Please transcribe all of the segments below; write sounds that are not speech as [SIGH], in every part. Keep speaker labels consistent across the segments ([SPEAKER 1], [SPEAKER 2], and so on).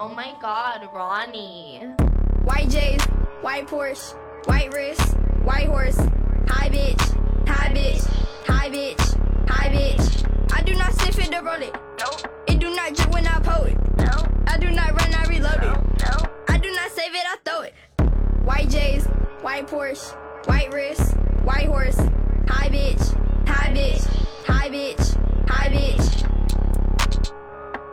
[SPEAKER 1] Oh my god, Ronnie.
[SPEAKER 2] White J's, white Porsche, white wrist, white horse. Hi bitch, hi bitch, hi bitch, hi bitch. I do not sit fit to roll it.
[SPEAKER 1] Nope,
[SPEAKER 2] It do not drip when I pull it.
[SPEAKER 1] nope,
[SPEAKER 2] I do not run, I reload it.
[SPEAKER 1] nope.
[SPEAKER 2] I do not save it, I throw it. White J's, white Porsche, white wrist, white horse. Hi bitch, hi bitch, hi bitch, hi bitch.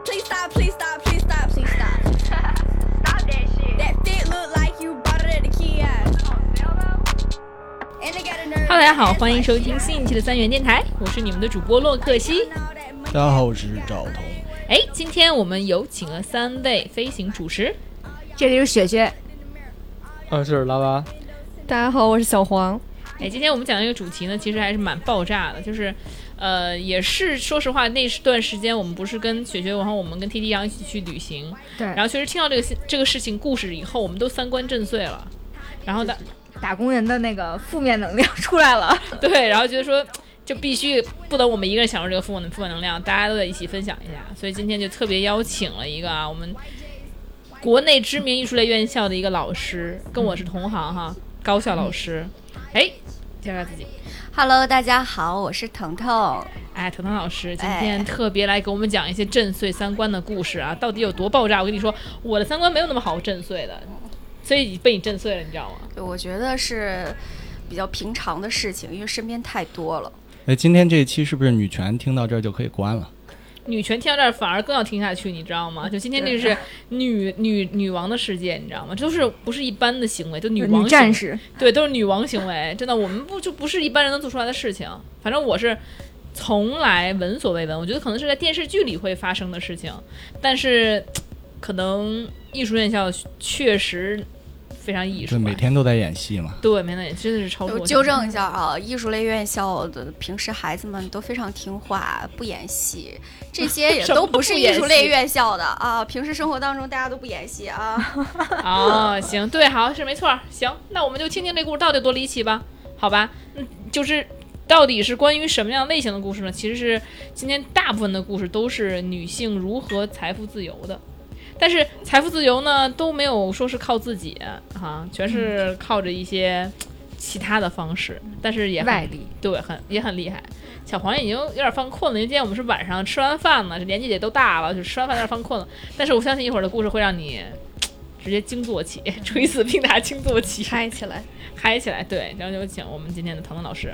[SPEAKER 2] Please stop, please stop, please stop, please stop.
[SPEAKER 1] [LAUGHS] Stop that shit.
[SPEAKER 2] That fit look like you bought it at the kiosk. And it got a nerve.
[SPEAKER 3] Hello，大家好，欢迎收听新一期的三元电台，我是你们的主播洛克西。
[SPEAKER 4] 大家好，我是赵彤。
[SPEAKER 3] 哎，今天我们有请了三位飞行主持，
[SPEAKER 5] 这里是雪雪，
[SPEAKER 6] 嗯，是拉拉，
[SPEAKER 5] 大家好，我是小黄。
[SPEAKER 3] 哎，今天我们讲的这个主题呢，其实还是蛮爆炸的，就是，呃，也是说实话，那段时间我们不是跟雪雪，然后我们跟 T T 杨一起去旅行，
[SPEAKER 5] 对，
[SPEAKER 3] 然后确实听到这个信这个事情故事以后，我们都三观震碎了，然后呢，
[SPEAKER 5] 打工人的那个负面能量出来了，
[SPEAKER 3] [LAUGHS] 对，然后觉得说。就必须不能我们一个人享受这个负能负能量，大家都得一起分享一下。所以今天就特别邀请了一个啊，我们国内知名艺术类院校的一个老师，跟我是同行哈，高校老师。哎，介绍自己。
[SPEAKER 7] Hello，大家好，我是腾腾。
[SPEAKER 3] 哎，腾腾老师今天特别来给我们讲一些震碎三观的故事啊，到底有多爆炸？我跟你说，我的三观没有那么好震碎的，所以被你震碎了，你知道吗？
[SPEAKER 7] 我觉得是比较平常的事情，因为身边太多了。
[SPEAKER 4] 哎，今天这一期是不是女权听到这儿就可以关了？
[SPEAKER 3] 女权听到这儿反而更要听下去，你知道吗？就今天这是女女女王的世界，你知道吗？这都是不是一般的行为，就女王
[SPEAKER 5] 女战
[SPEAKER 3] 行
[SPEAKER 5] 士。
[SPEAKER 3] 对，都是女王行为，真的，我们不就不是一般人能做出来的事情。反正我是从来闻所未闻，我觉得可能是在电视剧里会发生的事情，但是可能艺术院校确实非常艺
[SPEAKER 4] 对，
[SPEAKER 3] 术吧，
[SPEAKER 4] 每天都在演戏嘛。
[SPEAKER 3] 对，没也真的是超出
[SPEAKER 7] 我
[SPEAKER 3] 我
[SPEAKER 7] 纠正一下啊，艺术类院校的平时孩子们都非常听话，不演戏，这些也
[SPEAKER 3] 什么
[SPEAKER 7] 都不
[SPEAKER 3] 不
[SPEAKER 7] 是艺
[SPEAKER 3] 演
[SPEAKER 7] 术类
[SPEAKER 3] 戏
[SPEAKER 7] 院校的啊。平时生活当中大家都不演戏啊。
[SPEAKER 3] [LAUGHS] 哦，行，对，好是没错儿，行，那我们就听听这故事到底有多离奇吧，好吧？嗯，就是到底是关于什么样类型的故事呢？其实是今天大部分的故事都是女性如何财富自由的，但是财富自由呢都没有说是靠自己哈、全
[SPEAKER 5] 嗯
[SPEAKER 3] 是靠着一些其他的方式，但是也很
[SPEAKER 5] 外力，
[SPEAKER 3] 对，很也很厉害。小黄已经有点犯困了，因为今天我们是晚上吃完饭了，年纪也都大了，就吃完饭有点犯困了。但是我相信一会儿的故事会让你嘖直接惊坐起， [LAUGHS] 垂死病榻惊坐起，嗨起来，嗨起来。对，然后有请我们今天的腾腾老师。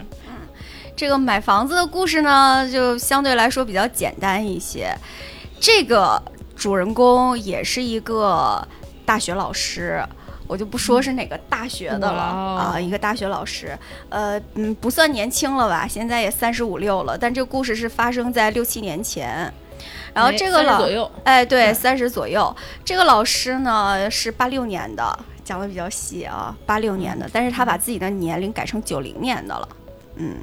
[SPEAKER 7] 这个买房子的故事呢，就相对来说比较简单一些。这个主人公也是一个大学老师，我就不说是哪个大学的了
[SPEAKER 3] 哇哦
[SPEAKER 7] 啊、一个大学老师，呃，嗯，不算年轻了吧，现在也三十五六了，但这个故事是发生在六七年前。然后这个
[SPEAKER 3] 哎30
[SPEAKER 7] 老
[SPEAKER 3] 左右，
[SPEAKER 7] 哎，对，三十左右。这个老师呢是八六年的，讲的比较细啊，八六年的，但是他把自己的年龄改成九零年的了，嗯。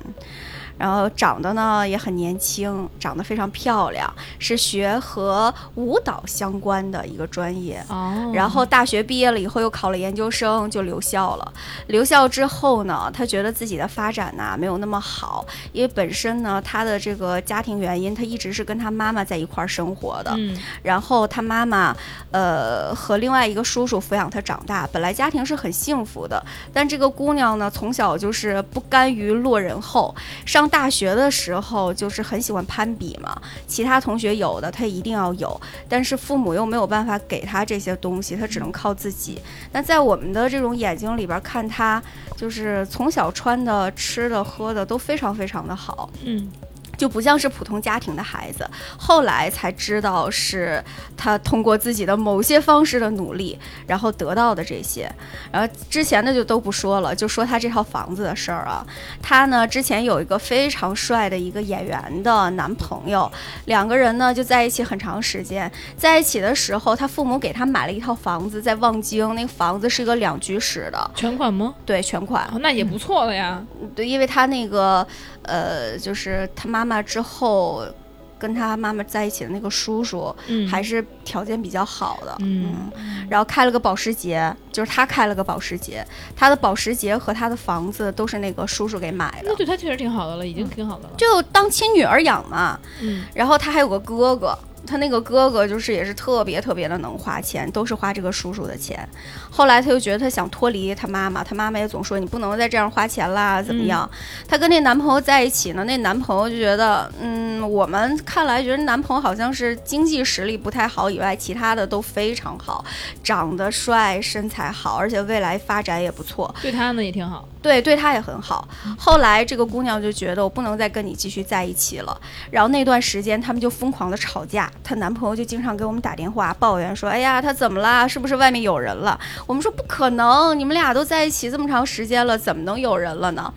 [SPEAKER 7] 然后长得呢也很年轻，长得非常漂亮，是学和舞蹈相关的一个专业。
[SPEAKER 3] 哦
[SPEAKER 7] 然后大学毕业了以后又考了研究生，就留校了。留校之后呢，他觉得自己的发展呐、没有那么好，因为本身呢他的这个家庭原因，他一直是跟他妈妈在一块儿生活的。
[SPEAKER 3] 嗯，
[SPEAKER 7] 然后他妈妈，呃，和另外一个叔叔抚养他长大，本来家庭是很幸福的，但这个姑娘呢，从小就是不甘于落人后。上大学的时候就是很喜欢攀比嘛，其他同学有的她一定要有，但是父母又没有办法给她这些东西，她只能靠自己。那在我们的这种眼睛里边看她，就是从小穿的、吃的、喝的都非常非常的好，
[SPEAKER 3] 嗯，
[SPEAKER 7] 就不像是普通家庭的孩子。后来才知道是他通过自己的某些方式的努力，然后得到的这些。然后之前的就都不说了，就说他这套房子的事儿啊。他呢之前有一个非常帅的一个演员的男朋友，两个人呢就在一起很长时间。在一起的时候，他父母给他买了一套房子在望京，那个房子是一个两居室的，
[SPEAKER 3] 全款吗？
[SPEAKER 7] 对，全款。
[SPEAKER 3] 哦，那也不错了呀。
[SPEAKER 7] 对，因为他那个呃，就是他妈妈之后跟他妈妈在一起的那个叔叔，
[SPEAKER 3] 嗯，
[SPEAKER 7] 还是条件比较好的。
[SPEAKER 3] 嗯
[SPEAKER 7] 然后开了个保时捷，就是他开了个保时捷，他的保时捷和他的房子都是那个叔叔给买的
[SPEAKER 3] 那，对他确实挺好的了，已经挺好的了。
[SPEAKER 7] 就当亲女儿养嘛。
[SPEAKER 3] 嗯，
[SPEAKER 7] 然后他还有个哥哥，他那个哥哥就是也是特别特别的能花钱，都是花这个叔叔的钱。后来他就觉得他想脱离他妈妈，他妈妈也总说你不能再这样花钱啦，怎么样？他跟那男朋友在一起呢，那男朋友就觉得，嗯，我们看来觉得男朋友好像是经济实力不太好以外，其他的都非常好，长得帅，身材好，而且未来发展也不错。
[SPEAKER 3] 对他呢也挺好。
[SPEAKER 7] 对，对她也很好。后来这个姑娘就觉得我不能再跟你继续在一起了，然后那段时间他们就疯狂的吵架，她男朋友就经常给我们打电话抱怨说：“哎呀，她怎么啦？是不是外面有人了？”我们说不可能，你们俩都在一起这么长时间了，怎么能有人了呢？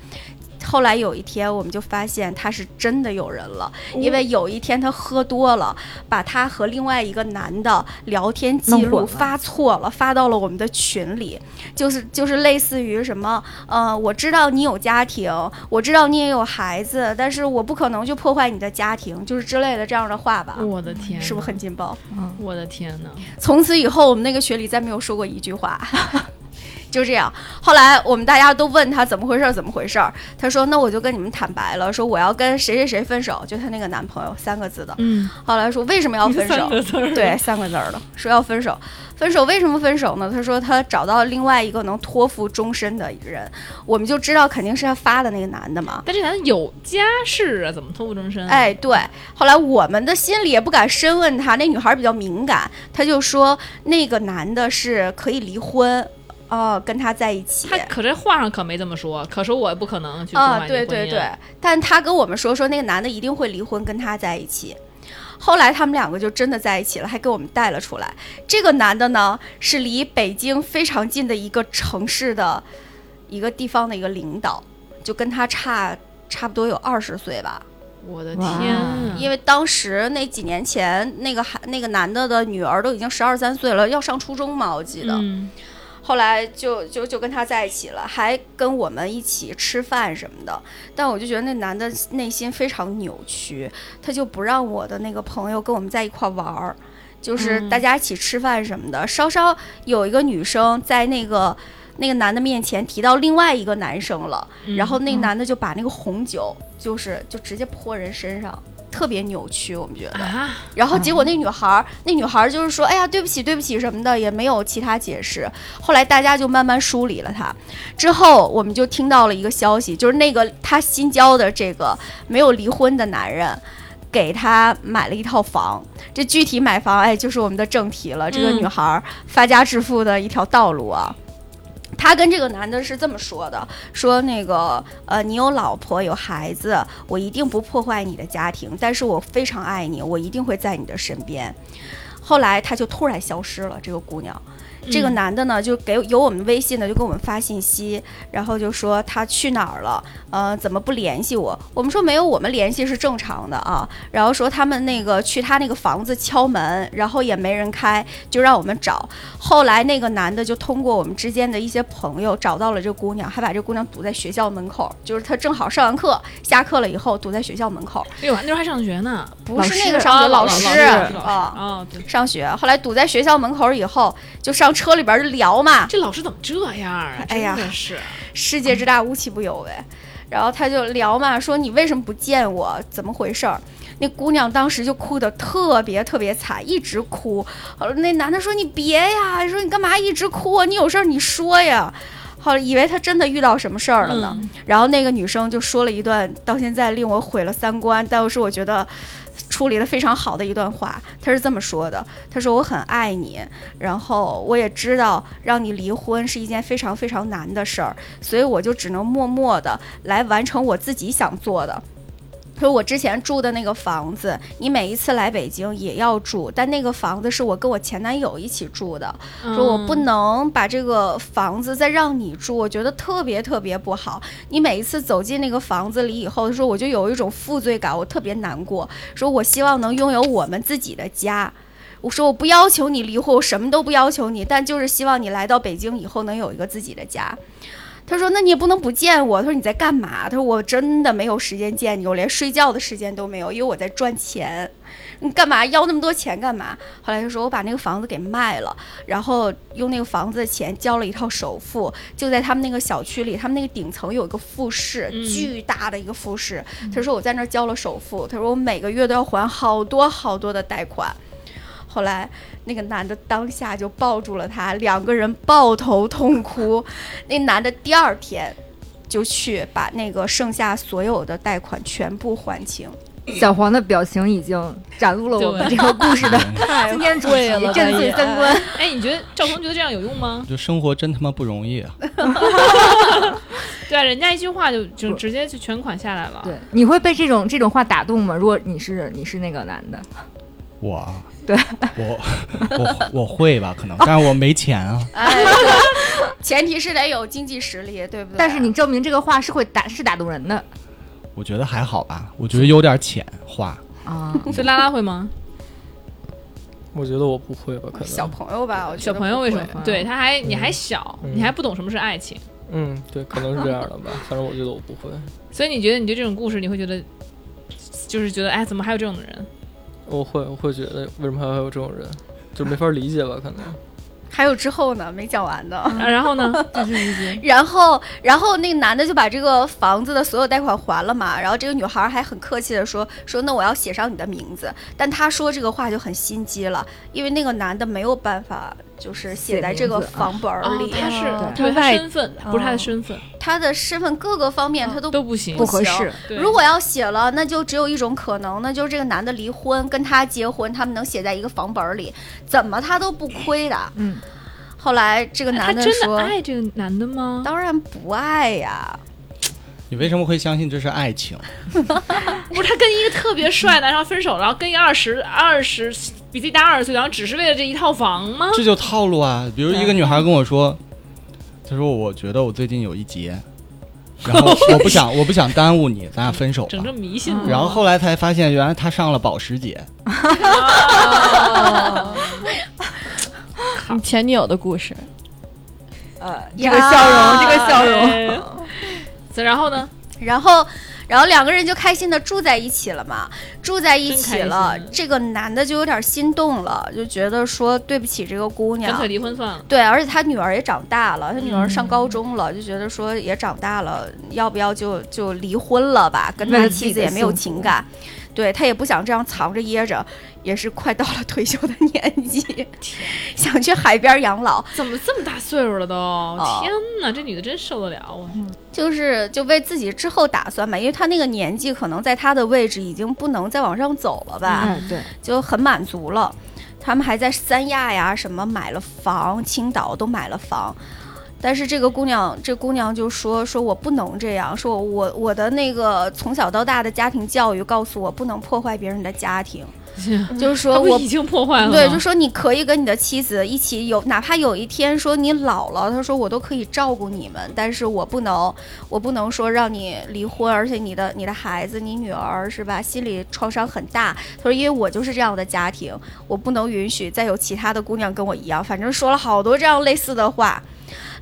[SPEAKER 7] 后来有一天，我们就发现她是真的有人了，因为有一天她喝多了，把她和另外一个男的聊天记
[SPEAKER 5] 弄混
[SPEAKER 7] 录
[SPEAKER 5] 了
[SPEAKER 7] 发错了，发到了我们的群里，就是就是类似于什么呃，我知道你有家庭，我知道你也有孩子，但是我不可能就破坏你的家庭，就是之类的这样的话吧，
[SPEAKER 3] 我的天，嗯
[SPEAKER 7] 啊是不是很？劲爆？
[SPEAKER 3] 我的天呐，
[SPEAKER 7] 从此以后，我们那个群里再没有说过一句话， [LAUGHS] 就这样。后来我们大家都问他怎么回事，儿，怎么回事？儿。他说：“那我就跟你们坦白了，说我要跟谁谁谁分手，就她那个男朋友，三个字的。
[SPEAKER 3] 嗯，”
[SPEAKER 7] 后来说为什么要分手
[SPEAKER 3] 三？个字儿
[SPEAKER 7] 对，三个字儿的，说要分手。分手为什么分手呢？他说他找到另外一个能托付终身的一个人，我们就知道肯定是他发的那个男的嘛。
[SPEAKER 3] 但这男的有家室啊，怎么托付终身？，
[SPEAKER 7] 哎，对，后来我们的心里也不敢深问他，那女孩比较敏感，她就说那个男的是可以离婚，哦、跟他在一起。
[SPEAKER 3] 他可这话上可没这么说，可说我不可能去破
[SPEAKER 7] 啊，
[SPEAKER 3] 坏你的
[SPEAKER 7] 对
[SPEAKER 3] 婚姻
[SPEAKER 7] 对对，但他跟我们说说那个男的一定会离婚，跟他在一起。后来他们两个就真的在一起了，还给我们带了出来。这个男的呢，是离北京非常近的一个城市的一个地方的一个领导，就跟他差差不多有二十岁吧。
[SPEAKER 3] 我的
[SPEAKER 5] 哇
[SPEAKER 3] 天啊，
[SPEAKER 7] 因为当时那几年前，那个孩那个男的的女儿都已经十二三岁了，要上初中嘛，我记得。
[SPEAKER 3] 嗯，
[SPEAKER 7] 后来就就就跟他在一起了，还跟我们一起吃饭什么的。但我就觉得那男的内心非常扭曲，他就不让我的那个朋友跟我们在一块玩儿，就是
[SPEAKER 3] 嗯
[SPEAKER 7] 大家一起吃饭什么的。稍稍有一个女生在那个。那个男的面前提到另外一个男生了，
[SPEAKER 3] 嗯
[SPEAKER 7] 然后那个男的就把那个红酒，就是就直接泼人身上，特别扭曲，我们觉
[SPEAKER 3] [LAUGHS]
[SPEAKER 7] 得。
[SPEAKER 3] 啊，
[SPEAKER 7] 然后结果那女孩儿，那女孩儿就是说，哎呀，对不起，对不起什么的，也没有其他解释。后来大家就慢慢梳理了她，之后我们就听到了一个消息，就是那个她新交的这个没有离婚的男人。给她买了一套房，这具体买房，哎，就是我们的正题了。这个
[SPEAKER 3] 嗯
[SPEAKER 7] 女孩儿发家致富的一条道路啊，她跟这个男的是这么说的：说那个呃，你有老婆有孩子，我一定不破坏你的家庭，但是我非常爱你，我一定会在你的身边。后来她就突然消失了，这个姑娘。这个
[SPEAKER 3] 嗯
[SPEAKER 7] 男的呢，就给有我们微信的，就给我们发信息，然后就说他去哪儿了，呃，怎么不联系我？我们说没有，我们联系是正常的啊。然后说他们那个去他那个房子敲门，然后也没人开，就让我们找。后来那个男的就通过我们之间的一些朋友找到了这姑娘，还把这姑娘堵在学校门口，就是他正好上完课，下课了以后堵在学校门口，
[SPEAKER 3] 哎呦，那时候还上学呢，
[SPEAKER 7] 不
[SPEAKER 5] 老
[SPEAKER 7] 是那
[SPEAKER 5] 师
[SPEAKER 7] 个上学
[SPEAKER 3] 啊
[SPEAKER 7] 老
[SPEAKER 3] 老
[SPEAKER 7] 师
[SPEAKER 3] 师
[SPEAKER 7] 啊。
[SPEAKER 3] 啊，对，
[SPEAKER 7] 上学，后来堵在学校门口以后，就上车里边儿就聊嘛，
[SPEAKER 3] 这老师怎么这样啊？
[SPEAKER 7] 哎呀
[SPEAKER 3] 真的是，
[SPEAKER 7] 世界之大，无奇不有呗。然后他就聊嘛，说你为什么不见我？怎么回事儿？那姑娘当时就哭得特别特别惨，一直哭。呃那男的说你别呀，说你干嘛一直哭啊？你有事儿你说呀。好，以为他真的遇到什么事儿了呢。
[SPEAKER 3] 嗯，
[SPEAKER 7] 然后那个女生就说了一段到现在令我毁了三观，但又是我觉得处理的非常好的一段话。她是这么说的：“她说我很爱你，然后我也知道让你离婚是一件非常非常难的事儿，所以我就只能默默的来完成我自己想做的。”说我之前住的那个房子，你每一次来北京也要住，但那个房子是我跟我前男友一起住的，
[SPEAKER 3] 嗯
[SPEAKER 7] 说我不能把这个房子再让你住，我觉得特别特别不好。你每一次走进那个房子里以后，说我就有一种负罪感，我特别难过。说我希望能拥有我们自己的家。我说我不要求你离婚，我什么都不要求你，但就是希望你来到北京以后能有一个自己的家。他说：“那你也不能不见我。”他说：“你在干嘛？”他说：“我真的没有时间见你，我连睡觉的时间都没有，因为我在赚钱。你干嘛要那么多钱干嘛？”后来就说：“我把那个房子给卖了，然后用那个房子的钱交了一套首付，就在他们那个小区里，他们那个顶层有一个复式，
[SPEAKER 3] 嗯
[SPEAKER 7] 巨大的一个复式。他说我在那儿交了首付，他说我每个月都要还好多好多的贷款。后来那个男的当下就抱住了她，两个人抱头痛哭。那男的第二天就去把那个剩下所有的贷款全部还清。
[SPEAKER 5] 小黄的表情已经展露了我们这个故事的今天主题
[SPEAKER 3] 对了，
[SPEAKER 5] 震碎三观。
[SPEAKER 3] 哎，你觉得赵彤觉得这样有用吗？
[SPEAKER 4] 就生活真他妈不容易啊！
[SPEAKER 3] 对啊，人家一句话就就直接就全款下来了。
[SPEAKER 5] 对，你会被这种这种话打动吗？如果你是你是那个男的，
[SPEAKER 4] 我啊
[SPEAKER 5] 对，
[SPEAKER 4] 我我我会吧，可能，但是我没钱啊。
[SPEAKER 7] 哎，对前提是得有经济实力，对不对？
[SPEAKER 5] 但是你证明这个话是会打是打动人的
[SPEAKER 4] 我觉得还好吧，我觉得有点浅话。
[SPEAKER 5] 啊。
[SPEAKER 3] 所以拉拉会吗？
[SPEAKER 6] 我觉得我不会吧，可能
[SPEAKER 7] 小朋友吧，我觉
[SPEAKER 3] 小
[SPEAKER 7] 得
[SPEAKER 3] 朋友
[SPEAKER 7] 不
[SPEAKER 3] 为什
[SPEAKER 7] 会
[SPEAKER 3] 么会？对，他还你还小，
[SPEAKER 6] 嗯
[SPEAKER 3] 你还不懂什么是爱情，
[SPEAKER 6] 嗯，对，可能是这样的
[SPEAKER 7] [LAUGHS]
[SPEAKER 6] 吧。反正我觉得我不会，
[SPEAKER 3] 所以你觉得你对这种故事，你会觉得就是觉得哎，怎么还有这种人？
[SPEAKER 6] 我会，我会觉得为什么还会有这种人，就没法理解吧，
[SPEAKER 7] [LAUGHS]
[SPEAKER 6] 可能。
[SPEAKER 7] 还有之后呢，没讲完呢。
[SPEAKER 3] 啊然后 [LAUGHS] 呢？
[SPEAKER 7] 然后，然后那个男的就把这个房子的所有贷款还了嘛。然后这个女孩还很客气的说说那我要写上你的名字。但她说这个话就很心机了，因为那个男的没有办法就是写在这个房本儿
[SPEAKER 3] 哦
[SPEAKER 7] 里，，啊
[SPEAKER 3] 他是
[SPEAKER 5] 哦
[SPEAKER 3] 对
[SPEAKER 5] 他
[SPEAKER 3] 他
[SPEAKER 5] 外
[SPEAKER 3] 身份不是他的身份
[SPEAKER 7] 他的身份各个方面他都
[SPEAKER 3] 哦都不行
[SPEAKER 5] 不。合适，
[SPEAKER 3] 对
[SPEAKER 7] 如果要写了，那就只有一种可能，那就是这个男的离婚，跟他结婚，他们能写在一个房本儿里，怎么他都不亏的。
[SPEAKER 5] 嗯，
[SPEAKER 7] 后来这个
[SPEAKER 3] 他
[SPEAKER 7] 男的
[SPEAKER 3] 真的
[SPEAKER 7] 说，
[SPEAKER 3] 爱这个男的吗？
[SPEAKER 7] 当然不爱呀、
[SPEAKER 4] 你为什么会相信这是
[SPEAKER 3] [LAUGHS]
[SPEAKER 4] 爱情？
[SPEAKER 3] 不是，他跟一个特别帅的 [LAUGHS] 男生分手，然后跟一个二十二十比自己大二十岁，然后只是为了这一套房吗？
[SPEAKER 4] 这就套路啊！比如一个女孩跟我说，她说我觉得我最近有一劫，
[SPEAKER 3] [LAUGHS]
[SPEAKER 4] 然后我不想我不想耽误你，咱俩分手吧
[SPEAKER 3] 整。这迷信了。
[SPEAKER 4] 然后后来才发现，原来她上了保时捷。
[SPEAKER 8] 你前女友的故事，
[SPEAKER 5] 呃，这个笑
[SPEAKER 7] 啊
[SPEAKER 5] 容，这个笑容，
[SPEAKER 3] 容。所以 [LAUGHS] 然后呢？
[SPEAKER 7] 然后，然后两个人就开心的住在一起了嘛，住在一起了
[SPEAKER 3] 真开心，
[SPEAKER 7] 这个男的就有点心动了，就觉得说对不起这个姑
[SPEAKER 3] 干
[SPEAKER 7] 娘
[SPEAKER 3] 脆。离婚算了。
[SPEAKER 7] 对，而且他女儿也长大了，他女儿上
[SPEAKER 5] 嗯
[SPEAKER 7] 高中了，就觉得说也长大了，要不要就就离婚了吧？跟他
[SPEAKER 5] 为
[SPEAKER 7] 的
[SPEAKER 5] 了嗯自己
[SPEAKER 7] 妻子也
[SPEAKER 5] 的
[SPEAKER 7] 没有
[SPEAKER 5] 幸福
[SPEAKER 7] 情感，对他也不想这样藏着掖着，也是快到了退休的年纪，想去海边养老，
[SPEAKER 3] 怎么这么大岁数了都？
[SPEAKER 7] 啊
[SPEAKER 3] 天哪，这女的真受得了我！
[SPEAKER 7] 就是就为自己之后打算吧，因为他那个年纪可能在他的位置已经不能再往上走了吧。
[SPEAKER 5] 嗯，对，
[SPEAKER 7] 就很满足了。他们还在三亚呀什么买了房，青岛都买了房。但是这个姑娘，这姑娘就说说我不能这样，说我我的那个从小到大的家庭教育告诉我不能破坏别人的家庭，就是
[SPEAKER 3] 嗯她
[SPEAKER 7] 说
[SPEAKER 3] 不
[SPEAKER 7] 我
[SPEAKER 3] 已经破坏了吗？
[SPEAKER 7] 对，就说你可以跟你的妻子一起有，哪怕有一天说你老了，他说我都可以照顾你们，但是我不能，我不能说让你离婚，而且你的你的孩子，你女儿是吧，心理创伤很大。他说，因为我就是这样的家庭，我不能允许再有其他的姑娘跟我一样。反正说了好多这样类似的话，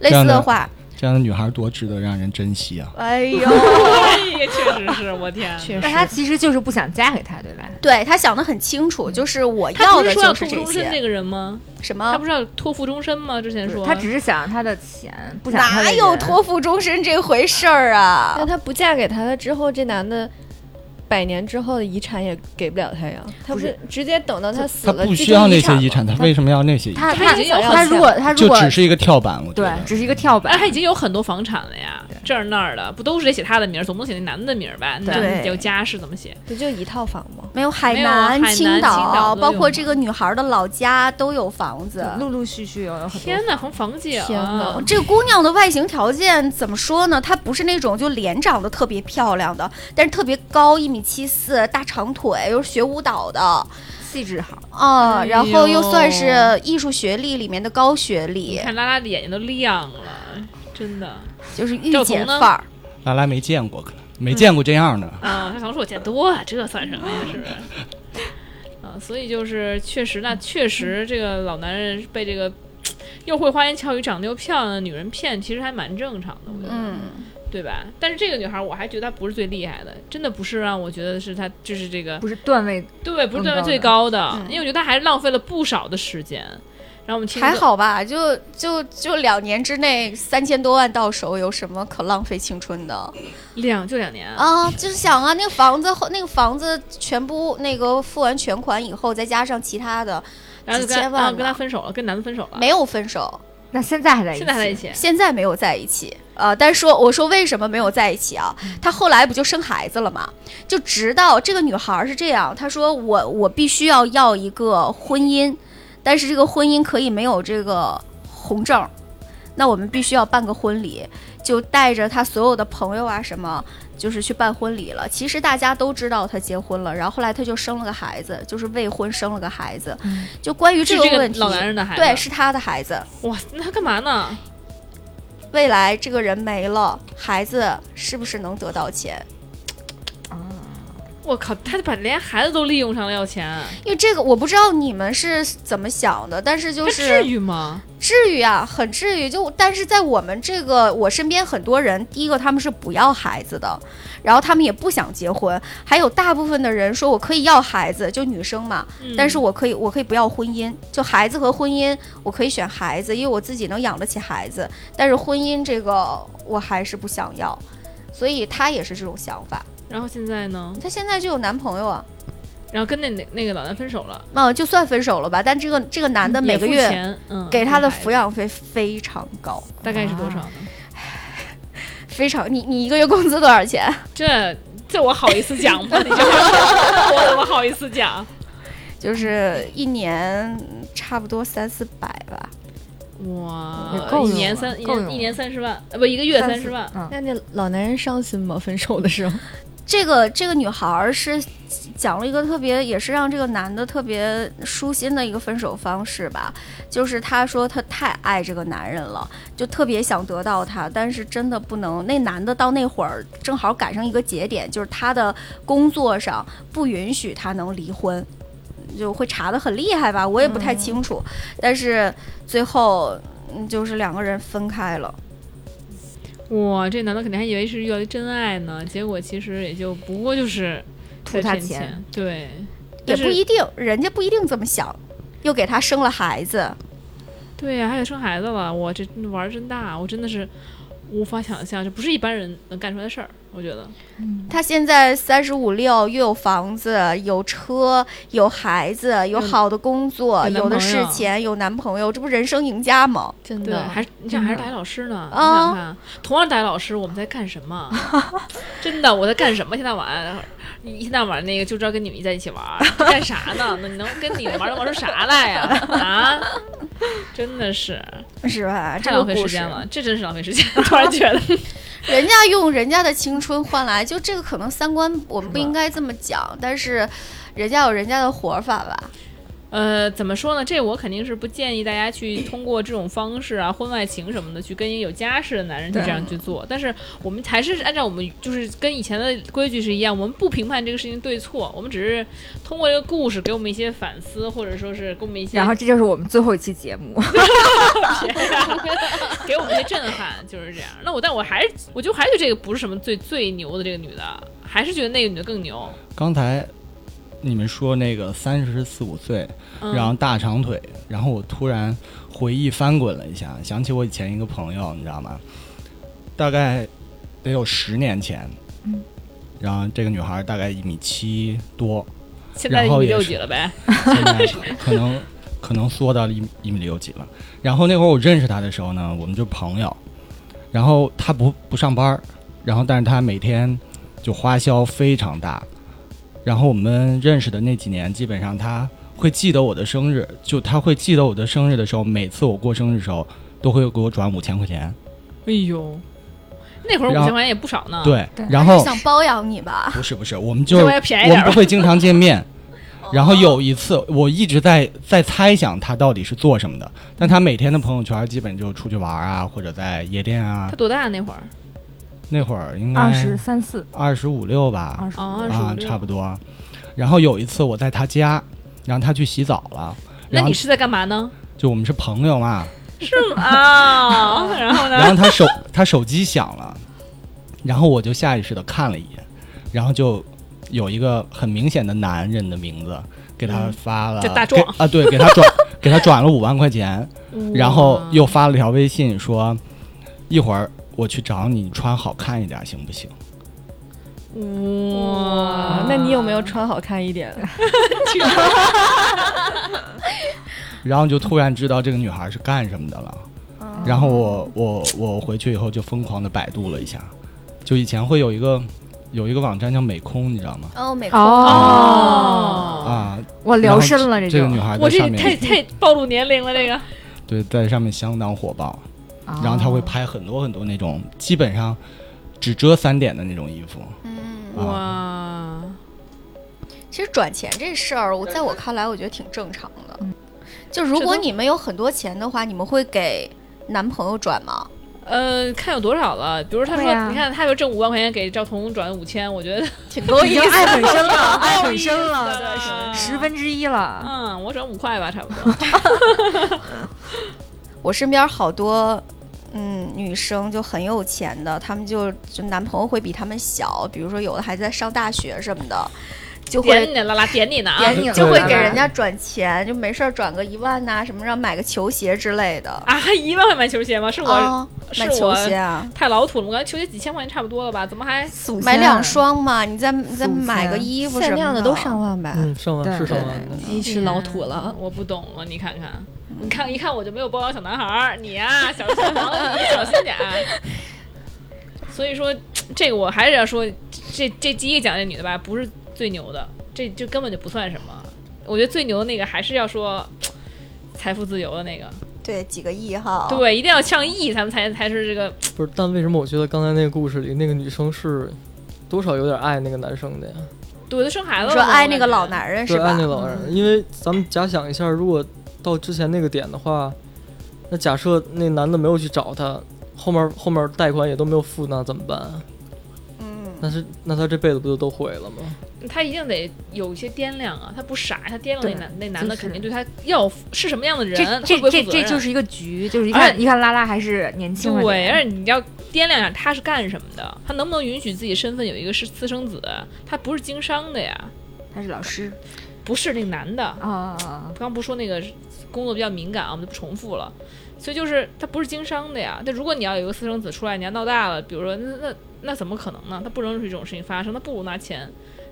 [SPEAKER 7] 类
[SPEAKER 4] 这
[SPEAKER 7] 似
[SPEAKER 4] 样的
[SPEAKER 7] 的
[SPEAKER 3] [LAUGHS]
[SPEAKER 7] 话，
[SPEAKER 4] 这样的女孩多值得让人珍惜啊！
[SPEAKER 7] 哎呦，
[SPEAKER 3] 哎，确实
[SPEAKER 7] [LAUGHS]
[SPEAKER 3] 是我天。
[SPEAKER 8] 确实
[SPEAKER 5] 但，他其实就是不想嫁给他，对吧？
[SPEAKER 7] 对他想的很清楚，就是我
[SPEAKER 3] 他
[SPEAKER 7] 要
[SPEAKER 3] 不是
[SPEAKER 7] 的
[SPEAKER 3] 说要托
[SPEAKER 7] 就是
[SPEAKER 3] 付
[SPEAKER 7] 这
[SPEAKER 3] 终身
[SPEAKER 7] 些，啊
[SPEAKER 3] 那个人吗？
[SPEAKER 7] 什
[SPEAKER 3] 他
[SPEAKER 7] 么
[SPEAKER 3] 不。是要托付终身吗？之前说
[SPEAKER 5] 他只是想要他的钱，不想要他
[SPEAKER 7] 哪
[SPEAKER 5] 的
[SPEAKER 7] 有
[SPEAKER 5] 人
[SPEAKER 7] 托付终身这回事儿啊
[SPEAKER 8] 那？她不嫁给他了之后，这男的百年之后的遗产也给不了他呀。他不是直接等到他死
[SPEAKER 4] 她
[SPEAKER 8] 了，
[SPEAKER 4] 不
[SPEAKER 8] 这
[SPEAKER 4] 需
[SPEAKER 8] 就
[SPEAKER 4] 要那
[SPEAKER 8] 遗
[SPEAKER 4] 些
[SPEAKER 8] 产
[SPEAKER 4] 遗产，她为什么要那些遗产？
[SPEAKER 5] 他
[SPEAKER 8] 他
[SPEAKER 5] 他
[SPEAKER 8] 已经有
[SPEAKER 5] 他
[SPEAKER 8] 很
[SPEAKER 5] 如果他如
[SPEAKER 4] 就
[SPEAKER 5] 果
[SPEAKER 4] 只是一个跳板，我觉
[SPEAKER 5] 对
[SPEAKER 4] 得，。
[SPEAKER 5] 只是一个跳板
[SPEAKER 3] 哎，他已经有很多房产了呀，这儿那儿的，不都是得写他的名儿，总不能写那男的名儿吧？男的有家室怎么写？
[SPEAKER 8] 不就一套房吗？
[SPEAKER 7] 没有海
[SPEAKER 3] 没有啊海
[SPEAKER 7] 南、
[SPEAKER 3] 南
[SPEAKER 7] 青
[SPEAKER 3] 青岛都
[SPEAKER 7] 包括
[SPEAKER 3] 有
[SPEAKER 7] 这个女孩的老家都有房子。
[SPEAKER 5] 陆陆续续有有很多
[SPEAKER 3] 天哪，横房姐啊！
[SPEAKER 8] 天哪
[SPEAKER 7] 这个姑娘的外形条件怎么说呢？她不是那种就脸长得特别漂亮的，但是特别高，一米七四，大长腿，又是学舞蹈的
[SPEAKER 5] 气质好，
[SPEAKER 7] 啊、
[SPEAKER 3] 哎呦
[SPEAKER 7] 然后又算是艺术学历里面的高学
[SPEAKER 3] 你
[SPEAKER 7] 历，
[SPEAKER 3] 看拉拉的眼睛都亮了，真的
[SPEAKER 7] 就是御
[SPEAKER 3] 赵彤
[SPEAKER 7] 姐
[SPEAKER 3] 呢
[SPEAKER 7] 范儿。
[SPEAKER 4] 拉拉没见过，可能没见过这样的。
[SPEAKER 3] 啊！他常说我见多了，这算什么呀？是不是？啊，所以就是确实，那确实这个老男人被这个又会花言巧语、长得又漂亮的女人骗，其实还蛮正常的，我觉得，
[SPEAKER 7] 嗯，
[SPEAKER 3] 对吧？但是这个女孩，我还觉得她不是最厉害的，真的不是让我觉得是她，就是这个
[SPEAKER 5] 不是段位，
[SPEAKER 3] 对，不是
[SPEAKER 5] 更
[SPEAKER 3] 段位
[SPEAKER 5] 高
[SPEAKER 3] 最
[SPEAKER 5] 的
[SPEAKER 3] 高的，
[SPEAKER 7] 嗯
[SPEAKER 3] 因为我觉得她还是浪费了不少的时间。然后我们听
[SPEAKER 7] 还
[SPEAKER 3] 着
[SPEAKER 7] 好吧，就就就两年之内三千多万到手，有什么可浪费青春的
[SPEAKER 3] 两就两年啊
[SPEAKER 7] 啊？就是想啊，那个房子后那个房子全部那个付完全款以后，再加上其他的
[SPEAKER 3] 然后就
[SPEAKER 7] 几
[SPEAKER 3] 跟然
[SPEAKER 7] 千
[SPEAKER 3] 后
[SPEAKER 7] 万
[SPEAKER 3] 跟他
[SPEAKER 7] 吧
[SPEAKER 3] 分手了，跟男的分手了，
[SPEAKER 7] 没有分手，
[SPEAKER 5] 那现在还在一起，
[SPEAKER 3] 现在还在一起。
[SPEAKER 7] 现在没有在一起啊、呃但是说我说为什么没有在一起啊？她后来不就生孩子了嘛？就直到这个女孩儿是这样，她说我我必须要要一个婚姻，但是这个婚姻可以没有这个红证儿，那我们必须要办个婚礼，就带着她所有的朋友啊什么。就是去办婚礼了。其实大家都知道她结婚了，然后后来她就生了个孩子，就是未婚生了个孩子。就关于
[SPEAKER 3] 是
[SPEAKER 7] 个
[SPEAKER 3] 这个
[SPEAKER 7] 问题，
[SPEAKER 3] 老男人的孩子，啊
[SPEAKER 7] 对，是她的孩子。
[SPEAKER 3] 哇，那他干嘛呢？
[SPEAKER 7] 未来这个人没了，孩子是不是能得到钱？
[SPEAKER 3] 我靠，他把连孩子都利用上了要钱，
[SPEAKER 7] 因为这个我不知道你们是怎么想的，但是就
[SPEAKER 3] 他
[SPEAKER 7] 是
[SPEAKER 3] 至于吗？
[SPEAKER 7] 至于啊，很至于。就但是在我们这个我身边很多人，第一个他们是不要孩子的，然后他们也不想结婚，还有大部分的人说我可以要孩子，就女生嘛，嗯但是
[SPEAKER 3] 我
[SPEAKER 7] 我可以，我可以不要婚姻，就孩子和婚姻，我可以选孩子，因为我自己能养得起孩子。但是婚姻这个我还是不想要，所以她也是这种想法。
[SPEAKER 3] 然后现在呢？
[SPEAKER 7] 她现在就有男朋友啊，
[SPEAKER 3] 然后跟那那那个老男分手了，
[SPEAKER 7] 嗯，就算分手了吧，但这个这个男的
[SPEAKER 3] 也
[SPEAKER 7] 每个
[SPEAKER 3] 付
[SPEAKER 7] 月
[SPEAKER 3] 钱嗯
[SPEAKER 7] 给她的抚
[SPEAKER 3] 养
[SPEAKER 7] 养费非常高，
[SPEAKER 3] 大概是多少呢？
[SPEAKER 7] 非常你你一个月工资多少钱？ [LAUGHS]
[SPEAKER 3] 这这我好意思讲吗？你这话我我好意思讲？
[SPEAKER 7] 就是一年差不多三四百吧。
[SPEAKER 5] 也
[SPEAKER 3] 哇，
[SPEAKER 5] 够
[SPEAKER 7] 啊
[SPEAKER 3] 一
[SPEAKER 5] 用
[SPEAKER 3] 年
[SPEAKER 5] 了
[SPEAKER 3] 三一
[SPEAKER 5] 够
[SPEAKER 3] 年
[SPEAKER 5] 用
[SPEAKER 3] 一
[SPEAKER 5] 了
[SPEAKER 3] 年三十万，呃不一个月
[SPEAKER 7] 三
[SPEAKER 3] 三
[SPEAKER 7] 四
[SPEAKER 3] 十万，
[SPEAKER 5] 嗯，
[SPEAKER 8] 那那老男人伤心吗？分手的时候，
[SPEAKER 7] 这个这个女孩儿是讲了一个特别，也是让这个男的特别舒心的一个分手方式吧。就是她说她太爱这个男人了，就特别想得到他，但是真的不能。那男的到那会儿正好赶上一个节点，就是他的工作上不允许他能离婚，就会查得很厉害吧，我也不太
[SPEAKER 3] 嗯
[SPEAKER 7] 清楚。但是最后嗯就是两个人分开了。
[SPEAKER 3] 哇，这男的肯定还以为是遇到一真爱呢，结果其实也就不过就是
[SPEAKER 5] 图
[SPEAKER 3] 在
[SPEAKER 5] 他
[SPEAKER 3] 骗
[SPEAKER 5] 钱
[SPEAKER 3] 钱，对，
[SPEAKER 7] 也
[SPEAKER 3] 但
[SPEAKER 7] 不
[SPEAKER 3] 是
[SPEAKER 7] 一定，人家不一定这么想，又给他生了孩子。
[SPEAKER 3] 对呀，还得生孩子了，我这玩儿真大，我真的是无法想象，这不是一般人能干出来的事儿，我觉得。
[SPEAKER 7] 他现在三十五六，又有房子，有车，有孩子，
[SPEAKER 3] 有
[SPEAKER 7] 有好的工作，
[SPEAKER 3] 有男
[SPEAKER 7] 有的
[SPEAKER 3] 朋
[SPEAKER 7] 是
[SPEAKER 3] 友
[SPEAKER 7] 钱，有男朋友，这不人生赢家吗？
[SPEAKER 8] 真
[SPEAKER 3] 对，
[SPEAKER 8] 的
[SPEAKER 3] 还是你想还是打一老师呢？你
[SPEAKER 7] 啊
[SPEAKER 3] 想看，同样打一老师，我们在干什么？ [LAUGHS] 真的，我在干什么？一天到晚，一天到晚那个就知道跟你们在一起玩儿，干啥呢？那你能跟你们玩儿能玩出啥来呀？ [LAUGHS] 啊，真的是
[SPEAKER 7] 是吧？
[SPEAKER 3] 太
[SPEAKER 7] 这个
[SPEAKER 3] 浪费
[SPEAKER 7] 故
[SPEAKER 3] 时
[SPEAKER 7] 事
[SPEAKER 3] 间，了，这真是浪费时间。 [LAUGHS] 突然觉得，
[SPEAKER 7] 人家用人家的青春换来，就这个可能三观我
[SPEAKER 3] 是
[SPEAKER 7] 们不
[SPEAKER 3] 吧
[SPEAKER 7] 应该这么讲，但是人家有人家的活法吧。
[SPEAKER 3] 呃，怎么说呢？这我肯定是不建议大家去通过这种方式啊，婚外情什么的，去跟一个有家室的男人去这样去做。但是我们还是按照我们就是跟以前的规矩是一样，我们不评判这个事情对错，我们只是通过这个故事给我们一些反思，或者说是给我们一些，
[SPEAKER 5] 然后这就是我们最后一期节目，
[SPEAKER 3] [LAUGHS] 给我们一些震撼，就是这样。那我但我还是，我就还是觉得这个不是什么最最牛的这个女的，还是觉得那个女的更牛。
[SPEAKER 4] 刚才你们说那个三十四五岁，
[SPEAKER 3] 嗯、
[SPEAKER 4] 然后大长腿，然后我突然回忆翻滚了一下，想起我以前一个朋友，你知道吗？大概得有十年前，
[SPEAKER 8] 嗯
[SPEAKER 4] 然后这个女孩大概一米七多，
[SPEAKER 3] 现在一
[SPEAKER 4] 然后
[SPEAKER 3] 米
[SPEAKER 4] 也
[SPEAKER 3] 六
[SPEAKER 4] 是
[SPEAKER 3] 几了呗，
[SPEAKER 4] 现在可能可能缩到了一米一米六几了。然后那会儿我认识她的时候呢，我们就是朋友。然后她不不上班儿，然后但是她每天就花销非常大。然后我们认识的那几年，基本上她会记得我的生日，就她会记得我的生日的时候，每次我过生日的时候都会给我转五千块钱。
[SPEAKER 3] 哎呦，那会儿五
[SPEAKER 4] 然后
[SPEAKER 3] 千块钱也不少呢。。
[SPEAKER 4] 对
[SPEAKER 5] 对，
[SPEAKER 4] 然
[SPEAKER 7] 还是
[SPEAKER 4] 后
[SPEAKER 7] 想包养你吧？
[SPEAKER 4] 不是不是，我们就
[SPEAKER 3] 这
[SPEAKER 4] 是
[SPEAKER 3] 我也便宜
[SPEAKER 4] 我
[SPEAKER 3] 点
[SPEAKER 4] 们
[SPEAKER 3] 儿吧
[SPEAKER 4] 不。会经常见面。
[SPEAKER 3] [LAUGHS]
[SPEAKER 4] 然后有一次，我一直在在猜想他到底是做什么的，但他每天的朋友圈基本就出去玩啊，或者在夜店啊
[SPEAKER 3] 他。多大那会儿？
[SPEAKER 4] 那会儿应该
[SPEAKER 5] 二十三四，
[SPEAKER 4] 二十五六吧
[SPEAKER 5] 二，十
[SPEAKER 3] 哦，二十五
[SPEAKER 4] 啊，差不多。然后有一次我在他家，然后他去洗澡了，
[SPEAKER 3] 那
[SPEAKER 4] 然后
[SPEAKER 3] 你是在干嘛呢？
[SPEAKER 4] 就我们是朋友嘛，
[SPEAKER 3] 是吗？ [LAUGHS] 然后
[SPEAKER 4] 然
[SPEAKER 3] 呢？
[SPEAKER 4] 后他手他手机响了，然后我就下意识的看了一眼，然后就有一个很明显的男人的名字给他发了，
[SPEAKER 3] 嗯就大
[SPEAKER 4] 给
[SPEAKER 3] 壮
[SPEAKER 4] 啊，对，给
[SPEAKER 3] [LAUGHS]
[SPEAKER 4] 他转给他转了五万块钱， [LAUGHS] 然后
[SPEAKER 3] 哇
[SPEAKER 4] 又发了条微信说，一会儿我去找你，你穿好看一点行不行？
[SPEAKER 8] 哇，啊那你有没有穿好看一点？
[SPEAKER 4] 然后就突然知道这个女孩是干什么的了，
[SPEAKER 3] 哦
[SPEAKER 4] 然后我我我回去以后就疯狂的百度了一下，就以前会有一个有一个网站叫美空，你知道吗？
[SPEAKER 7] 哦，美空
[SPEAKER 5] 哦，
[SPEAKER 4] 啊，
[SPEAKER 5] [LAUGHS] 我
[SPEAKER 4] 然
[SPEAKER 5] 聊
[SPEAKER 4] 后
[SPEAKER 5] 深了，
[SPEAKER 4] 这
[SPEAKER 5] 就
[SPEAKER 4] 个女孩
[SPEAKER 3] 我这
[SPEAKER 4] 在上面
[SPEAKER 3] 太
[SPEAKER 4] [LAUGHS]
[SPEAKER 3] 太暴露年龄了，这个
[SPEAKER 4] 对，在上面相当火爆，
[SPEAKER 5] 啊
[SPEAKER 4] 然后他会拍很多很多那种基本上只遮三点的那种衣服，
[SPEAKER 7] 嗯，
[SPEAKER 4] 啊，
[SPEAKER 3] 哇，
[SPEAKER 7] 其实转钱这事儿，我在我看来，我觉得挺正常的。就如
[SPEAKER 3] 这
[SPEAKER 7] 果
[SPEAKER 3] 都
[SPEAKER 7] 你们有很多钱的话，你们会给男朋友转吗？
[SPEAKER 3] 呃，看有多少了。比如他说，
[SPEAKER 5] 对呀
[SPEAKER 3] 你看他就挣五万块钱给赵彤转五千，我觉得，
[SPEAKER 7] 挺多
[SPEAKER 5] 已
[SPEAKER 7] 意
[SPEAKER 5] 经
[SPEAKER 7] 思。
[SPEAKER 5] 爱很深
[SPEAKER 3] [LAUGHS]
[SPEAKER 5] 了，爱
[SPEAKER 3] 有意思
[SPEAKER 5] 很深了，
[SPEAKER 3] 的
[SPEAKER 5] 啊对十十分之一了。
[SPEAKER 3] 嗯，我转五块吧，差不多。
[SPEAKER 7] 我身边好多。嗯，女生就很有钱的，她们就就男朋友会比她们小，比如说有的还在上大学什么的，就会
[SPEAKER 3] 点你了啦，点你呢啊！
[SPEAKER 7] 点
[SPEAKER 5] 你了
[SPEAKER 7] 哎就会给
[SPEAKER 5] 对
[SPEAKER 7] 人家转钱，就没事儿转个一万呐、什么让买个球鞋之类的。
[SPEAKER 3] 啊，还一万块买球鞋吗？是我、
[SPEAKER 7] 啊，
[SPEAKER 3] 是
[SPEAKER 7] 买球
[SPEAKER 3] 我
[SPEAKER 7] 鞋啊，
[SPEAKER 3] 太老土了，我感觉球鞋几千块钱差不多了吧？怎么还
[SPEAKER 5] 祖
[SPEAKER 7] 买
[SPEAKER 5] 先
[SPEAKER 7] 两双嘛，你再你再
[SPEAKER 5] 四五
[SPEAKER 7] 买个
[SPEAKER 5] 千
[SPEAKER 7] 衣服什
[SPEAKER 8] 限
[SPEAKER 7] 么
[SPEAKER 8] 量
[SPEAKER 7] 的
[SPEAKER 8] 的都上万吧？
[SPEAKER 6] 嗯，上万是
[SPEAKER 5] 对
[SPEAKER 6] 上万的。
[SPEAKER 8] 你是老土了，
[SPEAKER 3] 嗯我不懂了，你看看，你看一看我就没有包养小男孩儿，你呀、小小毛，你小心点儿。所以说，这个我还是要说，这这第一个讲这女的吧，不是最牛的，这就根本就不算什么。我觉得最牛的那个还是要说。财富自由的那个，
[SPEAKER 7] 对几个亿
[SPEAKER 5] 哦
[SPEAKER 7] 哈。
[SPEAKER 3] 对，一定要上亿，咱们才才是这个
[SPEAKER 6] 不是，但为什么我觉得刚才那个故事里那个女生是多少有点爱那个男生的呀？
[SPEAKER 3] 对都生孩子
[SPEAKER 7] 你
[SPEAKER 3] 了。
[SPEAKER 7] 说
[SPEAKER 3] 我
[SPEAKER 7] 爱
[SPEAKER 3] 感
[SPEAKER 7] 那个
[SPEAKER 3] 觉
[SPEAKER 7] 老男人
[SPEAKER 6] 对，
[SPEAKER 7] 是
[SPEAKER 6] 爱
[SPEAKER 7] 吧嗯
[SPEAKER 6] 那？个老人，因为咱们假想一下，如果到之前那个点的话，那假设那男的没有去找她，后面后面贷款也都没有付，那怎么办啊？
[SPEAKER 7] 嗯，
[SPEAKER 6] 那是那他这辈子不就都毁了吗？
[SPEAKER 3] 他一定得有一些掂量啊，他不傻，他掂量那
[SPEAKER 5] 对
[SPEAKER 3] 男那男的
[SPEAKER 5] 就是
[SPEAKER 3] 肯定对他要负是什么样的人，
[SPEAKER 5] 这
[SPEAKER 3] 会不会
[SPEAKER 5] 这这
[SPEAKER 3] 负责
[SPEAKER 5] 这
[SPEAKER 3] 任啊
[SPEAKER 5] 就是一个局，就是一
[SPEAKER 3] 哎
[SPEAKER 5] 看一看拉拉还是年轻了
[SPEAKER 3] 对，
[SPEAKER 5] 点
[SPEAKER 3] 而且你要掂量一下他是干什么的，他能不能允许自己身份有一个是私生子，他不是经商的呀，
[SPEAKER 5] 他是老师
[SPEAKER 3] 不是那男的，
[SPEAKER 5] 啊，啊
[SPEAKER 3] 刚不是说那个工作比较敏感啊，我们就不重复了。所以就是他不是经商的呀。但如果你要有一个私生子出来，你要闹大了，比如说那那那怎么可能呢？他不容许这种事情发生，那不如拿钱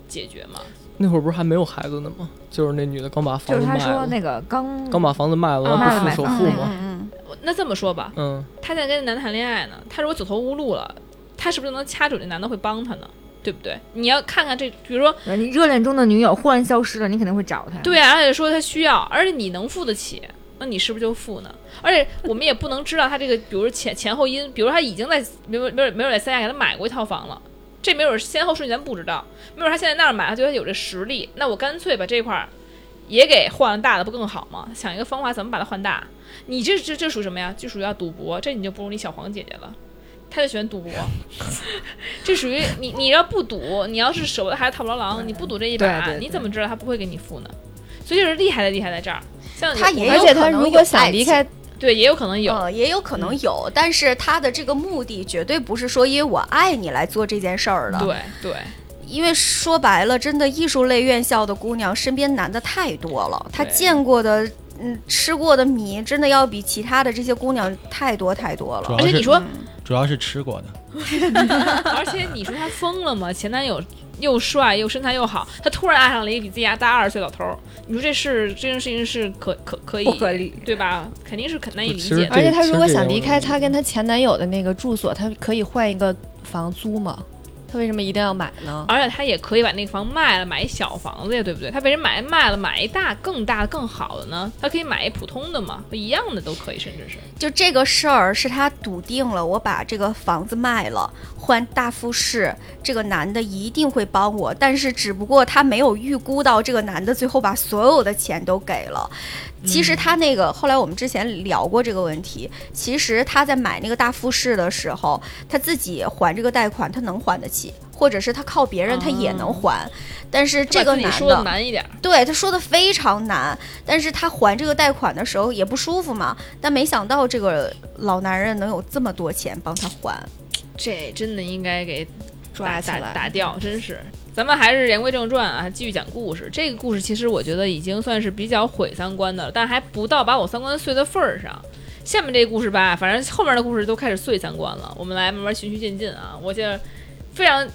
[SPEAKER 3] 解决嘛。
[SPEAKER 6] 那会儿不是还没有孩子呢吗？就是那女的刚把
[SPEAKER 5] 就
[SPEAKER 6] 房
[SPEAKER 5] 是
[SPEAKER 6] 子
[SPEAKER 5] 他
[SPEAKER 6] 卖
[SPEAKER 5] 说
[SPEAKER 6] 了，
[SPEAKER 5] 那个刚
[SPEAKER 6] 刚把房子卖了，
[SPEAKER 3] 嗯
[SPEAKER 6] 然后不付首
[SPEAKER 5] 嗯
[SPEAKER 6] 付
[SPEAKER 5] 嗯
[SPEAKER 6] 吗？
[SPEAKER 7] 嗯
[SPEAKER 3] 我那这么说吧，
[SPEAKER 6] 嗯，
[SPEAKER 3] 他在跟男的谈恋爱呢，他如果走投无路了，他是不是能掐准这男的会帮他呢？对不对？你要看看这，比如说，
[SPEAKER 5] 你热恋中的女友忽然消失了，你肯定会找他。
[SPEAKER 3] 对啊，而且说他需要，而且你能付得起，那你是不是就付呢？而且我们也不能知道他这个，比如说前前后因，比如说他已经在没有没有没有在三亚给他买过一套房了。这没准先后顺序咱不知道，没准他现在那儿买，他觉得有这实力，那我干脆把这块儿也给换了大的，不更好吗？想一个方法怎么把它换大。你这这这属于什么呀？就属于要赌博，这你就不如你小黄姐姐了，她就喜欢赌博。 [LAUGHS] 这属于你你要不赌，你要是手还套不着狼，你不赌这一把，
[SPEAKER 8] 对对对
[SPEAKER 3] 你怎么知道他不会给你付呢？所以就是厉害的厉害在这儿，像
[SPEAKER 7] 他也
[SPEAKER 3] 有
[SPEAKER 8] 而且他如果想离开，嗯
[SPEAKER 3] 对也有可能有，嗯
[SPEAKER 7] 呃，也有可能有，但是他的这个目的绝对不是说因为我爱你来做这件事儿的，
[SPEAKER 3] 对对，
[SPEAKER 7] 因为说白了，真的艺术类院校的姑娘身边男的太多了，她
[SPEAKER 3] 对
[SPEAKER 7] 见过的。嗯，吃过的米真的要比其他的这些姑娘太多太多
[SPEAKER 4] 主
[SPEAKER 7] 了。
[SPEAKER 3] 而
[SPEAKER 4] 要
[SPEAKER 3] 且你
[SPEAKER 4] 是
[SPEAKER 3] 说，
[SPEAKER 4] 主要是吃过的，
[SPEAKER 3] 而且你说他疯了吗？前男友又帅又身材又好，他突然爱上了一个比自己还大二十岁老头儿，你说这事这件事情是可可可以
[SPEAKER 5] 不合理
[SPEAKER 3] 对吧？肯定是很难以理
[SPEAKER 6] 其
[SPEAKER 3] 解
[SPEAKER 6] 实
[SPEAKER 3] 的。
[SPEAKER 6] 这
[SPEAKER 8] 而且他如果
[SPEAKER 6] 其实这
[SPEAKER 8] 想
[SPEAKER 6] 个
[SPEAKER 8] 离
[SPEAKER 6] 我
[SPEAKER 8] 开他
[SPEAKER 5] 嗯
[SPEAKER 8] 跟他前男友的那个住所，他可以换一个房租吗？他为什么一定要买呢？
[SPEAKER 3] 而且他也可以把那个房卖了，买一小房子呀，对不对？他为什么买卖了，买一大更大更好的呢？他可以买一普通的嘛，一样的都可以，甚至是
[SPEAKER 7] 就这个事儿是他笃定了，我把这个房子卖了，换大复式，这个男的一定会帮我。但是只不过他没有预估到这个男的最后把所有的钱都给了。其
[SPEAKER 3] 嗯
[SPEAKER 7] 实他那个、后来我们之前聊过这个问题，其实他在买那个大复式的时候，他自己还这个贷款，他能还得起。或者是他靠别人他也能还，但是这
[SPEAKER 3] 哦把
[SPEAKER 7] 个
[SPEAKER 3] 自己
[SPEAKER 7] 男
[SPEAKER 3] 说的难一点儿，
[SPEAKER 7] 对他说的非常难，但是他还这个贷款的时候也不舒服嘛。但没想到这个老男人能有这么多钱帮他还，
[SPEAKER 3] 这真的应该给
[SPEAKER 8] 抓起
[SPEAKER 3] 打打打
[SPEAKER 8] 来。
[SPEAKER 3] 掉，真是。咱们还是言归正传啊，继续讲故事。这个故事其实我觉得已经算是比较毁三观的了，但还不到把我三观碎的份儿上。下面这个故事吧，反正后面的故事都开始碎三观了。我们来慢慢循序渐进啊。我现在非常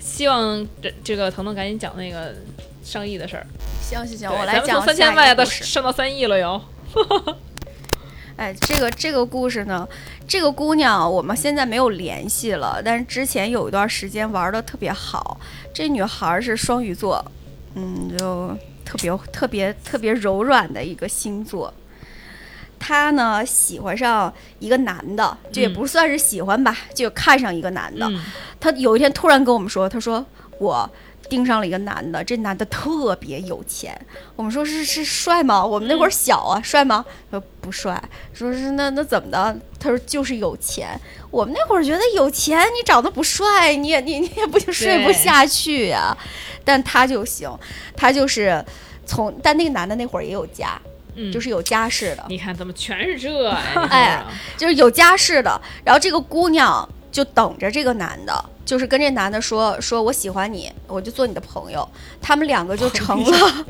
[SPEAKER 3] 希望这这个腾腾赶紧讲那个上亿的事儿。
[SPEAKER 7] 行行行，
[SPEAKER 3] 对
[SPEAKER 7] 我来
[SPEAKER 3] 咱们
[SPEAKER 7] 讲
[SPEAKER 3] 从三
[SPEAKER 7] 下
[SPEAKER 3] 千
[SPEAKER 7] 一
[SPEAKER 3] 万
[SPEAKER 7] 个
[SPEAKER 3] 到
[SPEAKER 7] 故事
[SPEAKER 3] 上到三亿了哟。
[SPEAKER 7] 哎，这个这个故事呢，这个姑娘我们现在没有联系了，但是之前有一段时间玩的特别好。这女孩儿是双鱼座，嗯，就特别特别特别柔软的一个星座。她呢喜欢上一个男的，就也
[SPEAKER 3] 嗯
[SPEAKER 7] 不算是喜欢吧，就看上一个男的。
[SPEAKER 3] 嗯，
[SPEAKER 7] 她有一天突然跟我们说，她说我盯上了一个男的，这男的特别有钱。我们说是是帅吗？我们那会儿小啊，帅吗？她说不帅。说是那那怎么的？她说就是有钱。我们那会儿觉得有钱，你长得不帅，你也你你也不就睡不下去呀、但他就行，他就是从但那个男的那会儿也有家，
[SPEAKER 3] 嗯
[SPEAKER 7] 就是有家室的，
[SPEAKER 3] 你看怎么全
[SPEAKER 7] [LAUGHS]
[SPEAKER 3] 是这呀？你说
[SPEAKER 7] 哎
[SPEAKER 3] 说，
[SPEAKER 7] 就是有家室的。然后这个姑娘就等着这个男的，就是跟这男的说说我喜欢你，我就做你的朋友。他们两个就成 [LAUGHS] 了，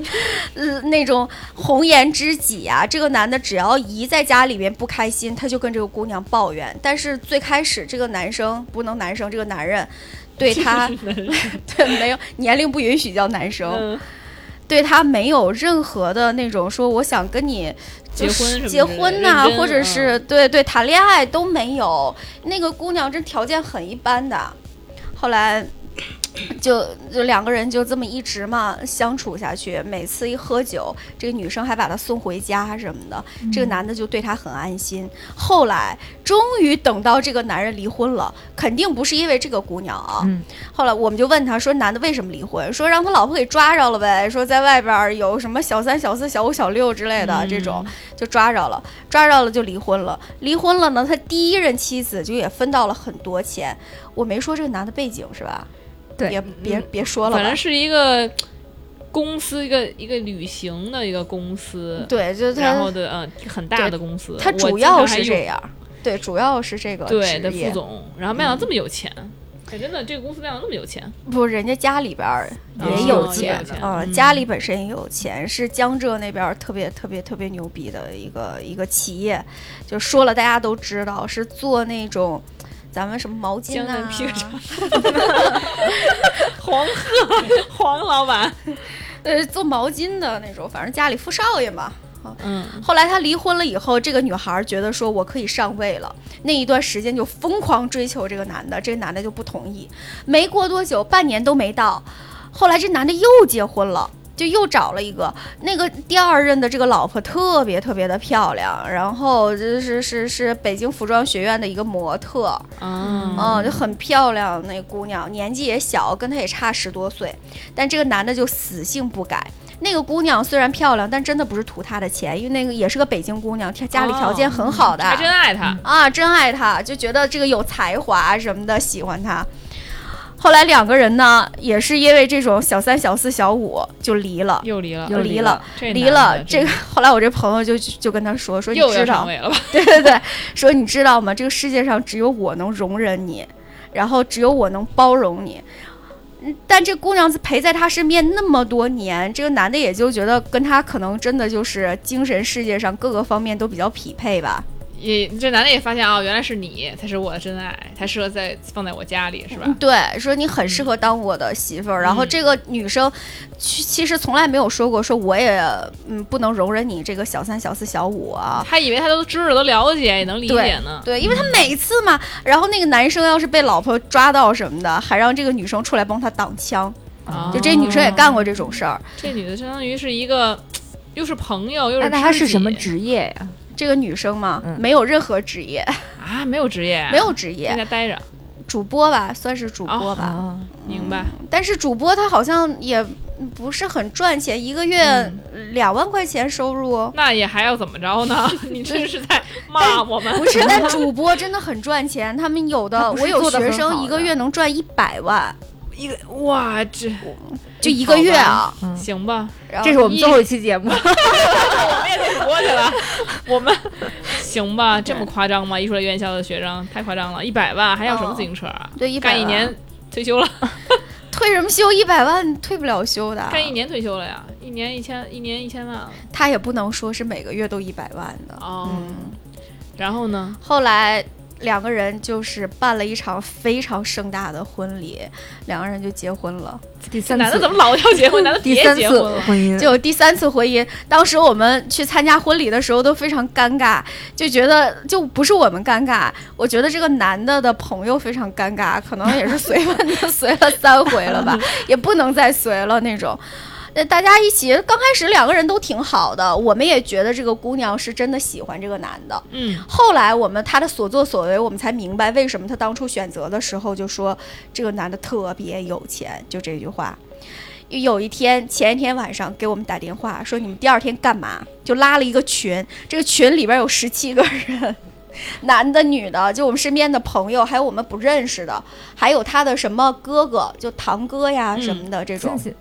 [SPEAKER 7] 呃，那种红颜知己啊。这个男的只要一在家里面不开心，他就跟这个姑娘抱怨。但是最开始这个男生不能男生，这个男人对他 [LAUGHS] 对没有年龄不允许叫男生，
[SPEAKER 3] 嗯，
[SPEAKER 7] 对他没有任何的那种说我想跟你
[SPEAKER 3] 结婚什么
[SPEAKER 7] 结
[SPEAKER 3] 之类的嗯
[SPEAKER 7] 婚呐、
[SPEAKER 3] 认真
[SPEAKER 7] 或者是对对谈恋爱都没有。那个姑娘这条件很一般的，后来就就两个人就这么一直嘛相处下去。每次一喝酒，这个女生还把他送回家什么的，
[SPEAKER 5] 嗯
[SPEAKER 7] 这
[SPEAKER 3] 嗯
[SPEAKER 7] 个男的就对她很安心。后来终于等到这个男人离婚了，肯定不是因为这个姑娘啊。
[SPEAKER 5] 嗯
[SPEAKER 7] 后来我们就问他说，男的为什么离婚？说让他老婆给抓着了呗，说在外边儿有什么小三、小四、小五、小六之类的、
[SPEAKER 3] 嗯
[SPEAKER 7] 这种。就抓着了，抓着了就离婚了。离婚了呢，他第一任妻子就也分到了很多钱。我没说这个男的背景是吧？
[SPEAKER 5] 对
[SPEAKER 7] 别别别说了
[SPEAKER 3] 嗯反正
[SPEAKER 7] 吧。
[SPEAKER 3] 是一个公司，一个一个旅行的一个公司，
[SPEAKER 7] 对，就是
[SPEAKER 3] 然后
[SPEAKER 7] 他，
[SPEAKER 3] 的嗯很大的公司，
[SPEAKER 7] 他
[SPEAKER 3] 我
[SPEAKER 7] 主
[SPEAKER 3] 经常
[SPEAKER 7] 要
[SPEAKER 3] 还
[SPEAKER 7] 是
[SPEAKER 3] 用
[SPEAKER 7] 这样，对，主要是这个
[SPEAKER 3] 对
[SPEAKER 7] 职
[SPEAKER 3] 的副
[SPEAKER 7] 业。嗯
[SPEAKER 3] 总，然后没想到这么有钱，哎，真的这个公司没想到那么有钱，
[SPEAKER 7] 不，人家家里边儿
[SPEAKER 3] 哦
[SPEAKER 7] 也有
[SPEAKER 3] 有
[SPEAKER 7] 钱
[SPEAKER 3] 钱
[SPEAKER 7] 啊、
[SPEAKER 3] 嗯
[SPEAKER 7] 家里本身也有钱，是江浙那边儿特别特别特别牛逼的一个一个企业，就说了大家都知道，是做那种咱们什么毛巾
[SPEAKER 3] 江南
[SPEAKER 7] 啊，
[SPEAKER 3] 皮革厂，黄 [LAUGHS] 鹤黄老板，
[SPEAKER 7] 呃，做毛巾的那种，反正家里富少爷嘛。
[SPEAKER 3] 嗯，
[SPEAKER 7] 后来他离婚了以后，这个女孩觉得说我可以上位了，那一段时间就疯狂追求这个男的，这个男的就不同意。没过多久，半年都没到，后来这男的又结婚了。就又找了一个，那个第二任的这个老婆特别特别的漂亮，然后就是是是北京服装学院的一个模特，
[SPEAKER 3] 啊，
[SPEAKER 7] 嗯，就很漂亮，那姑娘年纪也小，跟她也差十多岁，但这个男的就死性不改。那个姑娘虽然漂亮，但真的不是图她的钱，因为那个也是个北京姑娘，她家里条件很好的，
[SPEAKER 3] 哦还真爱他，
[SPEAKER 7] 啊，真爱她，就觉得这个有才华什么的，喜欢她。后来两个人呢，也是因为这种小三、小四、小五就离了，
[SPEAKER 3] 又离了，
[SPEAKER 7] 就离了，
[SPEAKER 3] 这
[SPEAKER 7] 离
[SPEAKER 3] 男的
[SPEAKER 7] 了。这
[SPEAKER 3] 真
[SPEAKER 7] 个
[SPEAKER 3] 的
[SPEAKER 7] 后来我这朋友就就跟他说，说你
[SPEAKER 3] 又要
[SPEAKER 7] 知
[SPEAKER 3] 上
[SPEAKER 7] 道，
[SPEAKER 3] 位了吧？
[SPEAKER 7] [LAUGHS] 对对对，说你知道吗？这个世界上只有我能容忍你，然后只有我能包容你。嗯但这姑娘陪在他身边那么多年，这个男的也就觉得跟他可能真的就是精神世界上各个方面都比较匹配吧。
[SPEAKER 3] 也这男的也发现啊，原来是你才是我的真爱，才适合在放在我家里是吧？
[SPEAKER 7] 嗯
[SPEAKER 3] 嗯
[SPEAKER 7] 对，说你很适合当我的媳妇儿。然后这个女生其其实从来没有说过，说我也嗯不能容忍你这个小三、小四、小五啊，
[SPEAKER 3] 他以为他都知道都了解也能理解呢，
[SPEAKER 7] 对，因为他每次嘛，然后那个男生要是被老婆抓到什么的，还让这个女生出来帮他挡枪，
[SPEAKER 3] 啊
[SPEAKER 7] 就这女生也干过这种事
[SPEAKER 5] 哦
[SPEAKER 7] 儿。
[SPEAKER 3] 这女的相当于是一个，又是朋友又
[SPEAKER 5] 哎
[SPEAKER 3] 是
[SPEAKER 5] 那他是
[SPEAKER 3] 知己
[SPEAKER 5] 什么职业呀？
[SPEAKER 7] 这个女生嘛，
[SPEAKER 5] 嗯哎
[SPEAKER 7] 没有任何职业，
[SPEAKER 3] 啊？没有职业啊，
[SPEAKER 7] 没有职
[SPEAKER 3] 在
[SPEAKER 7] 业，
[SPEAKER 3] 家待着，
[SPEAKER 7] 主播吧，算是主播吧。
[SPEAKER 5] 啊，
[SPEAKER 3] 明白？
[SPEAKER 7] 但是主播她好像也不是很赚钱，一个月
[SPEAKER 5] 嗯
[SPEAKER 7] 两万块钱收入。哦
[SPEAKER 3] 那也还要怎么着呢？ [LAUGHS] 你这是在骂我们？
[SPEAKER 7] 哎不是，但主播真的很赚钱，他们有的
[SPEAKER 5] 她不是
[SPEAKER 7] 我有
[SPEAKER 5] 做得
[SPEAKER 7] 学
[SPEAKER 5] 很
[SPEAKER 7] 生
[SPEAKER 5] 好
[SPEAKER 7] 一个
[SPEAKER 5] 的
[SPEAKER 7] 月能赚一百万，
[SPEAKER 3] 一个哇，这
[SPEAKER 7] 就一个月啊，
[SPEAKER 3] 行吧？
[SPEAKER 7] 然后
[SPEAKER 5] 这是我们最后一期节目，
[SPEAKER 3] 过去了，我们行吧？这么夸张吗？艺术类院校的学生太夸张了，一百万还要什么自行车啊？
[SPEAKER 7] 哦对一百
[SPEAKER 3] 干一
[SPEAKER 7] 万
[SPEAKER 3] 年退休了，
[SPEAKER 7] 退什么休？一百万退不了休的，
[SPEAKER 3] 干一年退休了呀，一年一千，一年一千万了
[SPEAKER 7] 他也不能说是每个月都一百万的。
[SPEAKER 3] 哦。
[SPEAKER 7] 嗯，
[SPEAKER 3] 然后呢？
[SPEAKER 7] 后来两个人就是办了一场非常盛大的婚礼，两个人就结婚了。
[SPEAKER 5] [LAUGHS] 第
[SPEAKER 3] [LAUGHS]
[SPEAKER 5] 三
[SPEAKER 3] 男的
[SPEAKER 5] 次
[SPEAKER 3] 怎么老要结婚？男的
[SPEAKER 5] [LAUGHS] 第
[SPEAKER 3] 别
[SPEAKER 5] 三
[SPEAKER 3] 结
[SPEAKER 5] 次
[SPEAKER 3] 婚了。
[SPEAKER 5] 婚姻，
[SPEAKER 7] 就第三次婚姻，当时我们去参加婚礼的时候都非常尴尬，就觉得就不是我们尴尬，我觉得这个男的的朋友非常尴尬，可能也是随便就随了三回了 [LAUGHS] 吧，也不能再随了那种。呃，大家一起，刚开始两个人都挺好的，我们也觉得这个姑娘是真的喜欢这个男的。
[SPEAKER 3] 嗯，
[SPEAKER 7] 后来我们他的所作所为，我们才明白为什么他当初选择的时候就说这个男的特别有钱，就这句话。有一天，前一天晚上给我们打电话说你们第二天干嘛？就拉了一个群，这个群里边有十七个人， [LAUGHS] 男的、女的，就我们身边的朋友，还有我们不认识的，还有他的什么哥哥，就堂哥呀
[SPEAKER 3] 嗯
[SPEAKER 7] 什么的这种
[SPEAKER 5] 亲。戚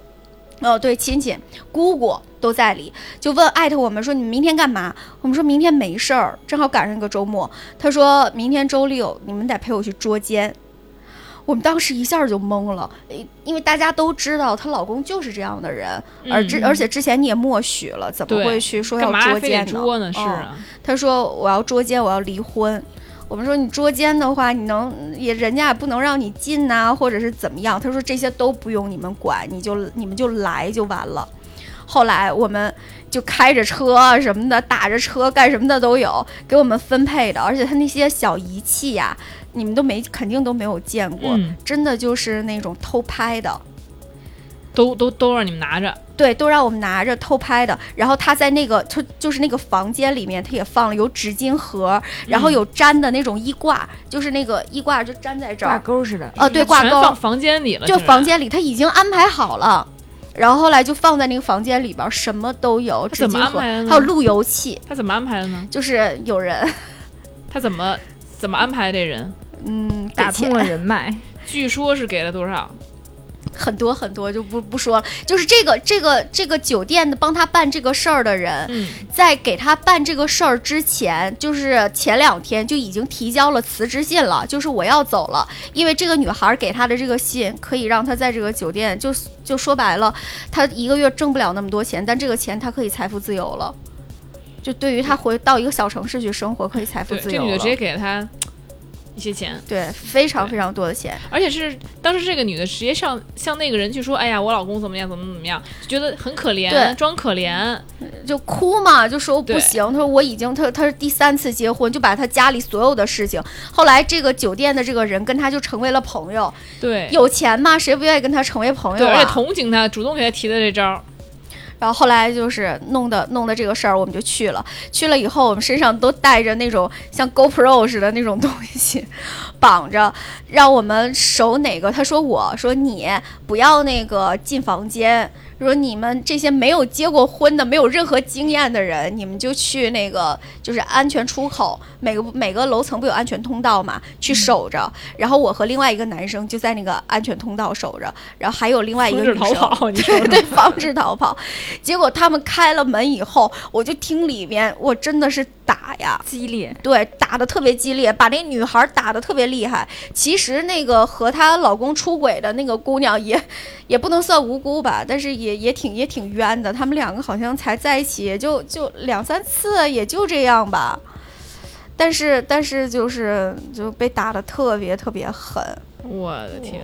[SPEAKER 7] 哦，对，亲戚、姑姑都在里，就问艾特我们说你们明天干嘛？我们说明天没事儿，正好赶上个周末。他说明天周六你们得陪我去捉奸。我们当时一下就懵了，呃因为大家都知道她老公就是这样的人，而之、
[SPEAKER 3] 嗯
[SPEAKER 7] 而且之前你也默许了，怎么
[SPEAKER 3] 对
[SPEAKER 7] 会去说要
[SPEAKER 3] 干嘛
[SPEAKER 7] 捉
[SPEAKER 3] 非得
[SPEAKER 7] 奸呢？
[SPEAKER 3] 捉呢？是
[SPEAKER 7] 嗯
[SPEAKER 3] 啊，
[SPEAKER 7] 他说我要捉奸，我要离婚。我们说你捉奸的话，你能也人家也不能让你进呐、或者是怎么样？他说这些都不用你们管，你就你们就来就完了。后来我们就开着车啊什么的，打着车干什么的都有，给我们分配的。而且他那些小仪器呀、你们都没肯定都没有见过，
[SPEAKER 3] 嗯，
[SPEAKER 7] 真的就是那种偷拍的。
[SPEAKER 3] 都都都让你们拿着，
[SPEAKER 7] 对，都让我们拿着偷拍的。然后他在那个，他就是那个房间里面，他也放了有纸巾盒，然后有粘的那种衣挂，就是那个衣挂就粘在这
[SPEAKER 5] 挂
[SPEAKER 7] 儿。
[SPEAKER 5] 钩似的，
[SPEAKER 7] 哦，对，挂
[SPEAKER 3] 全
[SPEAKER 7] 钩
[SPEAKER 3] 放，房间里了，
[SPEAKER 7] 就
[SPEAKER 3] 竟然
[SPEAKER 7] 房间里他已经安排好了。然后后来就放在那个房间里边儿，什么都有，
[SPEAKER 3] 他
[SPEAKER 7] 纸
[SPEAKER 3] 怎么
[SPEAKER 7] 巾
[SPEAKER 3] 安
[SPEAKER 7] 盒，
[SPEAKER 3] 排的呢
[SPEAKER 7] 还有路由器，
[SPEAKER 3] 他怎么安排的呢？
[SPEAKER 7] 就是有人
[SPEAKER 3] 他怎么怎么安排这人？
[SPEAKER 7] 嗯给
[SPEAKER 5] 打
[SPEAKER 7] 钱
[SPEAKER 5] 通了人脉，
[SPEAKER 3] 据说是给了多少？
[SPEAKER 7] [LAUGHS] 嗯很多很多，就不不说了。就是这个这个这个酒店的帮他办这个事儿的人，
[SPEAKER 3] 嗯，
[SPEAKER 7] 在给他办这个事儿之前，就是前两天就已经提交了辞职信了，就是我要走了，因为这个女孩给他的这个信可以让他在这个酒店，就就说白了，他一个月挣不了那么多钱，但这个钱他可以财富自由了。就对于他回到一个小城市去生活，可以财富
[SPEAKER 3] 对，
[SPEAKER 7] 自
[SPEAKER 3] 这
[SPEAKER 7] 由
[SPEAKER 3] 女的
[SPEAKER 7] 了。
[SPEAKER 3] 直接给了他一些钱，
[SPEAKER 7] 对，非常
[SPEAKER 3] 对
[SPEAKER 7] 非常多的钱，
[SPEAKER 3] 而且是当时这个女的直接上向那个人去说：“哎呀，我老公怎么样，怎么怎么样，就觉得很可怜
[SPEAKER 7] 对，
[SPEAKER 3] 装可怜。
[SPEAKER 7] 就哭嘛，就说
[SPEAKER 3] 对
[SPEAKER 7] 不行。他说我已经，他他是第三次结婚，就把他家里所有的事情。后来这个酒店的这个人跟他就成为了朋友，”
[SPEAKER 3] 对，
[SPEAKER 7] 有钱嘛，谁不愿意跟他成为朋友
[SPEAKER 3] 对，而且
[SPEAKER 7] 啊？
[SPEAKER 3] 同情她，主动给她提的这招儿，
[SPEAKER 7] 然后后来就是弄的弄的这个事儿，我们就去了。去了以后，我们身上都带着那种像 GoPro 似的那种东西，绑着，让我们守哪个。他说我说你不要那个进房间。说你们这些没有结过婚的、没有任何经验的人，你们就去那个就是安全出口，每个每个楼层不有安全通道嘛，去守着。然后我和另外一个男生就在那个安全通道守着，然后还有另外一个
[SPEAKER 3] 防 [LAUGHS] 止
[SPEAKER 7] 女生
[SPEAKER 3] 逃跑。你说
[SPEAKER 7] 对对，防止逃跑。结果他们开了门以后，我就听里面，我真的是打呀，
[SPEAKER 5] [LAUGHS] 激烈，
[SPEAKER 7] 对，打得特别激烈，把那女孩打得特别厉害。其实那个和她老公出轨的那个姑娘也， [LAUGHS] 也不能算无辜吧，但是也也挺也挺冤的。他们两个好像才在一起，也就就两三次，也就这样吧。但是但是就是就被打得特别特别狠，
[SPEAKER 3] 我的天，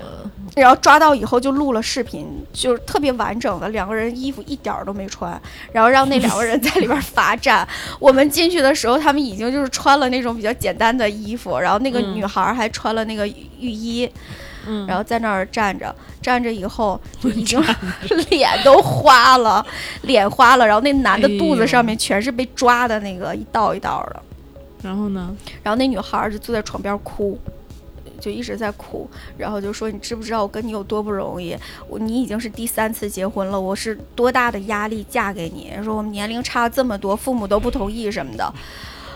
[SPEAKER 7] 然后抓到以后就录了视频，就是特别完整的，两个人衣服一点儿都没穿，然后让那两个人在里边儿罚站。 [LAUGHS] 我们进去的时候，他们已经就是穿了那种比较简单的衣服，然后那个
[SPEAKER 3] 嗯
[SPEAKER 7] 女孩儿还穿了那个浴衣，
[SPEAKER 3] 嗯，
[SPEAKER 7] 然后在那儿站着，站着以后就已经 [LAUGHS] 脸都花了，脸花了，然后那男的肚
[SPEAKER 3] 哎呦
[SPEAKER 7] 子上面全是被抓的那个一道一道的。
[SPEAKER 3] 然后呢？
[SPEAKER 7] 然后那女孩儿就坐在床边儿哭，就一直在哭，然后就说：“你知不知道我跟你有多不容易？我你已经是第三次结婚了，我是多大的压力嫁给你？说我们年龄差这么多，父母都不同意什么的。”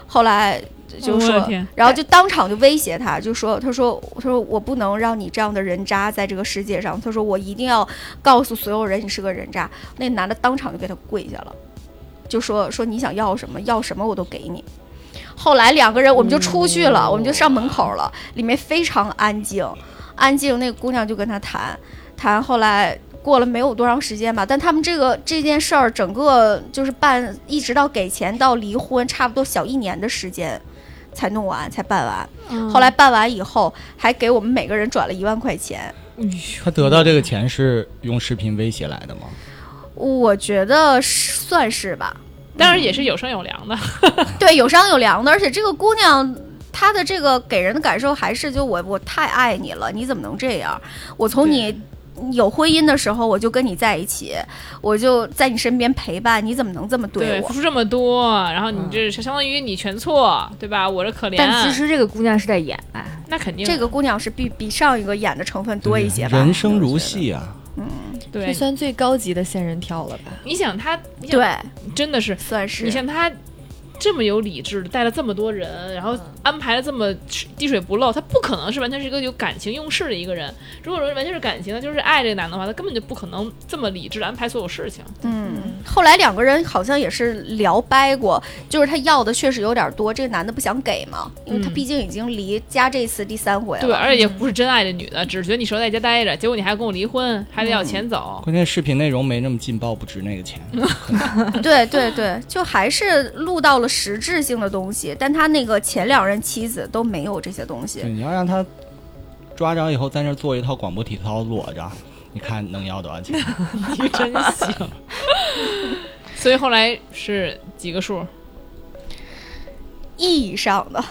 [SPEAKER 7] 后来就
[SPEAKER 3] 我
[SPEAKER 7] 说
[SPEAKER 3] 的天，
[SPEAKER 7] 然后就当场就威胁他，就说：“他说，他说我不能让你这样的人渣在这个世界上。他说我一定要告诉所有人你是个人渣。”那男的当场就给他跪下了，就说：“说你想要什么，要什么我都给你。”后来两个人我们就出去了，我们就上门口了，里面非常安静，安静。那个姑娘就跟他谈，谈后来。过了没有多长时间吧，但他们这个这件事儿，整个就是办，一直到给钱到离婚，差不多小一年的时间，才弄完，才办完。后来办完以后，还给我们每个人转了一万块钱。
[SPEAKER 3] 哎呦
[SPEAKER 4] 他得到这个钱是用视频威胁来的吗？
[SPEAKER 7] 我觉得是算是吧，
[SPEAKER 3] 嗯当然也是有商有量的，
[SPEAKER 7] 对，有商有量的。而且这个姑娘，她的这个给人的感受还是就我我太爱你了，你怎么能这样？我从你有婚姻的时候，我就跟你在一起，我就在你身边陪伴，你怎么能这么
[SPEAKER 3] 对，
[SPEAKER 7] 我
[SPEAKER 3] 付？出这么多，然后你这是相当于你全错，对吧？我这可怜，
[SPEAKER 5] 但其实这个姑娘是在演啊吧？
[SPEAKER 3] 那肯定
[SPEAKER 7] 这个姑娘是比比上一个演的成分多一些吧？
[SPEAKER 4] 人生如戏啊，
[SPEAKER 3] 对
[SPEAKER 8] 这，算最高级的仙人跳了吧？
[SPEAKER 3] 你想他，你想
[SPEAKER 7] 对，
[SPEAKER 3] 真的是
[SPEAKER 7] 算是
[SPEAKER 3] 你像他这么有理智，带了这么多人，然后安排了这么滴水不漏，他不可能是完全是一个有感情用事的一个人。如果说完全是感情，他就是爱这个男的话，他根本就不可能这么理智地安排所有事情。
[SPEAKER 7] 嗯，后来两个人好像也是聊掰过，就是他要的确实有点多，这个男的不想给嘛，因为他
[SPEAKER 3] 嗯
[SPEAKER 7] 毕竟已经离家这次第三回了。
[SPEAKER 3] 对，而且也不是真爱这女的，只是觉得你说在家待着，结果你还要跟我离婚，还得要钱走。
[SPEAKER 4] 关键视频内容没那么劲爆，不值那个钱。
[SPEAKER 7] [LAUGHS] 对对对，就还是录到了实质性的东西，但他那个前两任妻子都没有这些东西
[SPEAKER 4] 对，。你要让他抓着以后在那儿做一套广播体操裸着，你看能要多少钱？
[SPEAKER 3] 你真行。所以后来是几个数？
[SPEAKER 7] 亿上的，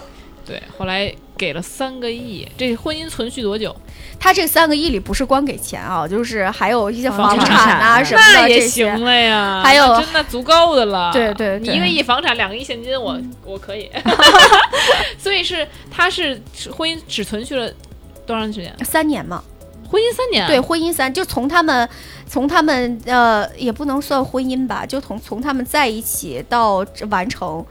[SPEAKER 3] 对，后来给了三个亿。这婚姻存续多久？
[SPEAKER 7] 他这三个亿里不是光给钱啊，就是还有一些
[SPEAKER 5] 房
[SPEAKER 7] 房
[SPEAKER 5] 产
[SPEAKER 7] 产啊
[SPEAKER 5] 啊
[SPEAKER 7] 什么
[SPEAKER 3] 那
[SPEAKER 7] 的
[SPEAKER 3] 也
[SPEAKER 7] 这些。
[SPEAKER 3] 行了呀，
[SPEAKER 7] 还有
[SPEAKER 3] 啊那真的足够的了。
[SPEAKER 7] 对对嗯
[SPEAKER 3] 你
[SPEAKER 7] 对
[SPEAKER 3] 一个亿房产，两个亿现金，我我可以。 [LAUGHS] 所以是他是婚姻只存续了多长时间？
[SPEAKER 7] 三年嘛，
[SPEAKER 3] 婚姻三年啊。
[SPEAKER 7] 对，婚姻三就从他们，从他们呃，也不能算婚姻吧，就从从他们在一起到这完成，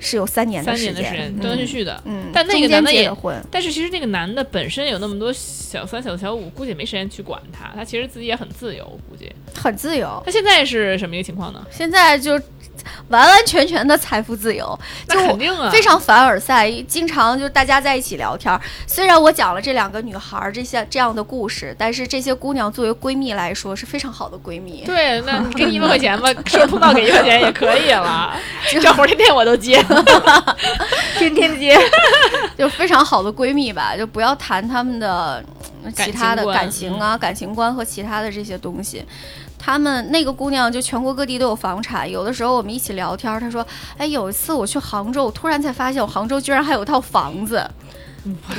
[SPEAKER 7] 是有三年
[SPEAKER 3] 三
[SPEAKER 7] 时
[SPEAKER 3] 年
[SPEAKER 7] 间。
[SPEAKER 3] 的时间，断断续续的。
[SPEAKER 7] 嗯，
[SPEAKER 3] 但那个男
[SPEAKER 7] 中间
[SPEAKER 3] 的
[SPEAKER 7] 结
[SPEAKER 3] 也
[SPEAKER 7] 的婚，
[SPEAKER 3] 但是其实那个男的本身有那么多小三小小五，估计也没时间去管他。他其实自己也很自由，我估计。
[SPEAKER 7] 很自由。
[SPEAKER 3] 他现在是什么一个情况呢？
[SPEAKER 7] 现在就完完全全的财富自由，
[SPEAKER 3] 那
[SPEAKER 7] 就我
[SPEAKER 3] 肯定啊，
[SPEAKER 7] 非常凡尔赛，经常就是大家在一起聊天儿。虽然我讲了这两个女孩儿这些这样的故事，但是这些姑娘作为闺蜜来说是非常好的闺蜜。
[SPEAKER 3] 对，
[SPEAKER 7] [LAUGHS]
[SPEAKER 3] 那你给你一万块钱吧， [LAUGHS] 说通道给一块钱也可以了。这活儿天天我都接，
[SPEAKER 5] 天天接，
[SPEAKER 7] 就非常好的闺蜜吧，就不要谈她们的嗯
[SPEAKER 3] 感
[SPEAKER 7] 其他的
[SPEAKER 3] 情观嗯
[SPEAKER 7] 感情啊、感情观和其他的这些东西。她们那个姑娘就全国各地都有房产，有的时候我们一起聊天，她说：“哎，有一次我去杭州，我突然才发现我杭州居然还有套房子，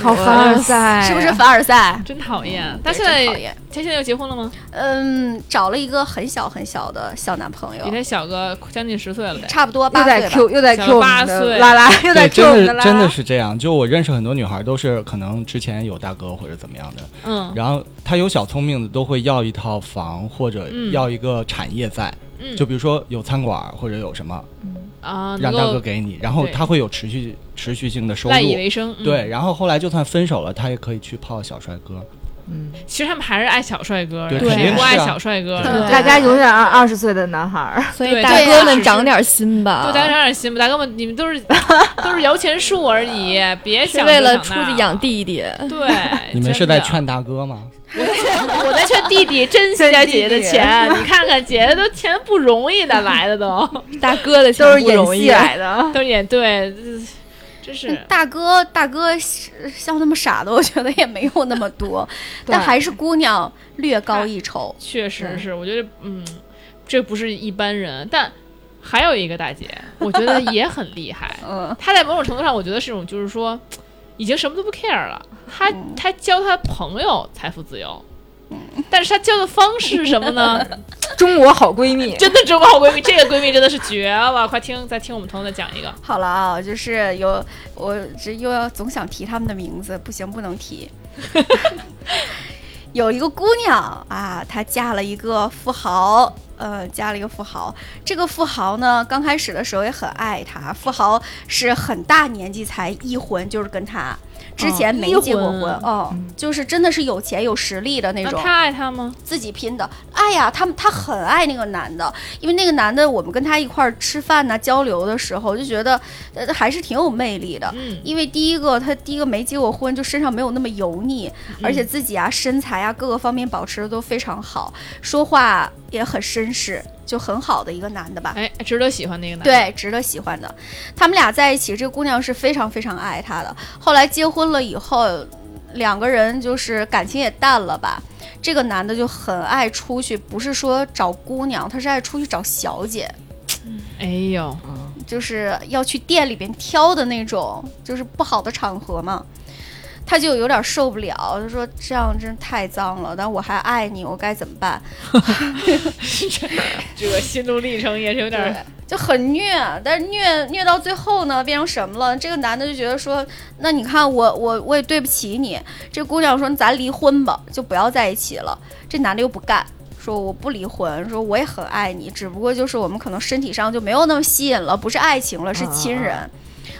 [SPEAKER 5] 好凡尔赛，
[SPEAKER 7] 是不是？凡尔赛
[SPEAKER 3] 真讨厌？”。哎他
[SPEAKER 7] 对
[SPEAKER 3] 现
[SPEAKER 7] 真
[SPEAKER 3] 在
[SPEAKER 7] 讨厌，
[SPEAKER 3] 他现在又结婚了吗？
[SPEAKER 7] 嗯，找了一个很小很小的小男朋
[SPEAKER 3] 比
[SPEAKER 7] 友，
[SPEAKER 3] 他小个将近十岁了得。
[SPEAKER 7] 差不多八
[SPEAKER 5] 又在
[SPEAKER 7] 岁吧。
[SPEAKER 5] Q 又在
[SPEAKER 3] 小
[SPEAKER 5] Q 我
[SPEAKER 3] 八
[SPEAKER 5] 们的
[SPEAKER 3] 岁
[SPEAKER 5] 拉拉，又在
[SPEAKER 4] 对，
[SPEAKER 5] Q 我
[SPEAKER 4] 真
[SPEAKER 5] 们
[SPEAKER 4] 的
[SPEAKER 5] 的拉拉，
[SPEAKER 4] 真的是这样。就我认识很多女孩，都是可能之前有大哥或者怎么样的，
[SPEAKER 3] 嗯
[SPEAKER 4] 然后她有小聪明的，都会要一套房或者
[SPEAKER 3] 嗯
[SPEAKER 4] 要一个产业在，
[SPEAKER 3] 嗯，
[SPEAKER 4] 就比如说有餐馆或者有什么，
[SPEAKER 3] 啊，能
[SPEAKER 4] 让大哥
[SPEAKER 3] 够
[SPEAKER 4] 给你，然后
[SPEAKER 3] 对
[SPEAKER 4] 她会有持续持续性的收入
[SPEAKER 3] 赖。以为生。嗯
[SPEAKER 4] 对，，然后后来就算分手了，她也可以去泡小帅哥。
[SPEAKER 3] 其实他们还是爱小帅哥的，谁
[SPEAKER 4] 对肯定
[SPEAKER 3] 不
[SPEAKER 4] 是
[SPEAKER 3] 爱
[SPEAKER 4] 啊
[SPEAKER 3] 小帅哥
[SPEAKER 7] 对
[SPEAKER 3] 的。
[SPEAKER 5] 大家永远二二十岁的男孩儿，
[SPEAKER 8] 所
[SPEAKER 3] 对
[SPEAKER 8] 以大
[SPEAKER 7] 对啊
[SPEAKER 8] 哥们长点心吧
[SPEAKER 3] 对，，大家长点心吧，大哥们，你们都是都是摇钱树而已，别
[SPEAKER 8] 是
[SPEAKER 3] 想
[SPEAKER 8] 为了
[SPEAKER 3] 着
[SPEAKER 8] 出
[SPEAKER 3] 长大
[SPEAKER 8] 去养。弟弟。
[SPEAKER 3] 对，
[SPEAKER 4] [LAUGHS] 你们
[SPEAKER 3] 哎真
[SPEAKER 4] 是在
[SPEAKER 3] 的
[SPEAKER 4] 劝大哥吗？ [LAUGHS]
[SPEAKER 3] 我在劝弟 [LAUGHS] 弟珍惜一下姐姐的钱，你看看姐姐都钱不容易的来的都
[SPEAKER 8] 大哥的
[SPEAKER 5] 都
[SPEAKER 8] 钱
[SPEAKER 5] 是
[SPEAKER 8] 不容
[SPEAKER 5] 演
[SPEAKER 8] 易啊
[SPEAKER 5] 戏，啊来
[SPEAKER 3] [LAUGHS]
[SPEAKER 5] 的。
[SPEAKER 3] 都也对，真是
[SPEAKER 7] 大哥，大哥是像那么傻的，我觉得也没有那么
[SPEAKER 5] [LAUGHS]
[SPEAKER 7] 多，但还是姑娘略高一筹。。
[SPEAKER 3] 确实是，我觉得嗯，这不是一般人，但还有一个大姐，我觉得也很厉害
[SPEAKER 7] 嗯，
[SPEAKER 3] 她在某种程度上，我觉得是一种就是说，已经什么都不 care 了。
[SPEAKER 7] 嗯
[SPEAKER 3] 她她教她朋友财富自由，
[SPEAKER 7] 嗯
[SPEAKER 3] 但是她教的方式是什么呢？
[SPEAKER 7] [LAUGHS]
[SPEAKER 5] 中国 [LAUGHS] 好闺蜜，
[SPEAKER 3] 真的中国好闺蜜，这个闺蜜真的是绝了！快听，再听我们彤彤再讲一个。
[SPEAKER 7] 好了啊，就是有我这又要总想提他们的名字，不行，不能提。 [LAUGHS] 有一个姑娘啊，她嫁了一个富豪，呃，嫁了一个富豪。这个富豪呢，刚开始的时候也很爱她，富豪是很大年纪才一婚，就是跟她之前没
[SPEAKER 3] 一
[SPEAKER 7] 结过
[SPEAKER 3] 婚
[SPEAKER 7] 婚哦，就是真的是有钱有实力的那
[SPEAKER 3] 那
[SPEAKER 7] 种。
[SPEAKER 3] 他爱他吗？
[SPEAKER 7] 自己拼的。哎呀，他们他很爱那个男的，因为那个男的，我们跟他一块儿吃饭呐、交流的时候，就觉得呃还是挺有魅力的。
[SPEAKER 3] 嗯，
[SPEAKER 7] 因为第一个，他第一个没结过婚，就身上没有那么油腻，而且自己啊身材啊各个方面保持的都非常好，说话也很绅士，就很好的一个男的吧。
[SPEAKER 3] 哎，值得喜欢那个男的。
[SPEAKER 7] 对，值得喜欢的。他们俩在一起，这个姑娘是非常非常爱他的。后来结婚了以后，两个人就是感情也淡了吧。这个男的就很爱出去，不是说找姑娘，他是爱出去找小姐，
[SPEAKER 3] 哎呦，
[SPEAKER 7] 就是要去店里边挑的那种，就是不好的场合嘛。他就有点受不了，他说这样真是太脏了，但我还爱你，我该怎么办？
[SPEAKER 3] 这个心路历程也是有点
[SPEAKER 7] 对
[SPEAKER 3] 儿，
[SPEAKER 7] 就很虐，但是虐虐到最后呢，变成什么了？这个男的就觉得说，那你看我我我也对不起你。这姑娘说，咱离婚吧，就不要在一起了。这男的又不干，说我不离婚，说我也很爱你，只不过就是我们可能身体上就没有那么吸引了，不是爱情了，是亲人。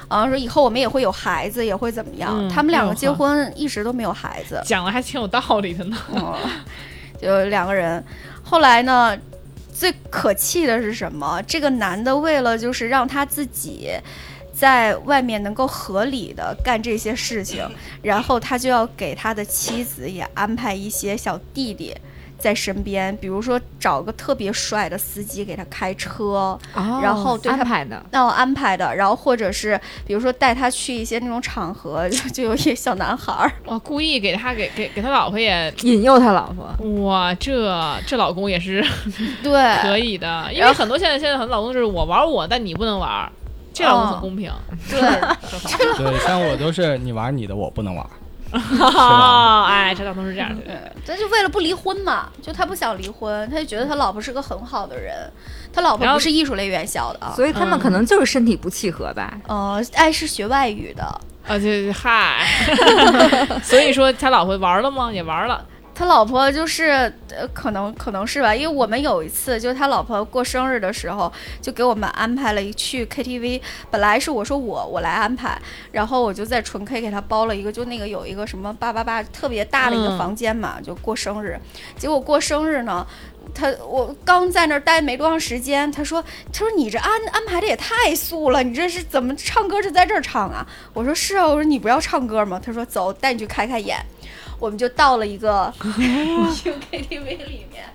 [SPEAKER 7] 啊，说以后我们也会有孩子，也会怎么样？
[SPEAKER 3] 嗯
[SPEAKER 7] 他们两个
[SPEAKER 3] 哎
[SPEAKER 7] 结
[SPEAKER 3] 呦呵
[SPEAKER 7] 婚一直都没有孩子，
[SPEAKER 3] 讲的还挺有道理的呢。
[SPEAKER 7] 哦， [LAUGHS] 就两个人。后来呢，最可气的是什么？这个男的为了就是让他自己在外面能够合理的干这些
[SPEAKER 5] [LAUGHS]
[SPEAKER 7] 事情，然后他就要给他的妻子也安排一些小弟弟。在身边，比如说找个特别帅的司机给他开车，然后哦对
[SPEAKER 5] 哦安
[SPEAKER 7] 他
[SPEAKER 5] 排的，
[SPEAKER 7] 那我安排的，然后或者是比如说带他去一些那种场合， [LAUGHS] 就就有一些小男孩儿，
[SPEAKER 3] 哇，故意给他给给给他老婆也，
[SPEAKER 5] 引诱他老婆。
[SPEAKER 3] 哇，这这老公也是
[SPEAKER 7] 对，
[SPEAKER 3] 可以的，因
[SPEAKER 7] 哎
[SPEAKER 3] 为
[SPEAKER 7] 然后
[SPEAKER 3] 很多现在现在很多老公就是我玩我，但你不能玩，这老
[SPEAKER 7] 嗯
[SPEAKER 3] 公很公平。 [LAUGHS] 对，
[SPEAKER 4] 对，像我都是你玩你的，我不能玩。
[SPEAKER 3] 哦，哎，这老公是这样的。
[SPEAKER 7] 但是为了不离婚嘛，就他不想离婚，他就觉得他老婆是个很好的人，他老婆
[SPEAKER 3] 然后
[SPEAKER 7] 不是艺术类院校的啊，
[SPEAKER 5] 所以他们可能就是身体不契合吧。
[SPEAKER 7] 呃，爱是学外语的，
[SPEAKER 3] 啊，对，
[SPEAKER 7] [LAUGHS]
[SPEAKER 3] 嗨，所以说他老婆玩了吗？也玩了，
[SPEAKER 7] 他老婆就是呃，可能可能是吧，因为我们有一次就是他老婆过生日的时候，就给我们安排了一去 KTV，本来是我说我我来安排，然后我就在纯 K 给他包了一个，就那个有一个什么八八八特别大的一个
[SPEAKER 3] 嗯
[SPEAKER 7] 房间嘛，就过生日，结果过生日呢。他我刚在那儿待没多长时间，他说：“他说你这安安排的也太素了，你这是怎么唱歌就在这儿唱啊？”我说：“是啊，我说你不要唱歌吗？”他说：“走，带你去开开眼。”我们就到了一个去 KTV 里面，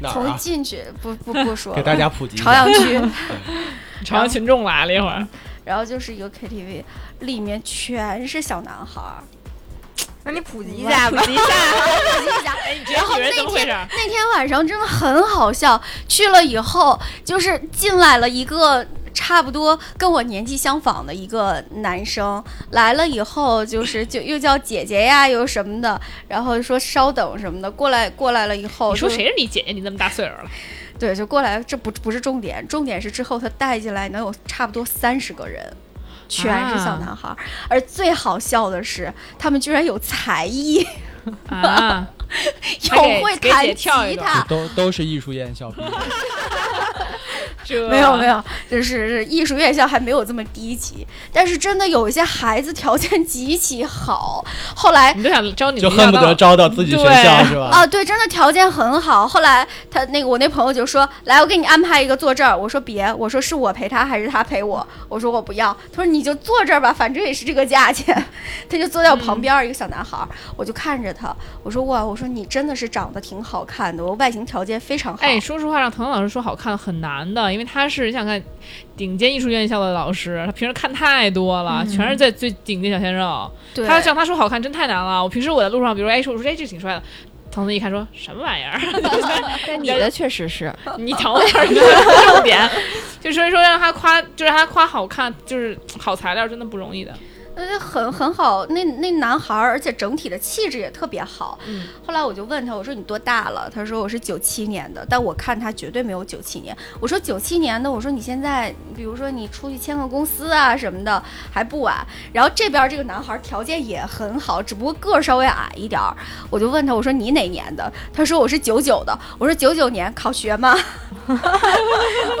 [SPEAKER 4] 哪儿
[SPEAKER 7] 从
[SPEAKER 4] 啊？
[SPEAKER 7] 进去不不不说
[SPEAKER 4] 给大
[SPEAKER 7] 了，
[SPEAKER 4] 家普及一
[SPEAKER 7] [LAUGHS] 朝
[SPEAKER 4] 下
[SPEAKER 7] 阳。区，
[SPEAKER 3] 朝阳群众来了一会儿，
[SPEAKER 7] 然后就是一个 KTV，里面全是小男孩儿。
[SPEAKER 5] 那你普及一
[SPEAKER 7] 一下吧，一下，一下。
[SPEAKER 3] 然后人怎么回事？
[SPEAKER 7] 那天晚上真的很好笑，去了以后就是进来了一个。差不多跟我年纪相仿的一个男生来了以后，就是就又叫姐姐呀，又什么的，然后说稍等什么的，过来过来了以后，
[SPEAKER 3] 你说谁是你姐姐？你那么大岁数了，
[SPEAKER 7] 对，就过来，这不不是重点，重点是之后他带进来能有差不多三十个人，全是小
[SPEAKER 3] 啊
[SPEAKER 7] 男孩儿，而最好笑的是，他们居然有才艺， [LAUGHS]
[SPEAKER 3] 啊，还
[SPEAKER 7] 有
[SPEAKER 3] 给
[SPEAKER 7] 会
[SPEAKER 3] 给
[SPEAKER 7] 弹
[SPEAKER 3] 姐
[SPEAKER 7] 吉
[SPEAKER 3] 跳一段
[SPEAKER 7] 他，
[SPEAKER 4] 都都是艺术院校毕
[SPEAKER 3] [LAUGHS]
[SPEAKER 4] 业，
[SPEAKER 3] 这
[SPEAKER 7] [LAUGHS]
[SPEAKER 3] [LAUGHS]
[SPEAKER 7] 没有没有，就是艺术院校还没有这么低级，但是真的有一些孩子条件极其好，后来
[SPEAKER 3] 你都想招你
[SPEAKER 4] 就
[SPEAKER 3] 们
[SPEAKER 4] 恨不得
[SPEAKER 3] 家
[SPEAKER 4] 招到自己学校
[SPEAKER 3] 对
[SPEAKER 4] 是吧？
[SPEAKER 7] 啊，对，真的条件很好。后来他那个我那朋友就说：“来，我给你安排一个坐这儿。”我说：“别。”我说：“是我陪他还是他陪我？”我说：“我不要。”他说：“你就坐这儿吧，反正也是这个价钱。” [LAUGHS] 他就坐在我
[SPEAKER 3] 嗯
[SPEAKER 7] 旁边儿一个小男孩儿，我就看着他，我说：“哇，我说你真的是长得挺好看的，我外形条件非常好。”
[SPEAKER 3] 哎，说实话，让腾腾老师说好看很难的，因为他是你想看顶尖艺术院校的老师，他平时看太多了，全是在最顶尖小鲜肉。
[SPEAKER 7] 嗯对，
[SPEAKER 3] 他让他说好看真太难了。我平时我在路上，比如说哎，说我说哎这挺帅的，腾腾一看说什么玩
[SPEAKER 7] [LAUGHS]
[SPEAKER 3] 意儿，
[SPEAKER 8] 但你的确实是，
[SPEAKER 3] 你等会儿，你这重点，就所以说让他夸，就让他夸好看，就是好材料真的不容易的。
[SPEAKER 7] 呃，很很好，那那男孩儿，而且整体的气质也特别好。
[SPEAKER 3] 嗯
[SPEAKER 7] 后来我就问他，我说你多大了？他说我是九七年的，但我看他绝对没有九七年。我说九七年的，我说你现在，比如说你出去签个公司啊什么的，还不晚。然后这边儿这个男孩儿条件也很好，只不过个儿稍微矮一点儿。我就问他，我说你哪年的？他说我是九九的。我说九九年考学吗？ [LAUGHS] 我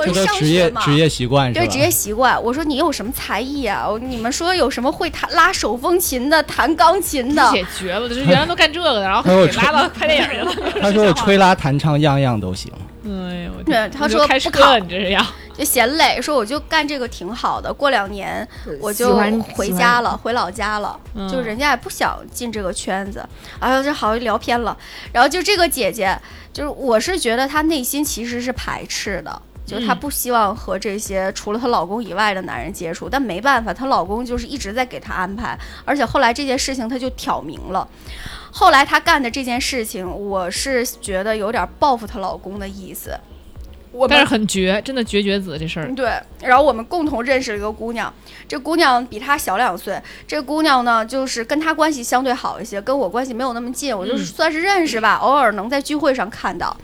[SPEAKER 4] 就
[SPEAKER 7] 上
[SPEAKER 4] 他职
[SPEAKER 7] 学
[SPEAKER 4] 业
[SPEAKER 7] 嘛
[SPEAKER 4] 职业习惯是吧？
[SPEAKER 7] 对职业习惯。我说你有什么才艺啊？我你们说有什么会弹拉手风琴的、弹钢琴的
[SPEAKER 3] 这？也绝了，就是哎原来都干这个的，
[SPEAKER 7] [LAUGHS]
[SPEAKER 3] 然后 [LAUGHS]
[SPEAKER 4] 他说
[SPEAKER 3] 给拉到拍电影去了。
[SPEAKER 4] 他说我吹拉弹唱样样都行，
[SPEAKER 3] 哎呦，我
[SPEAKER 7] 对他说
[SPEAKER 3] 你就开始
[SPEAKER 7] 不考
[SPEAKER 3] 你这是要
[SPEAKER 7] 就嫌累，说我就干这个挺好的，过两年我
[SPEAKER 5] 喜
[SPEAKER 7] 就
[SPEAKER 5] 欢
[SPEAKER 7] 回家，了，回老家了。
[SPEAKER 3] 嗯
[SPEAKER 7] 就人家也不想进这个圈子。哎呦，这好聊偏了。然后就这个姐姐，就是我是觉得她内心其实是排斥的。就是她
[SPEAKER 3] 嗯
[SPEAKER 7] 不希望和这些除了她老公以外的男人接触，但没办法，她老公就是一直在给她安排，而且后来这件事情她就挑明了。后来她干的这件事情，我是觉得有点报复她老公的意思。我们
[SPEAKER 3] 但是很绝，真的绝绝子这事儿。
[SPEAKER 7] 嗯对，然后我们共同认识了一个姑娘，这姑娘比她小两岁。这姑娘呢，就是跟她关系相对好一些，跟我关系没有那么近，我就是
[SPEAKER 3] 嗯
[SPEAKER 7] 算是认识吧，偶尔能在聚会上看到。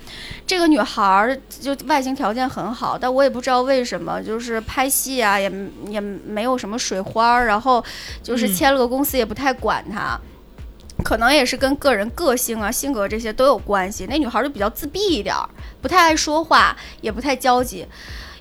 [SPEAKER 7] 这个女孩儿就外形条件很好，但我也不知道为什么，就是拍戏啊，也也没有什么水花儿，然后就是
[SPEAKER 3] 嗯
[SPEAKER 7] 签了个公司也不太管她。可能也是跟个人个性啊、性格这些都有关系。那女孩儿就比较自闭一点儿，不太爱说话，也不太交际。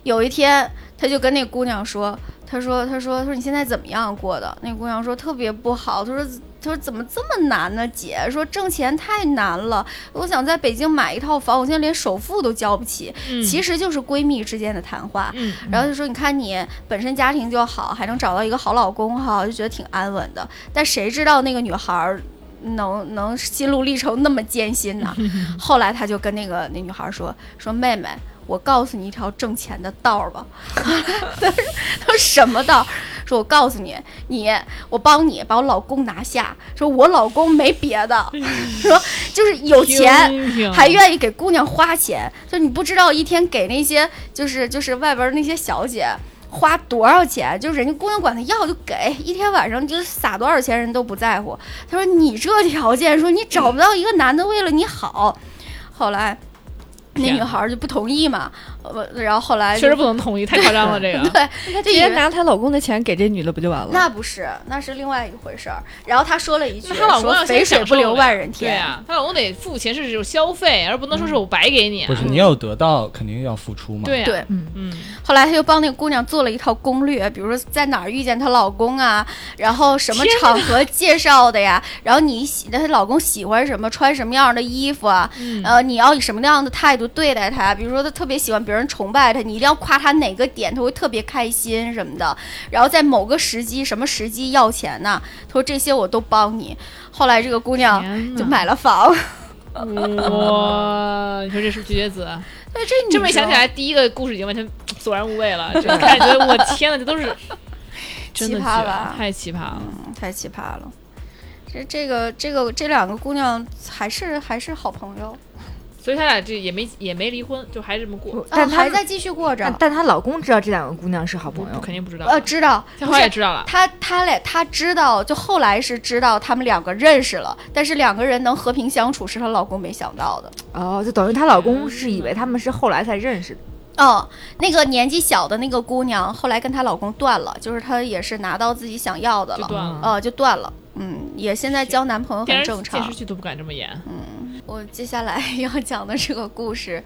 [SPEAKER 7] 有一天，他就跟那姑娘说：“他说，他说，他说你现在怎么样过的？”那姑娘说：“特别不好。”他说：“他说怎么这么难呢？姐，说挣钱太难了。我想在北京买一套房，我现在连首付都交不起。
[SPEAKER 3] 嗯
[SPEAKER 7] 其实就是闺蜜之间的谈话。
[SPEAKER 3] 嗯，
[SPEAKER 7] 然后就说：“你看你本身家庭就好，还能找到一个好老公哈，就觉得挺安稳的。但谁知道那个女孩儿能能心路历程那么艰辛呢？ [LAUGHS] 后来他就跟那个那女孩说：说妹妹，我告诉你一条挣钱的道儿吧。 [LAUGHS] 他说什么道儿？说我告诉你，你我帮你把我老公拿下。说我老公没别的， [LAUGHS] 说就是有钱。”
[SPEAKER 3] 听听
[SPEAKER 7] 还愿意给姑娘花钱，就你不知道一天给那些就是就是外边儿那些小姐花多少钱，就人家姑娘管她要就给，一天晚上就是撒多少钱人都不在乎。她说你这条件，说你找不到一个男的为了你好。后来那
[SPEAKER 3] 天
[SPEAKER 7] 女
[SPEAKER 3] 哪
[SPEAKER 7] 孩儿就不同意嘛，呃，然后后来
[SPEAKER 3] 确实不能同意，啊太夸 [LAUGHS] 张了这个。
[SPEAKER 7] 对，
[SPEAKER 8] 她
[SPEAKER 7] 就
[SPEAKER 8] 直接
[SPEAKER 7] 以为
[SPEAKER 8] 拿她老公的钱给这女的不就完了？
[SPEAKER 7] 那不是，那是另外一回事儿。然后她说了一句，
[SPEAKER 3] 那她老公
[SPEAKER 7] 说
[SPEAKER 3] 要
[SPEAKER 7] 肥
[SPEAKER 3] 先
[SPEAKER 7] 水
[SPEAKER 3] 享
[SPEAKER 7] 不
[SPEAKER 3] 受
[SPEAKER 7] 流
[SPEAKER 3] 了
[SPEAKER 7] 外人田。
[SPEAKER 3] 对啊，她老公得付钱是有消费，而不能说是我白给你啊。
[SPEAKER 4] 不是你要有得到肯定要付出嘛。
[SPEAKER 3] 对
[SPEAKER 7] 对
[SPEAKER 3] 呀，嗯，
[SPEAKER 7] 后来她就帮那个姑娘做了一套攻略，比如说在哪儿遇见她老公啊，然后什么场合介绍的呀，然后你喜她老公喜欢什么，穿什么样的衣服啊，
[SPEAKER 3] 嗯
[SPEAKER 7] 呃，你要以什么样的态度对待他？比如说，他特别喜欢别人崇拜他，你一定要夸他哪个点，他会特别开心什么的。然后在某个时机，什么时机要钱呢、他说这些我都帮你。后来这个姑娘
[SPEAKER 3] 天
[SPEAKER 7] 就
[SPEAKER 3] 哪
[SPEAKER 7] 买
[SPEAKER 3] [LAUGHS]
[SPEAKER 7] 了房，
[SPEAKER 3] 哇，你说这是不是绝绝子啊？
[SPEAKER 7] 对，这女
[SPEAKER 3] 这么一想起
[SPEAKER 7] 生
[SPEAKER 3] 来，第一个故事已经完全索然无味 [LAUGHS] 了，就开始觉得我天呐，这都 [LAUGHS] 是真的啊绝
[SPEAKER 7] 奇葩吧
[SPEAKER 3] 太奇葩了。
[SPEAKER 7] 嗯太奇葩了。这这个这个这两个姑娘还是还是好朋友，
[SPEAKER 3] 所以他俩这也没也没离婚，就还这么过，
[SPEAKER 7] 啊，
[SPEAKER 5] 但她
[SPEAKER 7] 还在继续过
[SPEAKER 5] 但
[SPEAKER 7] 着。
[SPEAKER 5] 但她老公知道这两个姑娘是好朋友，
[SPEAKER 3] 肯定不知道。
[SPEAKER 7] 呃，知道，
[SPEAKER 3] 他
[SPEAKER 7] 不
[SPEAKER 3] 后来
[SPEAKER 7] 是
[SPEAKER 3] 也知道了，
[SPEAKER 7] 他他俩他知道，就后来是知道他们两个认识了，但是两个人能和平相处是她老公没想到的。
[SPEAKER 5] 哦，就等于她老
[SPEAKER 7] 嗯
[SPEAKER 5] 公是以为他们是后来才认识的，
[SPEAKER 7] 哦，那个年纪小的那个姑娘后来跟她老公断了，就是她也是拿到自己想要的
[SPEAKER 3] 就
[SPEAKER 7] 了，
[SPEAKER 3] 断了。
[SPEAKER 7] 哦，就断了。嗯，也现在交男朋友
[SPEAKER 3] 电
[SPEAKER 7] 很
[SPEAKER 3] 视
[SPEAKER 7] 正
[SPEAKER 3] 电视
[SPEAKER 7] 常。
[SPEAKER 3] 剧都不敢这么演，
[SPEAKER 7] 我接下来 [LAUGHS] 要讲的这个故事，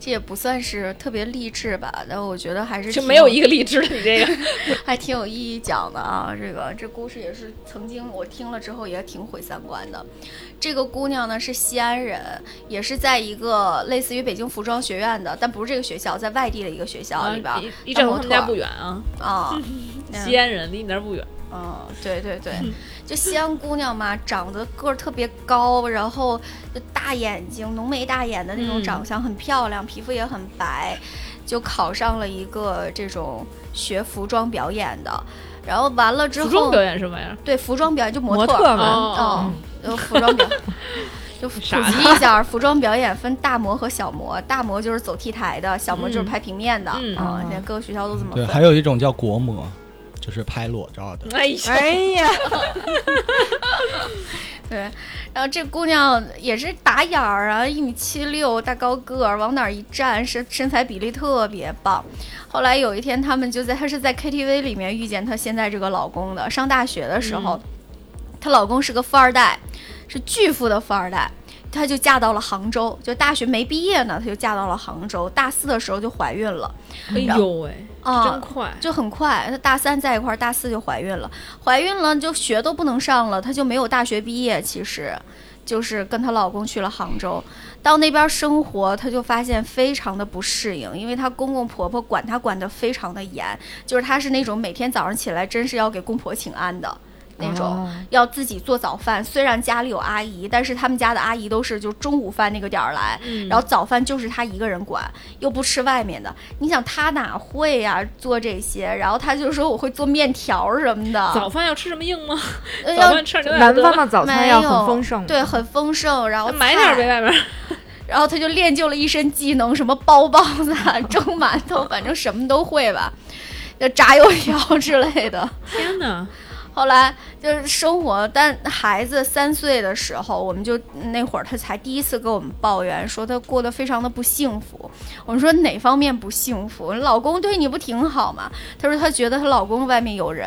[SPEAKER 7] 这也不算是特别励志吧，但我觉得还是
[SPEAKER 3] 就
[SPEAKER 7] 挺
[SPEAKER 3] 没有一个励志的。你这
[SPEAKER 7] [LAUGHS]
[SPEAKER 3] 个
[SPEAKER 7] 还挺有意义讲的啊。这个这故事也是曾经我听了之后也挺毁三观的。这个姑娘呢是西安人，也是在一个类似于北京服装学院的，但不是这个学校，在外地的一个学校里边
[SPEAKER 3] 啊
[SPEAKER 7] 儿
[SPEAKER 3] [LAUGHS] 一一站从他们家
[SPEAKER 7] 模特
[SPEAKER 3] 不远啊，
[SPEAKER 7] 啊。嗯
[SPEAKER 3] 西安人离你那儿不远。
[SPEAKER 7] 嗯，对对对，就西安姑娘嘛，长得个儿特别高，然后就大眼睛、浓眉大眼的那种
[SPEAKER 3] 嗯
[SPEAKER 7] 长相，很漂亮，皮肤也很白，就考上了一个这种学服装表演的。然后完了之
[SPEAKER 3] 服
[SPEAKER 7] 后，
[SPEAKER 3] 装表演什么玩意儿？
[SPEAKER 7] 对服装表演就模
[SPEAKER 8] 模
[SPEAKER 7] 特
[SPEAKER 8] 特
[SPEAKER 7] 儿，
[SPEAKER 8] 嘛，
[SPEAKER 7] 哦，就服装表，就普
[SPEAKER 3] 啥
[SPEAKER 7] 及一下，服装表演分大模和小模，大模就是走 T 台的，小模就是
[SPEAKER 3] 嗯
[SPEAKER 7] 拍平面的，
[SPEAKER 3] 嗯
[SPEAKER 7] 啊，现在各个学校都这么
[SPEAKER 4] 对，
[SPEAKER 7] 分。
[SPEAKER 4] 还有一种叫国模，就是拍裸照的。
[SPEAKER 3] [LAUGHS] 哎呀，
[SPEAKER 5] 哎呀，
[SPEAKER 7] 对，然后这姑娘也是打眼儿啊，一米七六，大高个儿，往哪儿一站，身身材比例特别棒。后来有一天，他们就在她是在 KTV 里面遇见她现在这个老公的，上大学的时候，她、老公是个富二代。是巨富的富二代。她就嫁到了杭州，就大学没毕业呢，她就嫁到了杭州。大四的时候就怀孕了，
[SPEAKER 3] 哎呦喂，
[SPEAKER 7] 啊、
[SPEAKER 3] 真快！
[SPEAKER 7] 就很快，她大三在一块儿，大四就怀孕了。怀孕了就学都不能上了，她就没有大学毕业。其实，就是跟她老公去了杭州，到那边生活，她就发现非常的不适应，因为她公公婆婆管她管得非常的严，就是她是那种每天早上起来真是要给公婆请安的那种。
[SPEAKER 5] 啊
[SPEAKER 7] 要自己做早饭，虽然家里有阿姨，但是他们家的阿姨都是就中午饭那个点儿来，
[SPEAKER 3] 嗯
[SPEAKER 7] 然后早饭就是他一个人管，又不吃外面的。你想他哪会呀、做这些？然后他就说我会做面条儿什么的，
[SPEAKER 3] 早饭要吃什么硬吗？
[SPEAKER 7] 呃
[SPEAKER 3] 早
[SPEAKER 7] 要
[SPEAKER 3] 饭吃点牛奶
[SPEAKER 5] 南
[SPEAKER 3] 得
[SPEAKER 5] 方
[SPEAKER 3] 了，
[SPEAKER 5] 的早餐要很丰盛，
[SPEAKER 7] 对，很丰盛。然后
[SPEAKER 3] 买点儿呗，
[SPEAKER 7] 菜
[SPEAKER 3] 外面儿。
[SPEAKER 7] 然后他就练就了一身技能，什么包包子、啊、 [LAUGHS] 蒸馒头，反正什么都会吧，就炸油条之类的。
[SPEAKER 3] [LAUGHS] 天哪，
[SPEAKER 7] 后来就是生活，但孩子三岁的时候，我们就那会儿他才第一次跟我们抱怨，说他过得非常的不幸福。我们说哪方面不幸福？老公对你不挺好吗？她说她觉得她老公外面有人，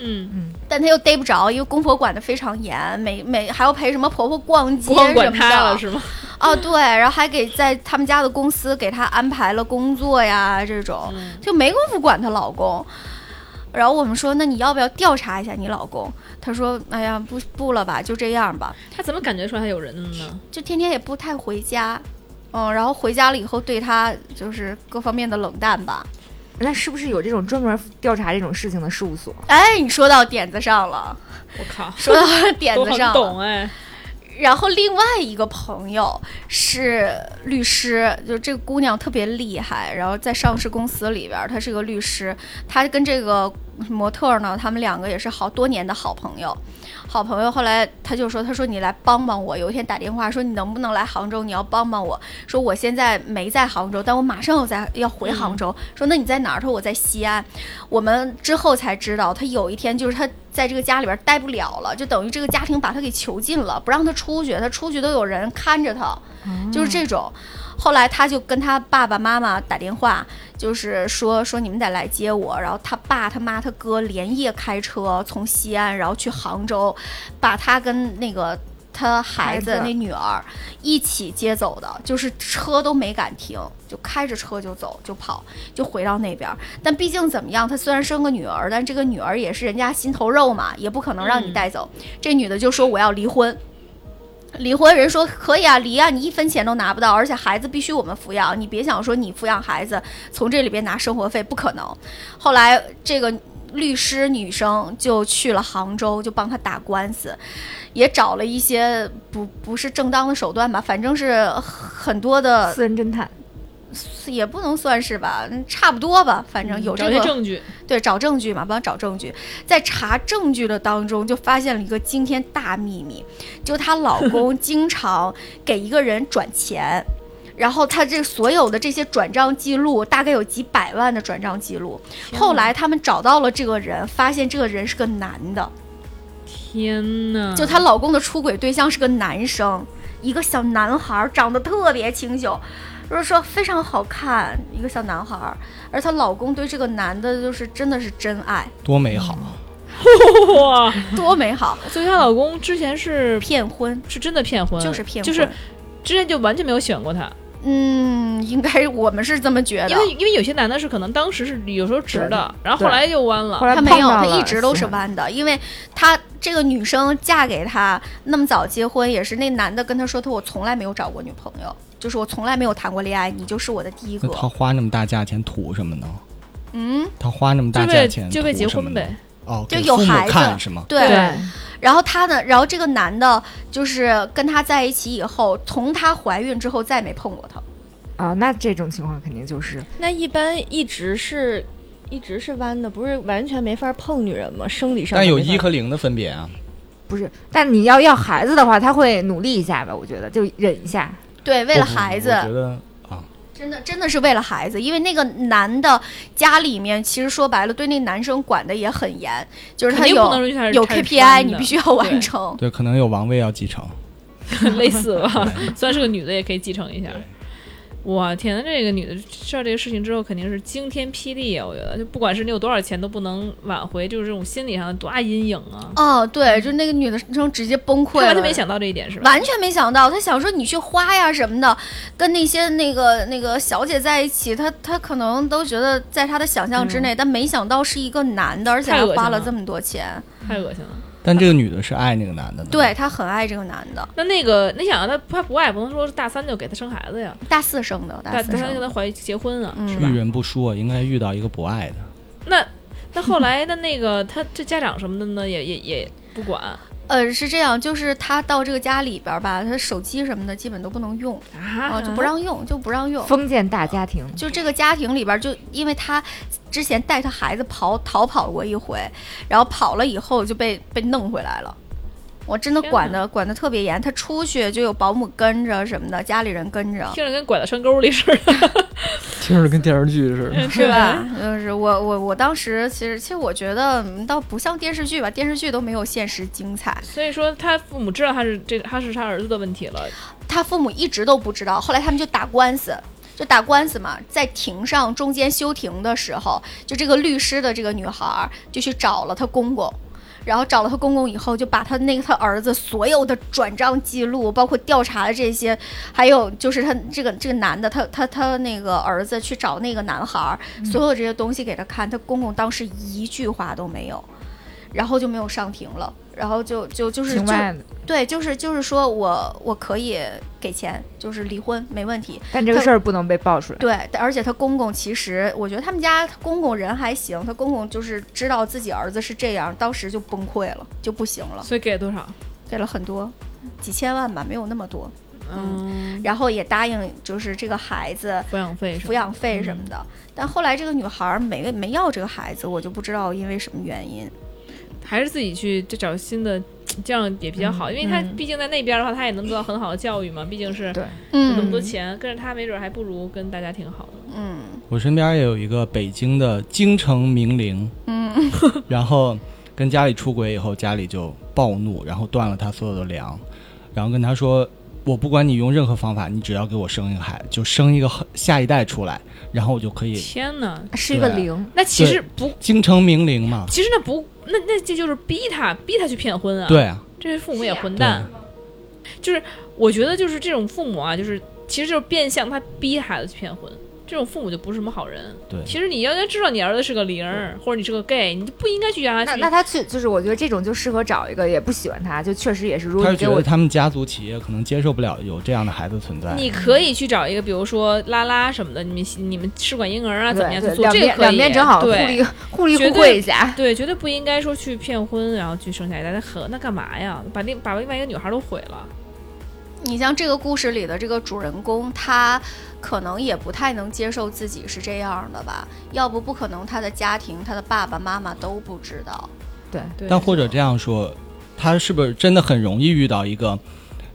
[SPEAKER 3] 嗯，
[SPEAKER 7] 但她又逮不着，因为公婆管得非常严，每每还要陪什么婆婆逛街
[SPEAKER 3] 光
[SPEAKER 7] 什
[SPEAKER 3] 管
[SPEAKER 7] 么
[SPEAKER 3] 他
[SPEAKER 7] 的
[SPEAKER 3] 了。是吗？
[SPEAKER 7] 哦，对，然后还给在他们家的公司给她安排了工作呀，这种。
[SPEAKER 3] 嗯
[SPEAKER 7] 就没工夫管她老公。然后我们说，那你要不要调查一下你老公？她说，哎呀，不不了吧，就这样吧，
[SPEAKER 3] 他怎么感觉出来他有人了呢？
[SPEAKER 7] 就天天也不太回家。嗯，然后回家了以后，对她就是各方面的冷淡吧。
[SPEAKER 5] 那是不是有这种专门调查这种事情的事务所？
[SPEAKER 7] 哎，你说到点子上了，
[SPEAKER 3] 我靠，
[SPEAKER 7] 说到点
[SPEAKER 3] 都
[SPEAKER 7] 子
[SPEAKER 3] 很
[SPEAKER 7] 上了
[SPEAKER 3] 懂。哎，
[SPEAKER 7] 然后另外一个朋友是律师，就这个姑娘特别厉害，然后在上市公司里边儿，她是个律师，她跟这个模特儿呢，他们两个也是好多年的好朋友。好朋友后来她就说：“她说你来帮帮我。”有一天打电话说：“你能不能来杭州？你要帮帮我。”说：“我现在没在杭州，但我马上要在要回杭州。说：“那你在哪儿？”她说：“我在西安。”我们之后才知道，她有一天就是她在这个家里边待不了了，就等于这个家庭把她给囚禁了，不让她出去，她出去都有人看着她，就是这种。后来她就跟她爸爸妈妈打电话，就是说说你们得来接我。然后她爸、她妈、她哥连夜开车从西安，然后去杭州，把她跟那个。她孩子
[SPEAKER 5] 孩子
[SPEAKER 7] 那女儿一起接走的，就是车都没敢停，就开着车就走就跑，就回到那边儿。但毕竟怎么样，她虽然生个女儿，但这个女儿也是人家心头肉嘛，也不可能让你
[SPEAKER 3] 嗯
[SPEAKER 7] 带走。这女的就说我要离婚。离婚人说可以啊，离啊，你一分钱都拿不到，而且孩子必须我们抚养，你别想说你抚养孩子从这里边拿生活费，不可能。后来这个律师女生就去了杭州，就帮他打官司，也找了一些不不是正当的手段吧，反正是很多的，
[SPEAKER 5] 私人侦探，
[SPEAKER 7] 也不能算是吧，嗯差不多吧，反正有这
[SPEAKER 3] 找
[SPEAKER 7] 个
[SPEAKER 3] 些证据，
[SPEAKER 7] 对，找证据嘛，帮他找证据。在查证据的当中，就发现了一个惊天大秘密，就她老公经常给一个人转钱，然后她这所有的这些转账记录，大概有几百万的转账记录。后来他们找到了这个人，发现这个人是个男的，
[SPEAKER 3] 天哪！
[SPEAKER 7] 就她老公的出轨对象是个男生，一个小男孩儿，长得特别清秀，就是说非常好看，一个小男孩儿。而她老公对这个男的，就是真的是真爱，
[SPEAKER 4] 多美好！
[SPEAKER 7] 嗯
[SPEAKER 3] 哇，
[SPEAKER 7] 多美好！
[SPEAKER 3] 所以她老公之前是
[SPEAKER 7] 骗 [LAUGHS] 婚
[SPEAKER 3] 是真的骗婚，
[SPEAKER 7] 就是骗婚，
[SPEAKER 3] 就是之前就完全没有选过她，
[SPEAKER 7] 嗯，应该我们是这么觉得
[SPEAKER 3] 因。为因为有些男的是可能当时是有时候直的，然后后来又弯了
[SPEAKER 5] 后。来
[SPEAKER 7] 他没有，
[SPEAKER 5] 碰到
[SPEAKER 7] 他
[SPEAKER 5] 了
[SPEAKER 7] 一直都是
[SPEAKER 5] 喜欢
[SPEAKER 7] 弯的，因为他这个女生嫁给他那么早结婚，也是那男的跟她说，他我从来没有找过女朋友，就是我从来没有谈过恋爱，你就是我的第一
[SPEAKER 4] 那
[SPEAKER 7] [LAUGHS] 个。
[SPEAKER 4] 他花那么大价钱图什么呢？
[SPEAKER 7] 嗯，
[SPEAKER 4] 他花那么
[SPEAKER 3] 就
[SPEAKER 4] 大价
[SPEAKER 3] 为
[SPEAKER 4] 钱
[SPEAKER 3] 就为
[SPEAKER 4] 图
[SPEAKER 3] 结
[SPEAKER 4] 什么
[SPEAKER 3] 婚
[SPEAKER 4] 呢
[SPEAKER 3] 呗，
[SPEAKER 4] 哦，
[SPEAKER 7] 就
[SPEAKER 4] 给
[SPEAKER 7] 有
[SPEAKER 4] 父母
[SPEAKER 7] 孩子
[SPEAKER 4] 看是吗？
[SPEAKER 7] 对。然后他呢，然后这个男的就是跟她在一起以后，从她怀孕之后再没碰过她。
[SPEAKER 5] 啊，那这种情况肯定就是
[SPEAKER 8] 那一般一直是一直是弯的，不是完全没法碰女人吗？生理上
[SPEAKER 4] 但有
[SPEAKER 8] 没法
[SPEAKER 4] 一和零的分别啊，
[SPEAKER 5] 不是？但你要要孩子的话，他会努力一下吧？我觉得就忍一下，
[SPEAKER 7] 对，
[SPEAKER 4] 为
[SPEAKER 7] 为了孩子，
[SPEAKER 4] 我觉得
[SPEAKER 7] 真的真的是为了孩子，因为那个男的家里面其实说白了，对那男生管的也很严，就是
[SPEAKER 3] 肯
[SPEAKER 7] 他
[SPEAKER 3] 定不
[SPEAKER 7] 有
[SPEAKER 3] 能允许她是
[SPEAKER 7] 有
[SPEAKER 3] 她是
[SPEAKER 7] KPI，
[SPEAKER 3] 穿
[SPEAKER 7] 你
[SPEAKER 3] 的
[SPEAKER 7] 必须要完成。
[SPEAKER 4] 对，可能有王位要继承。
[SPEAKER 3] [LAUGHS] 累死了。虽然是个女的，也可以继承一下。我天呐，这个女的知道这个事情之后，肯定是惊天霹雳啊！我觉得，就不管是你有多少钱，都不能挽回，就是这种心理上的多大阴影啊！
[SPEAKER 7] 哦，对，就那个女的生直接崩溃
[SPEAKER 3] 她完全
[SPEAKER 7] 了
[SPEAKER 3] 没。想到这一点，是吧？
[SPEAKER 7] 完全没想到，她想说你去花呀什么的，跟那些那个那个小姐在一起，她她可能都觉得在她的想象
[SPEAKER 3] 嗯
[SPEAKER 7] 之内，但没想到是一个男的，而且
[SPEAKER 3] 太
[SPEAKER 7] 还
[SPEAKER 3] 恶心
[SPEAKER 7] 花
[SPEAKER 3] 了
[SPEAKER 7] 了这么多钱。
[SPEAKER 3] 太恶心了。
[SPEAKER 4] 但这个女的是爱那个男的的，
[SPEAKER 7] 对，她很爱这个男的，
[SPEAKER 3] 那那个，你想啊，她她不爱，不能说是大三就给她生孩子呀，
[SPEAKER 7] 大四生的，
[SPEAKER 3] 大
[SPEAKER 7] 四
[SPEAKER 3] 大三
[SPEAKER 7] 生
[SPEAKER 3] 就
[SPEAKER 7] 的。
[SPEAKER 3] 跟她怀结婚啊，
[SPEAKER 7] 嗯
[SPEAKER 3] 是吧
[SPEAKER 4] 遇？人不淑，应该遇到一个不爱的。
[SPEAKER 3] 那那后来那那个她这家长什么的呢，也也也不管
[SPEAKER 7] 呃，是这样，就是她到这个家里边儿吧，她手机什么的基本都不能用啊，
[SPEAKER 3] 啊
[SPEAKER 7] 就不让用，就不让用。
[SPEAKER 5] 封建大家庭，
[SPEAKER 7] 就这个家庭里边儿，就因为她之前带她孩子跑逃跑过一回，然后跑了以后就被被弄回来了。我真的
[SPEAKER 3] 天
[SPEAKER 7] 管
[SPEAKER 3] 哪
[SPEAKER 7] 的管的特别严，她出去就有保姆跟着什么的，家里人跟
[SPEAKER 3] [LAUGHS]
[SPEAKER 7] 着，
[SPEAKER 3] 听着跟拐到山沟里似的。
[SPEAKER 6] 听着跟电视剧似的。
[SPEAKER 7] 是吧？就是我我我当时其实其实我觉得嗯倒不像电视剧吧，电视剧都没有现实精彩。
[SPEAKER 3] 所以说，她父母知道她是这她是她儿子的问题了，
[SPEAKER 7] 他父母一直都不知道，后来他们就打官司，就打官司嘛，在庭上中间休庭的时候，就这个律师的这个女孩儿就去找了她公公。然后找了她公公以后，就把她那个她儿子所有的转账记录，包括调查的这些，还有就是她这个这个男的，他他他那个儿子去找那个男孩儿，所有这些东西给他看，她公公当时一句话都没有，然后就没有上庭了，然后就就就是
[SPEAKER 5] 庭
[SPEAKER 7] 就
[SPEAKER 5] 外的，
[SPEAKER 7] 对，就是就是说我我可以给钱，就是离婚没问题。
[SPEAKER 5] 但这个事儿不能被爆出来。
[SPEAKER 7] 对，但而且他公公其实，我觉得他们家公公人还行，他公公就是知道自己儿子是这样，当时就崩溃了，就不行了，
[SPEAKER 3] 所以给了多少？
[SPEAKER 7] 给了很多，几千万吧，没有那么多。
[SPEAKER 3] 嗯，
[SPEAKER 7] 然后也答应就是这个孩子
[SPEAKER 3] 抚养费是吧
[SPEAKER 7] 抚养费什么嗯的，但后来这个女孩儿没没要这个孩子，我就不知道因为什么原因。
[SPEAKER 3] 还是自己去就找新的，这样也比较好，因为他
[SPEAKER 5] 嗯
[SPEAKER 3] 毕竟在那边的话，他也能得到很好的教育嘛，毕竟是
[SPEAKER 5] 对
[SPEAKER 3] 有那么
[SPEAKER 7] 嗯
[SPEAKER 3] 多钱，跟着他没准还不如跟大家挺好的。
[SPEAKER 7] 嗯
[SPEAKER 4] 我身边也有一个北京的京城名伶，
[SPEAKER 7] 嗯，
[SPEAKER 4] [LAUGHS] 然后跟家里出轨以后，家里就暴怒，然后断了他所有的粮，然后跟他说：“我不管你用任何方法，你只要给我生一个孩，就生一个后下一代出来，然后我就可
[SPEAKER 5] [LAUGHS]
[SPEAKER 4] 以
[SPEAKER 3] 天哪，
[SPEAKER 5] 是一个
[SPEAKER 4] 对
[SPEAKER 5] 零，
[SPEAKER 3] 那其实不，
[SPEAKER 4] 京城名伶
[SPEAKER 5] [LAUGHS]
[SPEAKER 4] 嘛。
[SPEAKER 3] 其实那不，那那这就是逼他，逼他去骗婚啊。”，
[SPEAKER 4] 对啊，
[SPEAKER 3] 这些父母
[SPEAKER 9] 是
[SPEAKER 3] 也
[SPEAKER 9] 呀
[SPEAKER 3] 混
[SPEAKER 4] 对
[SPEAKER 3] 蛋
[SPEAKER 4] 啊。，
[SPEAKER 3] 就是我觉得就是这种父母啊，就是其实就是变相他逼孩子去骗婚，这种父母就不是什么好人。
[SPEAKER 4] 对
[SPEAKER 3] 其实你要应该知道你儿子是个零儿，或者你是个 gay，你就不应该去让他
[SPEAKER 5] 那
[SPEAKER 3] 去
[SPEAKER 5] 那他去就是，我觉得这种就适合找一个也不喜欢他，就确实也是，如果
[SPEAKER 4] 他
[SPEAKER 5] 你
[SPEAKER 4] 是
[SPEAKER 5] 给
[SPEAKER 4] 觉得
[SPEAKER 5] 我
[SPEAKER 4] 他们家族企业可能接受不了有这样的孩子存在。
[SPEAKER 3] 你可以去找一个，比如说拉拉什么的，你们你们试管婴儿啊，怎么
[SPEAKER 5] 对
[SPEAKER 3] 样
[SPEAKER 5] 对
[SPEAKER 3] 去做？
[SPEAKER 5] 两
[SPEAKER 3] 这个
[SPEAKER 5] 边
[SPEAKER 3] 可以
[SPEAKER 5] 两边正好互
[SPEAKER 3] 对
[SPEAKER 5] 利互利
[SPEAKER 3] 绝
[SPEAKER 5] 互
[SPEAKER 3] 对
[SPEAKER 5] 惠一下，
[SPEAKER 3] 对，绝对不应该说去骗婚，然后去生下一代，那何那干嘛呀？把另把另外一个女孩都毁了。
[SPEAKER 7] 你像这个故事里的这个主人公，他可能也不太能接受自己是这样的吧，要不不可能他的家庭、他的爸爸妈妈都不知道。
[SPEAKER 5] 对。
[SPEAKER 3] 对，
[SPEAKER 4] 但或者这样说，他是不是真的很容易遇到一个？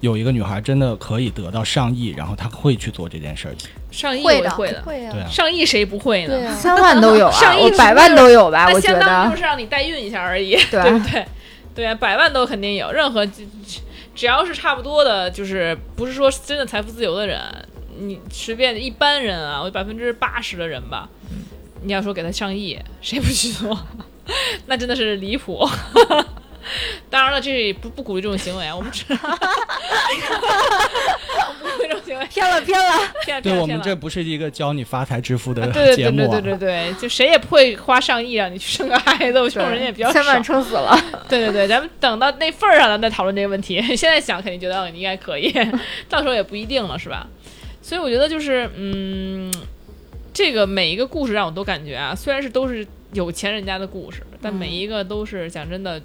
[SPEAKER 4] 有一个女孩真的可以得到上亿，然我会去做这件事儿。
[SPEAKER 3] 上亿我
[SPEAKER 7] 会
[SPEAKER 3] 也
[SPEAKER 7] 的
[SPEAKER 3] 会的，
[SPEAKER 2] 会呀、
[SPEAKER 4] 对啊，
[SPEAKER 3] 上亿谁不会
[SPEAKER 2] 对
[SPEAKER 3] 呢？
[SPEAKER 2] 呀、
[SPEAKER 8] [LAUGHS]
[SPEAKER 5] 三万都有啊，
[SPEAKER 3] [LAUGHS] 上亿
[SPEAKER 5] 我
[SPEAKER 3] 是
[SPEAKER 5] 百万都有吧？
[SPEAKER 3] 那
[SPEAKER 5] 我觉
[SPEAKER 3] 相当于就
[SPEAKER 5] 得，
[SPEAKER 3] 是让你代孕一下而已，
[SPEAKER 5] 对
[SPEAKER 3] 不 [LAUGHS] 对？对啊，百万都肯定有，任何只要是差不多的，就是不是说真的财富自由的人，你随便一般人啊，我百分之八十的人吧，你要说给他上亿，谁不去做？ [LAUGHS] 那真的是离谱。 [LAUGHS] 当然了，这也不不鼓励这种行为啊，我
[SPEAKER 5] [LAUGHS]
[SPEAKER 3] 们只我们不鼓励这种行为，
[SPEAKER 5] 偏了偏
[SPEAKER 3] [LAUGHS]
[SPEAKER 5] 了，
[SPEAKER 3] 骗
[SPEAKER 4] 对
[SPEAKER 3] 骗
[SPEAKER 4] 我
[SPEAKER 3] 骗
[SPEAKER 4] 们
[SPEAKER 3] 了
[SPEAKER 4] 这不是一个教你发财致富的
[SPEAKER 3] [LAUGHS] 对
[SPEAKER 4] 节
[SPEAKER 3] 对
[SPEAKER 4] 目、
[SPEAKER 3] 对
[SPEAKER 4] 啊。
[SPEAKER 3] 对对
[SPEAKER 4] [LAUGHS]
[SPEAKER 3] 对，就谁也不会花上亿啊让你去生个孩子，我这种人也比较少
[SPEAKER 5] 千。万撑死了。
[SPEAKER 3] [LAUGHS] 对对对，咱们等到那份儿上，咱再讨论这个问题。 [LAUGHS] 现在想肯定觉得哦你应该可以， [LAUGHS] 到时候也不一定了，是吧？所以我觉得就是，嗯，这个每一个故事让我都感觉啊，虽然是都是有钱人家的故事，但每一个都是讲真的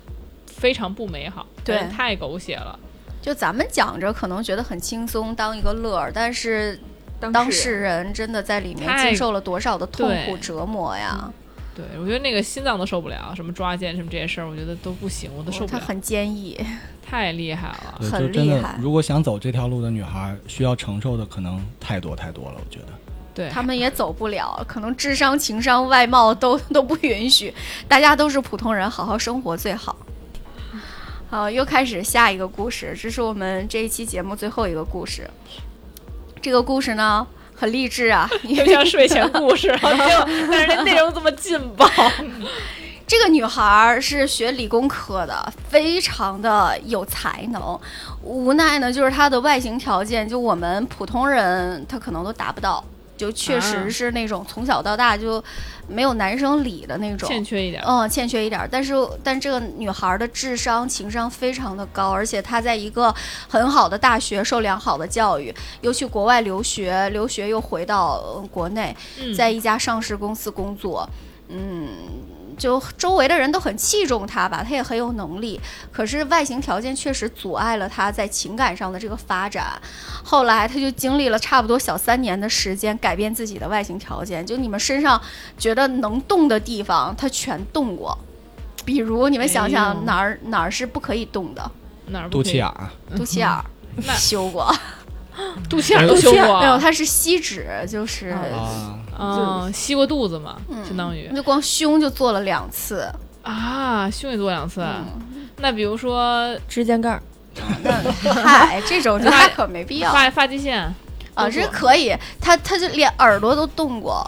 [SPEAKER 3] 非常不美好，
[SPEAKER 7] 对
[SPEAKER 3] 真的太狗血了。
[SPEAKER 7] 就咱们讲着可能觉得很轻松，当一个乐儿，但是当事人真的在里面
[SPEAKER 3] 太
[SPEAKER 7] 经受了多少的痛苦
[SPEAKER 3] 对嗯
[SPEAKER 7] 折磨呀？
[SPEAKER 3] 对，我觉得那个心脏都受不了，什么抓奸什么这些事儿，我觉得都不行，我都受不
[SPEAKER 7] 哦他
[SPEAKER 3] 了，
[SPEAKER 7] 很坚毅，
[SPEAKER 3] 太厉害了。
[SPEAKER 4] 对，
[SPEAKER 7] 很
[SPEAKER 4] 就真
[SPEAKER 7] 厉
[SPEAKER 4] 的
[SPEAKER 7] 害，
[SPEAKER 4] 如果想走这条路的女孩，需要承受的可能太多太多了。我觉得，
[SPEAKER 3] 对，
[SPEAKER 7] [LAUGHS] 他们也走不了，可能智商、情商、外貌都 [LAUGHS] 都不允许，大家都是普通人，好好生活最好。好，又开始下一个故事，这是我们这一期节目最后一个故事。这个故事呢，很励志啊！ [LAUGHS]
[SPEAKER 3] 就像睡前故事，然后结果但是那内容这么劲爆，
[SPEAKER 7] 这个女孩儿是学理工科的，非常的有才能。无奈呢，就是她的外形条件，就我们普通人她可能都达不到，就确
[SPEAKER 3] 啊
[SPEAKER 7] 实是那种从小到大就没有男生理的那种。
[SPEAKER 3] 欠缺一点。
[SPEAKER 7] 嗯，欠缺一点儿，但是但这个女孩儿的智商、情商非常的高，而且她在一个很好的大学受良好的教育，又去国外留学，留学又回到、呃国内，
[SPEAKER 3] 嗯，
[SPEAKER 7] 在一家上市公司工作，嗯。就周围的人都很器重她吧，她也很有能力，可是外形条件确实阻碍了她在情感上的这个发展。后来她就经历了差不多小三年的时间，改变自己的外形条件。就你们身上觉得能动的地方，她全动过。比如你们想
[SPEAKER 3] 哎呦
[SPEAKER 7] 想哪儿、哪儿是不可以动的？
[SPEAKER 3] 哪儿不
[SPEAKER 4] 肚
[SPEAKER 3] 可
[SPEAKER 4] 脐
[SPEAKER 3] 以
[SPEAKER 4] 眼？儿，啊
[SPEAKER 7] 肚脐眼儿
[SPEAKER 3] 那
[SPEAKER 7] [LAUGHS] 修过，
[SPEAKER 3] 肚脐眼儿都修过，
[SPEAKER 7] 没有，它是锡纸，就是、
[SPEAKER 3] 哦
[SPEAKER 4] 啊，
[SPEAKER 3] 嗯，吸过肚子嘛，
[SPEAKER 7] 嗯
[SPEAKER 3] 相当于
[SPEAKER 7] 就光胸就做了两
[SPEAKER 3] [LAUGHS]
[SPEAKER 7] 次。
[SPEAKER 3] 啊，胸也做两次。
[SPEAKER 7] 嗯
[SPEAKER 3] 那比如说
[SPEAKER 8] 指甲盖儿，
[SPEAKER 7] 嗨，这种就那可没必要
[SPEAKER 3] 发发际线，
[SPEAKER 7] 啊，这可以，他他就连耳朵都动过，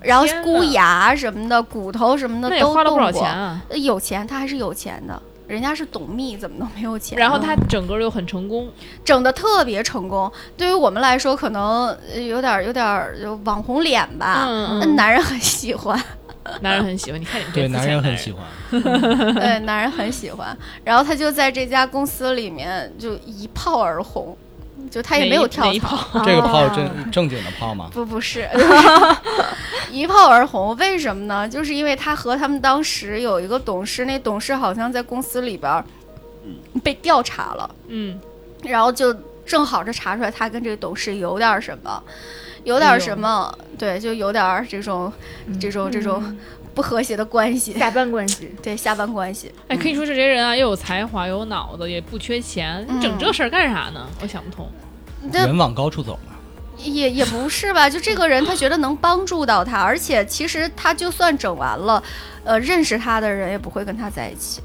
[SPEAKER 7] 然后
[SPEAKER 3] 天哪
[SPEAKER 7] 箍牙什么的、骨头什么的
[SPEAKER 3] 那也
[SPEAKER 7] 都
[SPEAKER 3] 花了
[SPEAKER 7] 动
[SPEAKER 3] 不
[SPEAKER 7] 过。
[SPEAKER 3] 少钱啊。
[SPEAKER 7] 呃有钱，他还是有钱的。人家是董秘，怎么能没有钱呢？
[SPEAKER 3] 然后他整个又很成功，
[SPEAKER 7] [LAUGHS] 整的特别成功，对于我们来说可能呃有点儿有点儿就网红脸吧，
[SPEAKER 3] 嗯
[SPEAKER 7] 那、
[SPEAKER 3] 嗯，
[SPEAKER 7] 男人很喜欢。
[SPEAKER 3] [LAUGHS] 男人很喜欢。你看你们这 [LAUGHS]
[SPEAKER 4] 对，
[SPEAKER 3] 肤
[SPEAKER 4] 男
[SPEAKER 3] 浅
[SPEAKER 4] 人
[SPEAKER 3] 的
[SPEAKER 4] 很喜欢。
[SPEAKER 7] 对，男人很喜欢。然后他就在这家公司里面就一炮而红，就他也没有跳
[SPEAKER 3] 哪一
[SPEAKER 7] 槽，
[SPEAKER 4] 这个
[SPEAKER 3] 啊
[SPEAKER 4] 炮正正经的炮吗？
[SPEAKER 7] 不不是， [LAUGHS] 一炮而红。为什么呢？就是因为他和他们当时有一个董事，那董事好像在公司里边儿被调查了，
[SPEAKER 3] 嗯，
[SPEAKER 7] 然后就正好就查出来他跟这个董事有点儿什么。有点
[SPEAKER 3] 哎
[SPEAKER 7] 儿
[SPEAKER 3] 呦嗯
[SPEAKER 7] 什么？对，就有点儿这种、这种、这种不和谐的关系，
[SPEAKER 5] 下半关系。
[SPEAKER 7] 对下班关系。
[SPEAKER 3] 哎，可以说这些人啊，又有才华，又有脑子，也不缺钱，你整
[SPEAKER 7] 嗯
[SPEAKER 3] 这事儿干啥呢？我想不通。
[SPEAKER 7] 这
[SPEAKER 4] 人往高处走嘛。
[SPEAKER 7] 也也不是吧，就这个人他觉得能帮助到他，而且其实他就算整完了，呃，认识他的人也不会跟他在一起。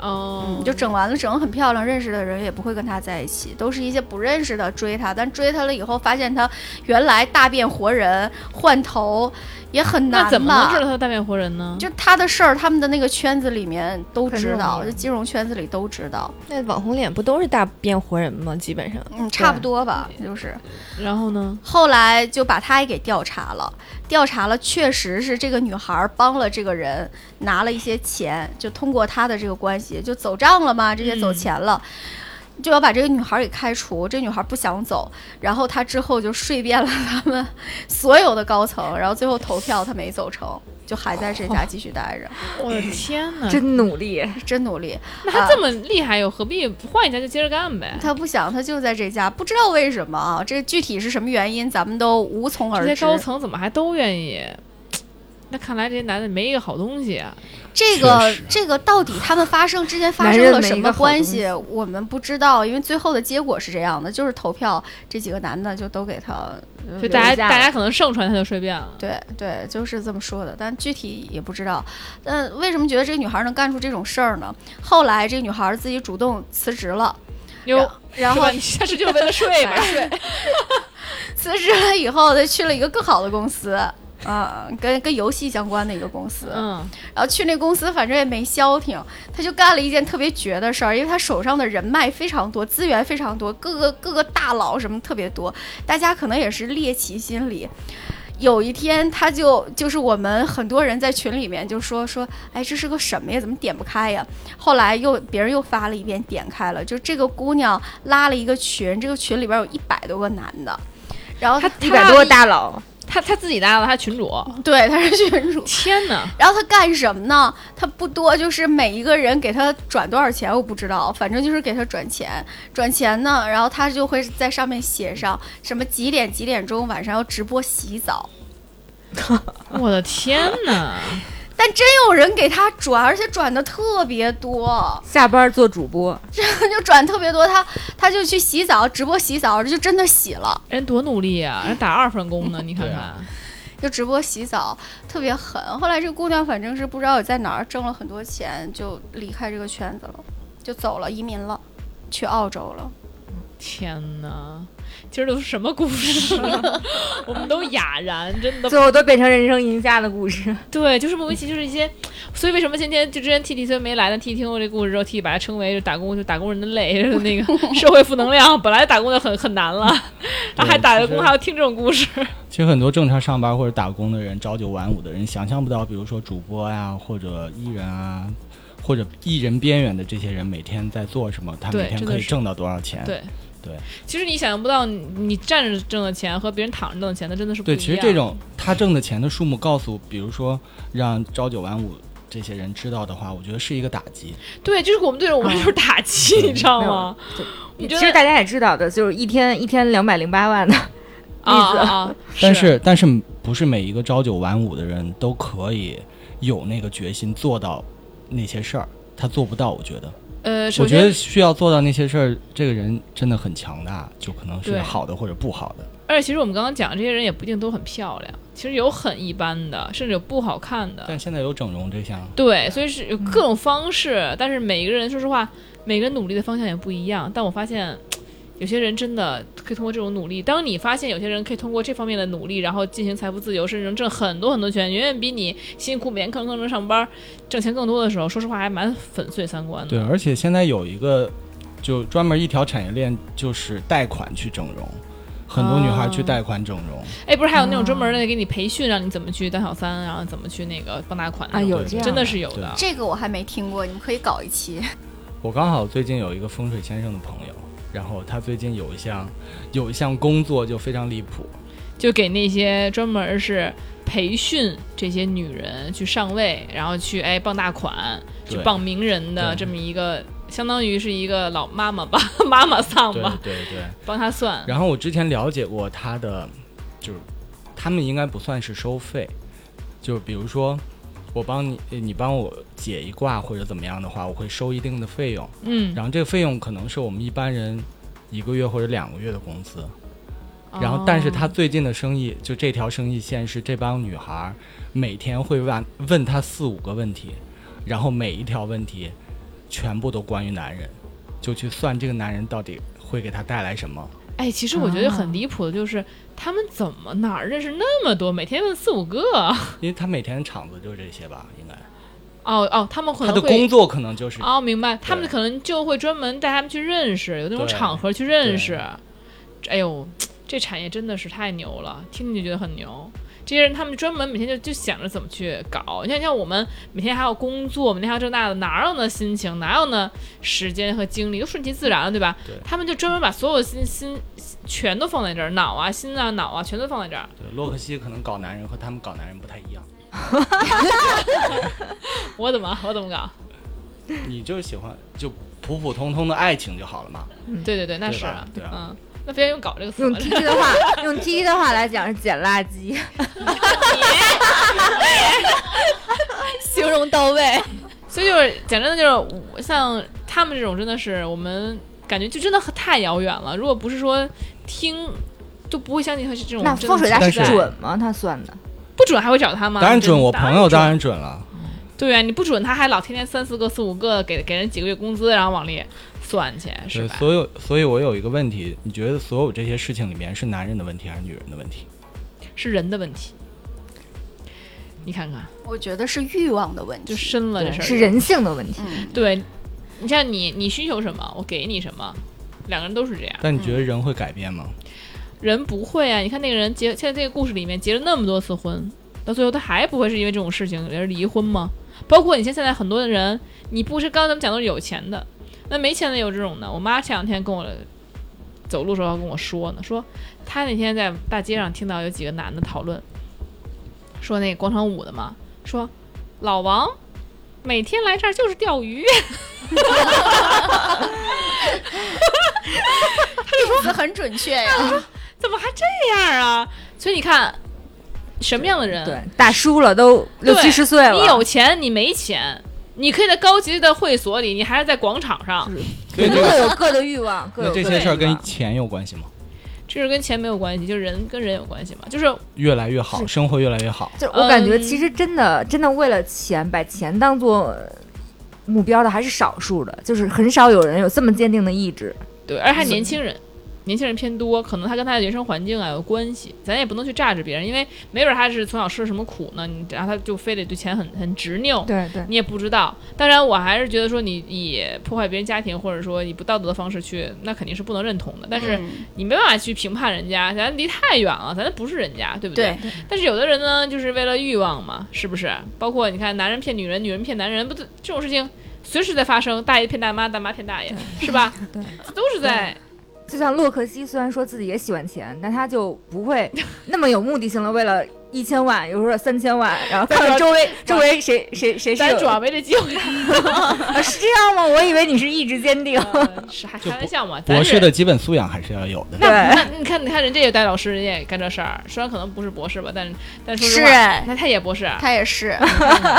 [SPEAKER 3] 哦
[SPEAKER 7] 嗯，，就整完了，整得很漂亮，认识的人也不会跟他在一起，都是一些不认识的追他，但追他了以后发现他原来大变活人，换头也很难
[SPEAKER 3] 那
[SPEAKER 7] 吧？
[SPEAKER 3] 怎么能知道他大变活人呢？
[SPEAKER 7] 就他的事儿，他们的那个圈子里面都
[SPEAKER 5] 很
[SPEAKER 7] 知
[SPEAKER 5] 容
[SPEAKER 7] 道，
[SPEAKER 5] 易
[SPEAKER 7] 就金融圈子里都知道，
[SPEAKER 8] 那网红脸不都是大变活人吗？基本上，
[SPEAKER 7] 嗯，差不多吧，就是。
[SPEAKER 3] 然后呢？
[SPEAKER 7] 后来就把她也给调查了，调查了，确实是这个女孩儿帮了这个人拿了一些钱，就通过她的这个关系就走账了嘛，这些走
[SPEAKER 3] 嗯
[SPEAKER 7] 钱了。就要把这个女孩儿给开除，这女孩儿不想走，然后她之后就睡遍了他们所有的高层，然后最后投票她没走成，就还在这家继续待
[SPEAKER 3] [LAUGHS]
[SPEAKER 7] 着，
[SPEAKER 3] 我的天哪！
[SPEAKER 5] 嗯真努力，
[SPEAKER 7] 真努力。
[SPEAKER 3] 那他这么厉害，又何必换一家就接着干呗？
[SPEAKER 7] 她不想，她就在这家，不知道为什么啊，这具体是什么原因，咱们都无从而
[SPEAKER 3] 这
[SPEAKER 7] 知。
[SPEAKER 3] 些高层怎么还都愿意？那看来这些男的没一个好东西啊！
[SPEAKER 7] 这个
[SPEAKER 4] 确实
[SPEAKER 7] 这个到底他们发生之间发
[SPEAKER 5] 男
[SPEAKER 7] 生
[SPEAKER 5] 人
[SPEAKER 7] 了
[SPEAKER 5] 没
[SPEAKER 7] 什
[SPEAKER 5] 一
[SPEAKER 7] 么
[SPEAKER 5] 个好
[SPEAKER 7] 关
[SPEAKER 5] 东
[SPEAKER 7] 系，我们不知道，因为最后的结果是这样的，就是投票这几个男的就都给他呃
[SPEAKER 3] 就大家
[SPEAKER 5] 嗯
[SPEAKER 7] 留下了
[SPEAKER 3] 大家可能盛传他就睡遍了。
[SPEAKER 7] 对对，就是这么说的，但具体也不知道。但为什么觉得这个女孩能干出这种事儿呢？后来这个女孩自己主动辞职了，
[SPEAKER 3] 哟，
[SPEAKER 7] 然
[SPEAKER 3] 是
[SPEAKER 7] 后
[SPEAKER 3] 吧你下次就为了睡
[SPEAKER 7] [LAUGHS]
[SPEAKER 3] 吧。
[SPEAKER 7] 辞职了以后，她去了一个更好的公司。啊，跟跟游戏相关的一个公司，
[SPEAKER 3] 嗯，
[SPEAKER 7] 然后去那公司，反正也没消停，他就干了一件特别绝的事儿，因为他手上的人脉非常多，资源非常多，各个各个大佬什么特别多，大家可能也是猎奇心理。有一天，他就就是我们很多人在群里面就说说，哎，这是个什么呀？怎么点不开呀？后来又别人又发了一遍，点开了，就这个姑娘拉了一个群，这个群里边有一百多个男的，然后
[SPEAKER 3] 他
[SPEAKER 5] 一百多个大佬，
[SPEAKER 3] 他他自己搭了他群
[SPEAKER 7] [LAUGHS]
[SPEAKER 3] 主，
[SPEAKER 7] 对她是群主，
[SPEAKER 3] 天
[SPEAKER 7] [LAUGHS]
[SPEAKER 3] 哪！
[SPEAKER 7] 然后他干什么呢？他不多，就是每一个人给他转多少钱我不知道，反正就是给他转钱。转钱呢，然后他就会在上面写上什么几点几点钟晚上要直播洗澡， [LAUGHS]
[SPEAKER 3] 我的天哪！
[SPEAKER 7] 但真有人给他转，而且转的特别多， [LAUGHS]
[SPEAKER 5] 下班做主播，
[SPEAKER 7] 他就转特别多，他他就去洗澡直播洗澡，就真的洗了，
[SPEAKER 3] [LAUGHS] 人多努力啊，人打二份工呢，你看
[SPEAKER 4] [LAUGHS] 对
[SPEAKER 3] 看
[SPEAKER 4] 啊。
[SPEAKER 7] 就直播洗澡，特别狠。后来这姑娘反正是不知道在哪儿挣了很多钱，就离开这个圈子了，就走了，移民了，去澳洲了。
[SPEAKER 3] 天哪！今儿都是什么故事？啊 [LAUGHS] 我们都哑然，真的
[SPEAKER 5] 最后都变成人生赢家的故事。
[SPEAKER 3] 对，就是莫名其妙，就是一些，所以为什么今天就之前 T T 虽然没来呢，T T 听过这故事之后，T T 把它称为就打工就打工人的泪，就是那
[SPEAKER 7] [LAUGHS]
[SPEAKER 3] 个社会负能量。本来打工的很很难
[SPEAKER 4] [LAUGHS]
[SPEAKER 3] 了，然后还打着工还要听这种故事，
[SPEAKER 4] 其实很多正常上班或者打工的人，朝九晚五的人，想象不到，比如说主播呀、或者艺人啊，或者艺人边缘的这些人，每天在做什么，他
[SPEAKER 3] 对
[SPEAKER 4] 每天
[SPEAKER 3] 真的
[SPEAKER 4] 可以
[SPEAKER 3] 是
[SPEAKER 4] 挣到多少钱？
[SPEAKER 3] 对。
[SPEAKER 4] 哎对
[SPEAKER 3] 其实你想象不到你，你站着挣的钱和别人躺着挣的钱，那真的是不一
[SPEAKER 4] 对，
[SPEAKER 3] 样。
[SPEAKER 4] 其实这种他挣的钱的数目，告诉比如说让朝九晚五这些人知道的话，我觉得是一个打击。
[SPEAKER 3] 对，就是我们对着我们就是打击，
[SPEAKER 4] 嗯
[SPEAKER 3] 你知道吗？你
[SPEAKER 5] [LAUGHS] 其
[SPEAKER 3] 觉
[SPEAKER 5] 实
[SPEAKER 3] 得
[SPEAKER 5] 大家也知道的，就是一天一天两百零八万的，
[SPEAKER 3] 啊
[SPEAKER 5] 例子
[SPEAKER 4] [LAUGHS]
[SPEAKER 3] 啊，啊
[SPEAKER 4] 但是但是不是每一个朝九晚五的人都可以有那个决心做到那些事儿，他做不到，我觉得。
[SPEAKER 3] 呃，首
[SPEAKER 4] 我觉
[SPEAKER 3] 先
[SPEAKER 4] 得需要做到那些事儿，这个人真的很强大，就可能是
[SPEAKER 3] 对
[SPEAKER 4] 好的或者不好的。
[SPEAKER 3] 而且其实我们刚刚讲，这些人也不一定都很漂亮，其实有很一般的，甚至有不好看的。
[SPEAKER 4] 但现在有整容这项，
[SPEAKER 3] 对，所以是有各
[SPEAKER 5] 嗯
[SPEAKER 3] 种方式，但是每个人说实话，每个人努力的方向也不一样。但我发现，有些人真的可以通过这种努力。当你发现有些人可以通过这方面的努力，然后进行财富自由，甚至能挣很多很多钱，远远比你辛辛苦苦每天吭吭吭上班挣钱更多的时候，说实话还蛮粉碎三观的。
[SPEAKER 4] 对，而且现在有一个就专门一条产业链，就是贷款去整容，很多女孩去
[SPEAKER 3] 哦
[SPEAKER 4] 贷款整容。
[SPEAKER 3] 哎，不是还有那
[SPEAKER 5] 嗯
[SPEAKER 3] 种专门的给你培训，让你怎么去当小三，然后怎么去那个傍大款的
[SPEAKER 5] 啊
[SPEAKER 3] 那种
[SPEAKER 5] 有
[SPEAKER 4] 对
[SPEAKER 5] 这样
[SPEAKER 3] 真的是有的。
[SPEAKER 10] 这个我还没听过，你们可以搞一期。
[SPEAKER 4] 我刚好最近有一个风水先生的朋友，然后他最近有一项有一项工作就非常离谱，
[SPEAKER 3] 就给那些专门是培训这些女人去上位，然后去哎傍大款，去
[SPEAKER 4] 对
[SPEAKER 3] 傍名人的
[SPEAKER 4] 对
[SPEAKER 3] 这么一个，相当于是一个老妈妈吧，妈妈桑
[SPEAKER 4] 对
[SPEAKER 3] 吧，
[SPEAKER 4] 对对。
[SPEAKER 3] 帮她算。
[SPEAKER 4] 然后我之前了解过他的，就是他们应该不算是收费，就比如说我帮你，呃你帮我解一卦或者怎么样的话，我会收一定的费用，
[SPEAKER 3] 嗯，
[SPEAKER 4] 然后这个费用可能是我们一般人一个月或者两个月的工资。
[SPEAKER 3] 哦
[SPEAKER 4] 然后，但是他最近的生意，就这条生意线是这帮女孩儿每天会问问他四五个问题，然后每一条问题全部都关于男人，就去算这个男人到底会给他带来什么。
[SPEAKER 3] 哎，其实我
[SPEAKER 4] 啊
[SPEAKER 3] 觉得很离谱的就是、他们怎么哪儿认识那么多，每天问四五个啊。
[SPEAKER 4] 因为他每天的场子就是这些吧，应该
[SPEAKER 3] 哦哦，他们可
[SPEAKER 4] 他
[SPEAKER 3] 能
[SPEAKER 4] 的
[SPEAKER 3] 会
[SPEAKER 4] 工作可能就是
[SPEAKER 3] 哦，明白，他们可能就会专门带他们去认识，有那种
[SPEAKER 4] 对
[SPEAKER 3] 场合去认识。哎呦，这产业真的是太牛了，听着就觉得很牛。这些人他们专门每天就就想着怎么去搞，你像像我们每天还要工作，每天还要这那的，哪有那心情，哪有那时间和精力，都顺其自然了，对吧？
[SPEAKER 4] 对
[SPEAKER 3] 他们就专门把所有的心心全都放在这儿，脑啊、心啊、脑啊，全都放在这儿。
[SPEAKER 4] 对洛克希可能搞男人和他们搞男人不太一样，
[SPEAKER 3] 我怎么我怎么搞？
[SPEAKER 4] 你就是喜欢就普普通通的爱情就好了嘛。
[SPEAKER 3] 对对对，那
[SPEAKER 4] 嗯对
[SPEAKER 3] 是
[SPEAKER 4] 吧
[SPEAKER 3] 啊，
[SPEAKER 4] 对啊
[SPEAKER 3] 嗯，那非要用“搞”这个词
[SPEAKER 5] 用
[SPEAKER 3] 吗？
[SPEAKER 5] T T 的话， [LAUGHS] 用 T T 的话来讲是捡垃
[SPEAKER 3] [LAUGHS]
[SPEAKER 5] 圾。
[SPEAKER 8] 形容到位。
[SPEAKER 3] 所以就是讲真的，就是我像他们这种，真的是我们感觉就真的很太遥远了。如果不是说听，就不会相信他是这种。
[SPEAKER 5] 那
[SPEAKER 3] 嗯真的
[SPEAKER 5] 风水大
[SPEAKER 4] 但
[SPEAKER 5] 师
[SPEAKER 4] 是
[SPEAKER 5] 准吗？他算的
[SPEAKER 3] 不准还会找他吗？
[SPEAKER 4] 当然
[SPEAKER 3] 你觉得
[SPEAKER 4] 准，我
[SPEAKER 3] 当然
[SPEAKER 4] 朋友
[SPEAKER 3] 准
[SPEAKER 4] 当然准了。
[SPEAKER 3] 对啊，你不准他还老天天三四个、四五个给给人几个月工资，然后往里算去，是
[SPEAKER 4] 对，
[SPEAKER 3] 吧？
[SPEAKER 4] 所有，所以我有一个问题，你觉得所有这些事情里面是男人的问题还是女人的问题？
[SPEAKER 3] 是人的问题。你看看，
[SPEAKER 10] [LAUGHS] 我觉得是欲望的问
[SPEAKER 3] 就
[SPEAKER 10] 题，
[SPEAKER 3] 深了这事儿。
[SPEAKER 5] 是人性的问题。
[SPEAKER 10] 嗯，
[SPEAKER 3] 对，你像你，你需求什么，我给你什么，两个人都是这样。
[SPEAKER 4] 但你觉得人会改变吗？
[SPEAKER 3] 嗯人不会啊！你看那个人结，现在这个故事里面结了那么多次婚，到最后他还不会是因为这种事情而离婚吗？包括你像现在很多的人，你不是刚刚咱们讲都是有钱的，那没钱的有这种的。我妈前两天跟我走路时候跟我说呢，说她那天在大街上听到有几个男的讨论，说那广场舞的嘛，说老王每天来这儿就是钓鱼，
[SPEAKER 10] 词很准确
[SPEAKER 7] [LAUGHS]
[SPEAKER 10] 呀。
[SPEAKER 3] 怎么还这样啊？所以你看，什么样的人，
[SPEAKER 5] 对，大叔了，都六
[SPEAKER 3] 对
[SPEAKER 5] 七十岁了，
[SPEAKER 3] 嗯你有钱，你没钱，你可以在高级的会所里，你还是在广场上，
[SPEAKER 4] 所以这
[SPEAKER 5] 各
[SPEAKER 4] 个，
[SPEAKER 5] 有各的欲望，各
[SPEAKER 4] 那
[SPEAKER 5] 有
[SPEAKER 4] 这
[SPEAKER 5] 各
[SPEAKER 4] 些
[SPEAKER 5] 的
[SPEAKER 4] 事儿
[SPEAKER 5] 欲
[SPEAKER 4] 跟
[SPEAKER 5] 望
[SPEAKER 4] 钱有关系吗？
[SPEAKER 3] 这是跟钱没有关系，就是人跟人有关系嘛。就是
[SPEAKER 4] 越来越好，生活越来越好。
[SPEAKER 5] 就是我感觉
[SPEAKER 3] 嗯
[SPEAKER 5] 其实真的真的为了钱，把钱当做目标的还是少数的，就是很少有人有这么坚定的意志。
[SPEAKER 3] 对，而还年轻人，年轻人偏多，可能他跟他的原生环境啊有关系，咱也不能去榨制别人，因为没准他是从小吃了什么苦呢，你然后他就非得对钱很很执拗，
[SPEAKER 5] 对对，
[SPEAKER 3] 你也不知道。当然，我还是觉得说你以破坏别人家庭，或者说以不道德的方式去，那肯定是不能认同的。但是
[SPEAKER 5] 嗯
[SPEAKER 3] 你没办法去评判人家，咱离太远了，咱不是人家，对不
[SPEAKER 7] 对，
[SPEAKER 3] 但是有的人呢，就是为了欲望嘛，是不是？包括你看，男人骗女人，女人骗男人，不这种事情随时在发生，大爷骗大妈，大妈骗大爷，是吧？
[SPEAKER 5] 对，
[SPEAKER 3] 都是在
[SPEAKER 5] 就像洛克希虽然说自己也喜欢钱，但他就不会那么有目的性的为了一千万，有时候三千万，然后看看周围周围谁谁谁是
[SPEAKER 3] 咱主
[SPEAKER 5] 有
[SPEAKER 3] 要没这机会，
[SPEAKER 5] 啊是这样吗？我以为你是意志坚定。
[SPEAKER 3] 呃是还
[SPEAKER 4] 就
[SPEAKER 3] 开玩笑嘛？咱
[SPEAKER 4] 博士
[SPEAKER 3] 是
[SPEAKER 4] 的基本素养还是要有的。
[SPEAKER 5] [LAUGHS] 对
[SPEAKER 3] 那那你看，你看人家也带老师，人家也干这事儿，虽然可能不是博士吧，但但说实
[SPEAKER 7] 是
[SPEAKER 3] 话，
[SPEAKER 5] 啊
[SPEAKER 7] 哎，
[SPEAKER 3] 那他也博士，啊
[SPEAKER 7] 他也是，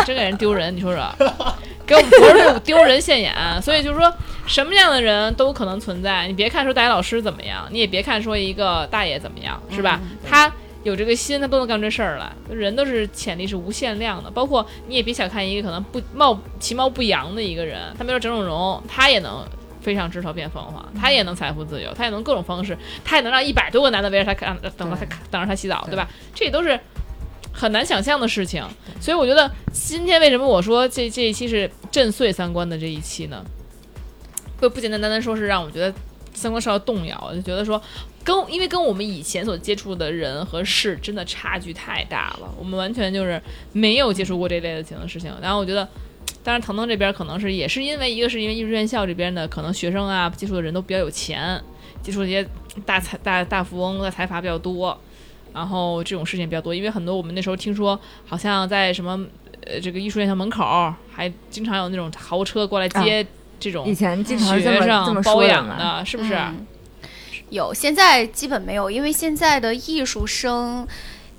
[SPEAKER 3] 真给人丢人，你说说，给我们博士丢人现眼。所以就是说，什么样的人都可能存在。你别看说大学老师怎么样，你也别看说一个大爷怎么样，是吧？他有这个心，他都能干出这事儿来。人都是潜力是无限量的，包括你也别小看一个可能不貌其貌不扬的一个人，他没准整整容，他也能。飞上枝头变凤凰，他也能财富自由，他也能各种方式，他也能让一百多个男的围着他看，等着他看，等着他洗澡，对吧？这也都是很难想象的事情。所以我觉得今天为什么我说这这一期是震碎三观的这一期呢？不不简单单单说是让我觉得三观受到动摇，我就觉得说跟因为跟我们以前所接触的人和事真的差距太大了，我们完全就是没有接触过这类的情的事情。然后我觉得。当然，腾腾这边可能是也是因为一个是因为艺术院校这边的可能学生啊接触的人都比较有钱，接触这些大财大大富翁的财阀比较多，然后这种事情比较多。因为很多我们那时候听说，好像在什么呃这个艺术院校门口儿还经常有那种豪车过来接、这种
[SPEAKER 5] 啊以前经常
[SPEAKER 3] [LAUGHS] 学
[SPEAKER 5] 这么这
[SPEAKER 3] 生
[SPEAKER 5] 么
[SPEAKER 3] 包
[SPEAKER 5] 说
[SPEAKER 3] 养
[SPEAKER 5] 嘛，
[SPEAKER 3] 的，是不是？
[SPEAKER 7] 嗯有，现在基本没有，因为现在的艺术生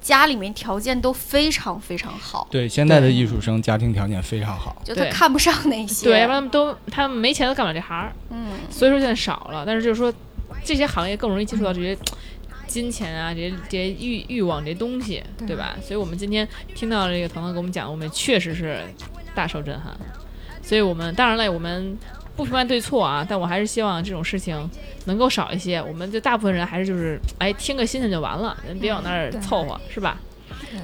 [SPEAKER 7] 家里面条件都非常非常好，
[SPEAKER 4] 对，现在的艺术生家庭条件非常好，
[SPEAKER 7] 就他
[SPEAKER 3] [LAUGHS] 对
[SPEAKER 7] 看不上那些。
[SPEAKER 3] 对，要不然他们都他们没钱都干不了这行儿，
[SPEAKER 7] 嗯，
[SPEAKER 3] 所以说现在少了。但是就是说，这些行业更容易接触到这些金钱啊，这些这些欲欲望这些东西，对吧？所以我们今天听到这个腾腾给我们讲，我们也确实是大受震撼。所以我们当然了，我们不评判对错啊，但我还是希望这种事情能够少一些。我们就大部分人还是就是哎听个新鲜就完了，人别往那儿
[SPEAKER 5] 对
[SPEAKER 3] 凑合，是吧？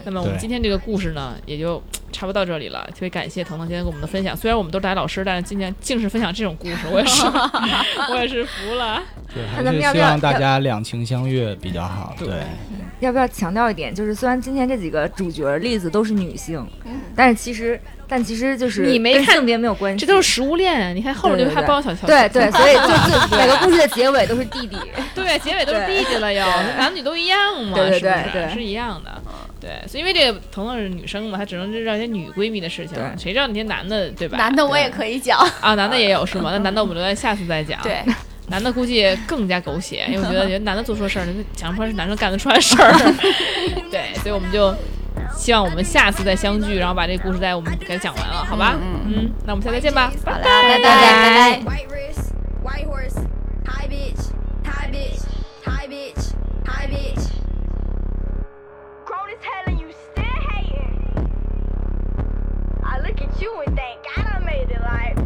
[SPEAKER 3] 那么我们
[SPEAKER 4] 对
[SPEAKER 3] 今天这个故事呢，也就差不多到这里了。特别感谢腾腾今天给我们的分享，虽然我们都是大学老师，但是今天竟是分享这种故事，我也
[SPEAKER 5] [LAUGHS]
[SPEAKER 3] 是，我也是服了。
[SPEAKER 4] 对，还
[SPEAKER 5] 那
[SPEAKER 4] 是
[SPEAKER 5] 咱们要不
[SPEAKER 4] 希
[SPEAKER 5] 要
[SPEAKER 4] 望大家两情相悦比较好。
[SPEAKER 3] 对
[SPEAKER 4] 对，
[SPEAKER 5] 要不要强调一点？就是虽然今天这几个主角例子都是女性，但是其实但其实就是
[SPEAKER 3] 你没
[SPEAKER 5] 跟
[SPEAKER 3] 看
[SPEAKER 5] 性别没有关系，
[SPEAKER 3] 这都是食物链啊！你看后面就
[SPEAKER 5] 对对
[SPEAKER 3] 还包小乔，
[SPEAKER 5] 对对，所以
[SPEAKER 3] [LAUGHS]
[SPEAKER 5] 就是每个故事的结尾都是弟弟。
[SPEAKER 3] 对，结尾都是弟弟了又，男女都一样嘛，
[SPEAKER 5] 对
[SPEAKER 3] 是
[SPEAKER 5] 对对
[SPEAKER 3] 不是
[SPEAKER 5] 对嗯
[SPEAKER 3] 是一样的。对，所以因为这个彤彤是女生嘛，她只能知道一些女闺蜜的事情，
[SPEAKER 5] 对
[SPEAKER 3] 谁知道那些男的对吧？
[SPEAKER 7] 男的我也可以讲，
[SPEAKER 3] 啊，男的也有是吗？那男的我们留在下次再讲。
[SPEAKER 7] 对，
[SPEAKER 3] 男的估计更加狗血，因为我觉得觉得男的做错事儿，想不出来是男生干得出来 [LAUGHS] 事儿。对，所以我们就希望我们下次再相聚，然后把这个故事再我们给它讲完了，好吧？嗯，那我们下次再见吧，拜拜。
[SPEAKER 7] 拜拜拜拜。
[SPEAKER 2] White wrist, white horse, high bitch, high bitch, high bitch, high bitch.
[SPEAKER 1] Grown as hell and you still hating. I look at you and think God I done made it like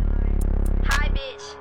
[SPEAKER 2] High bitch,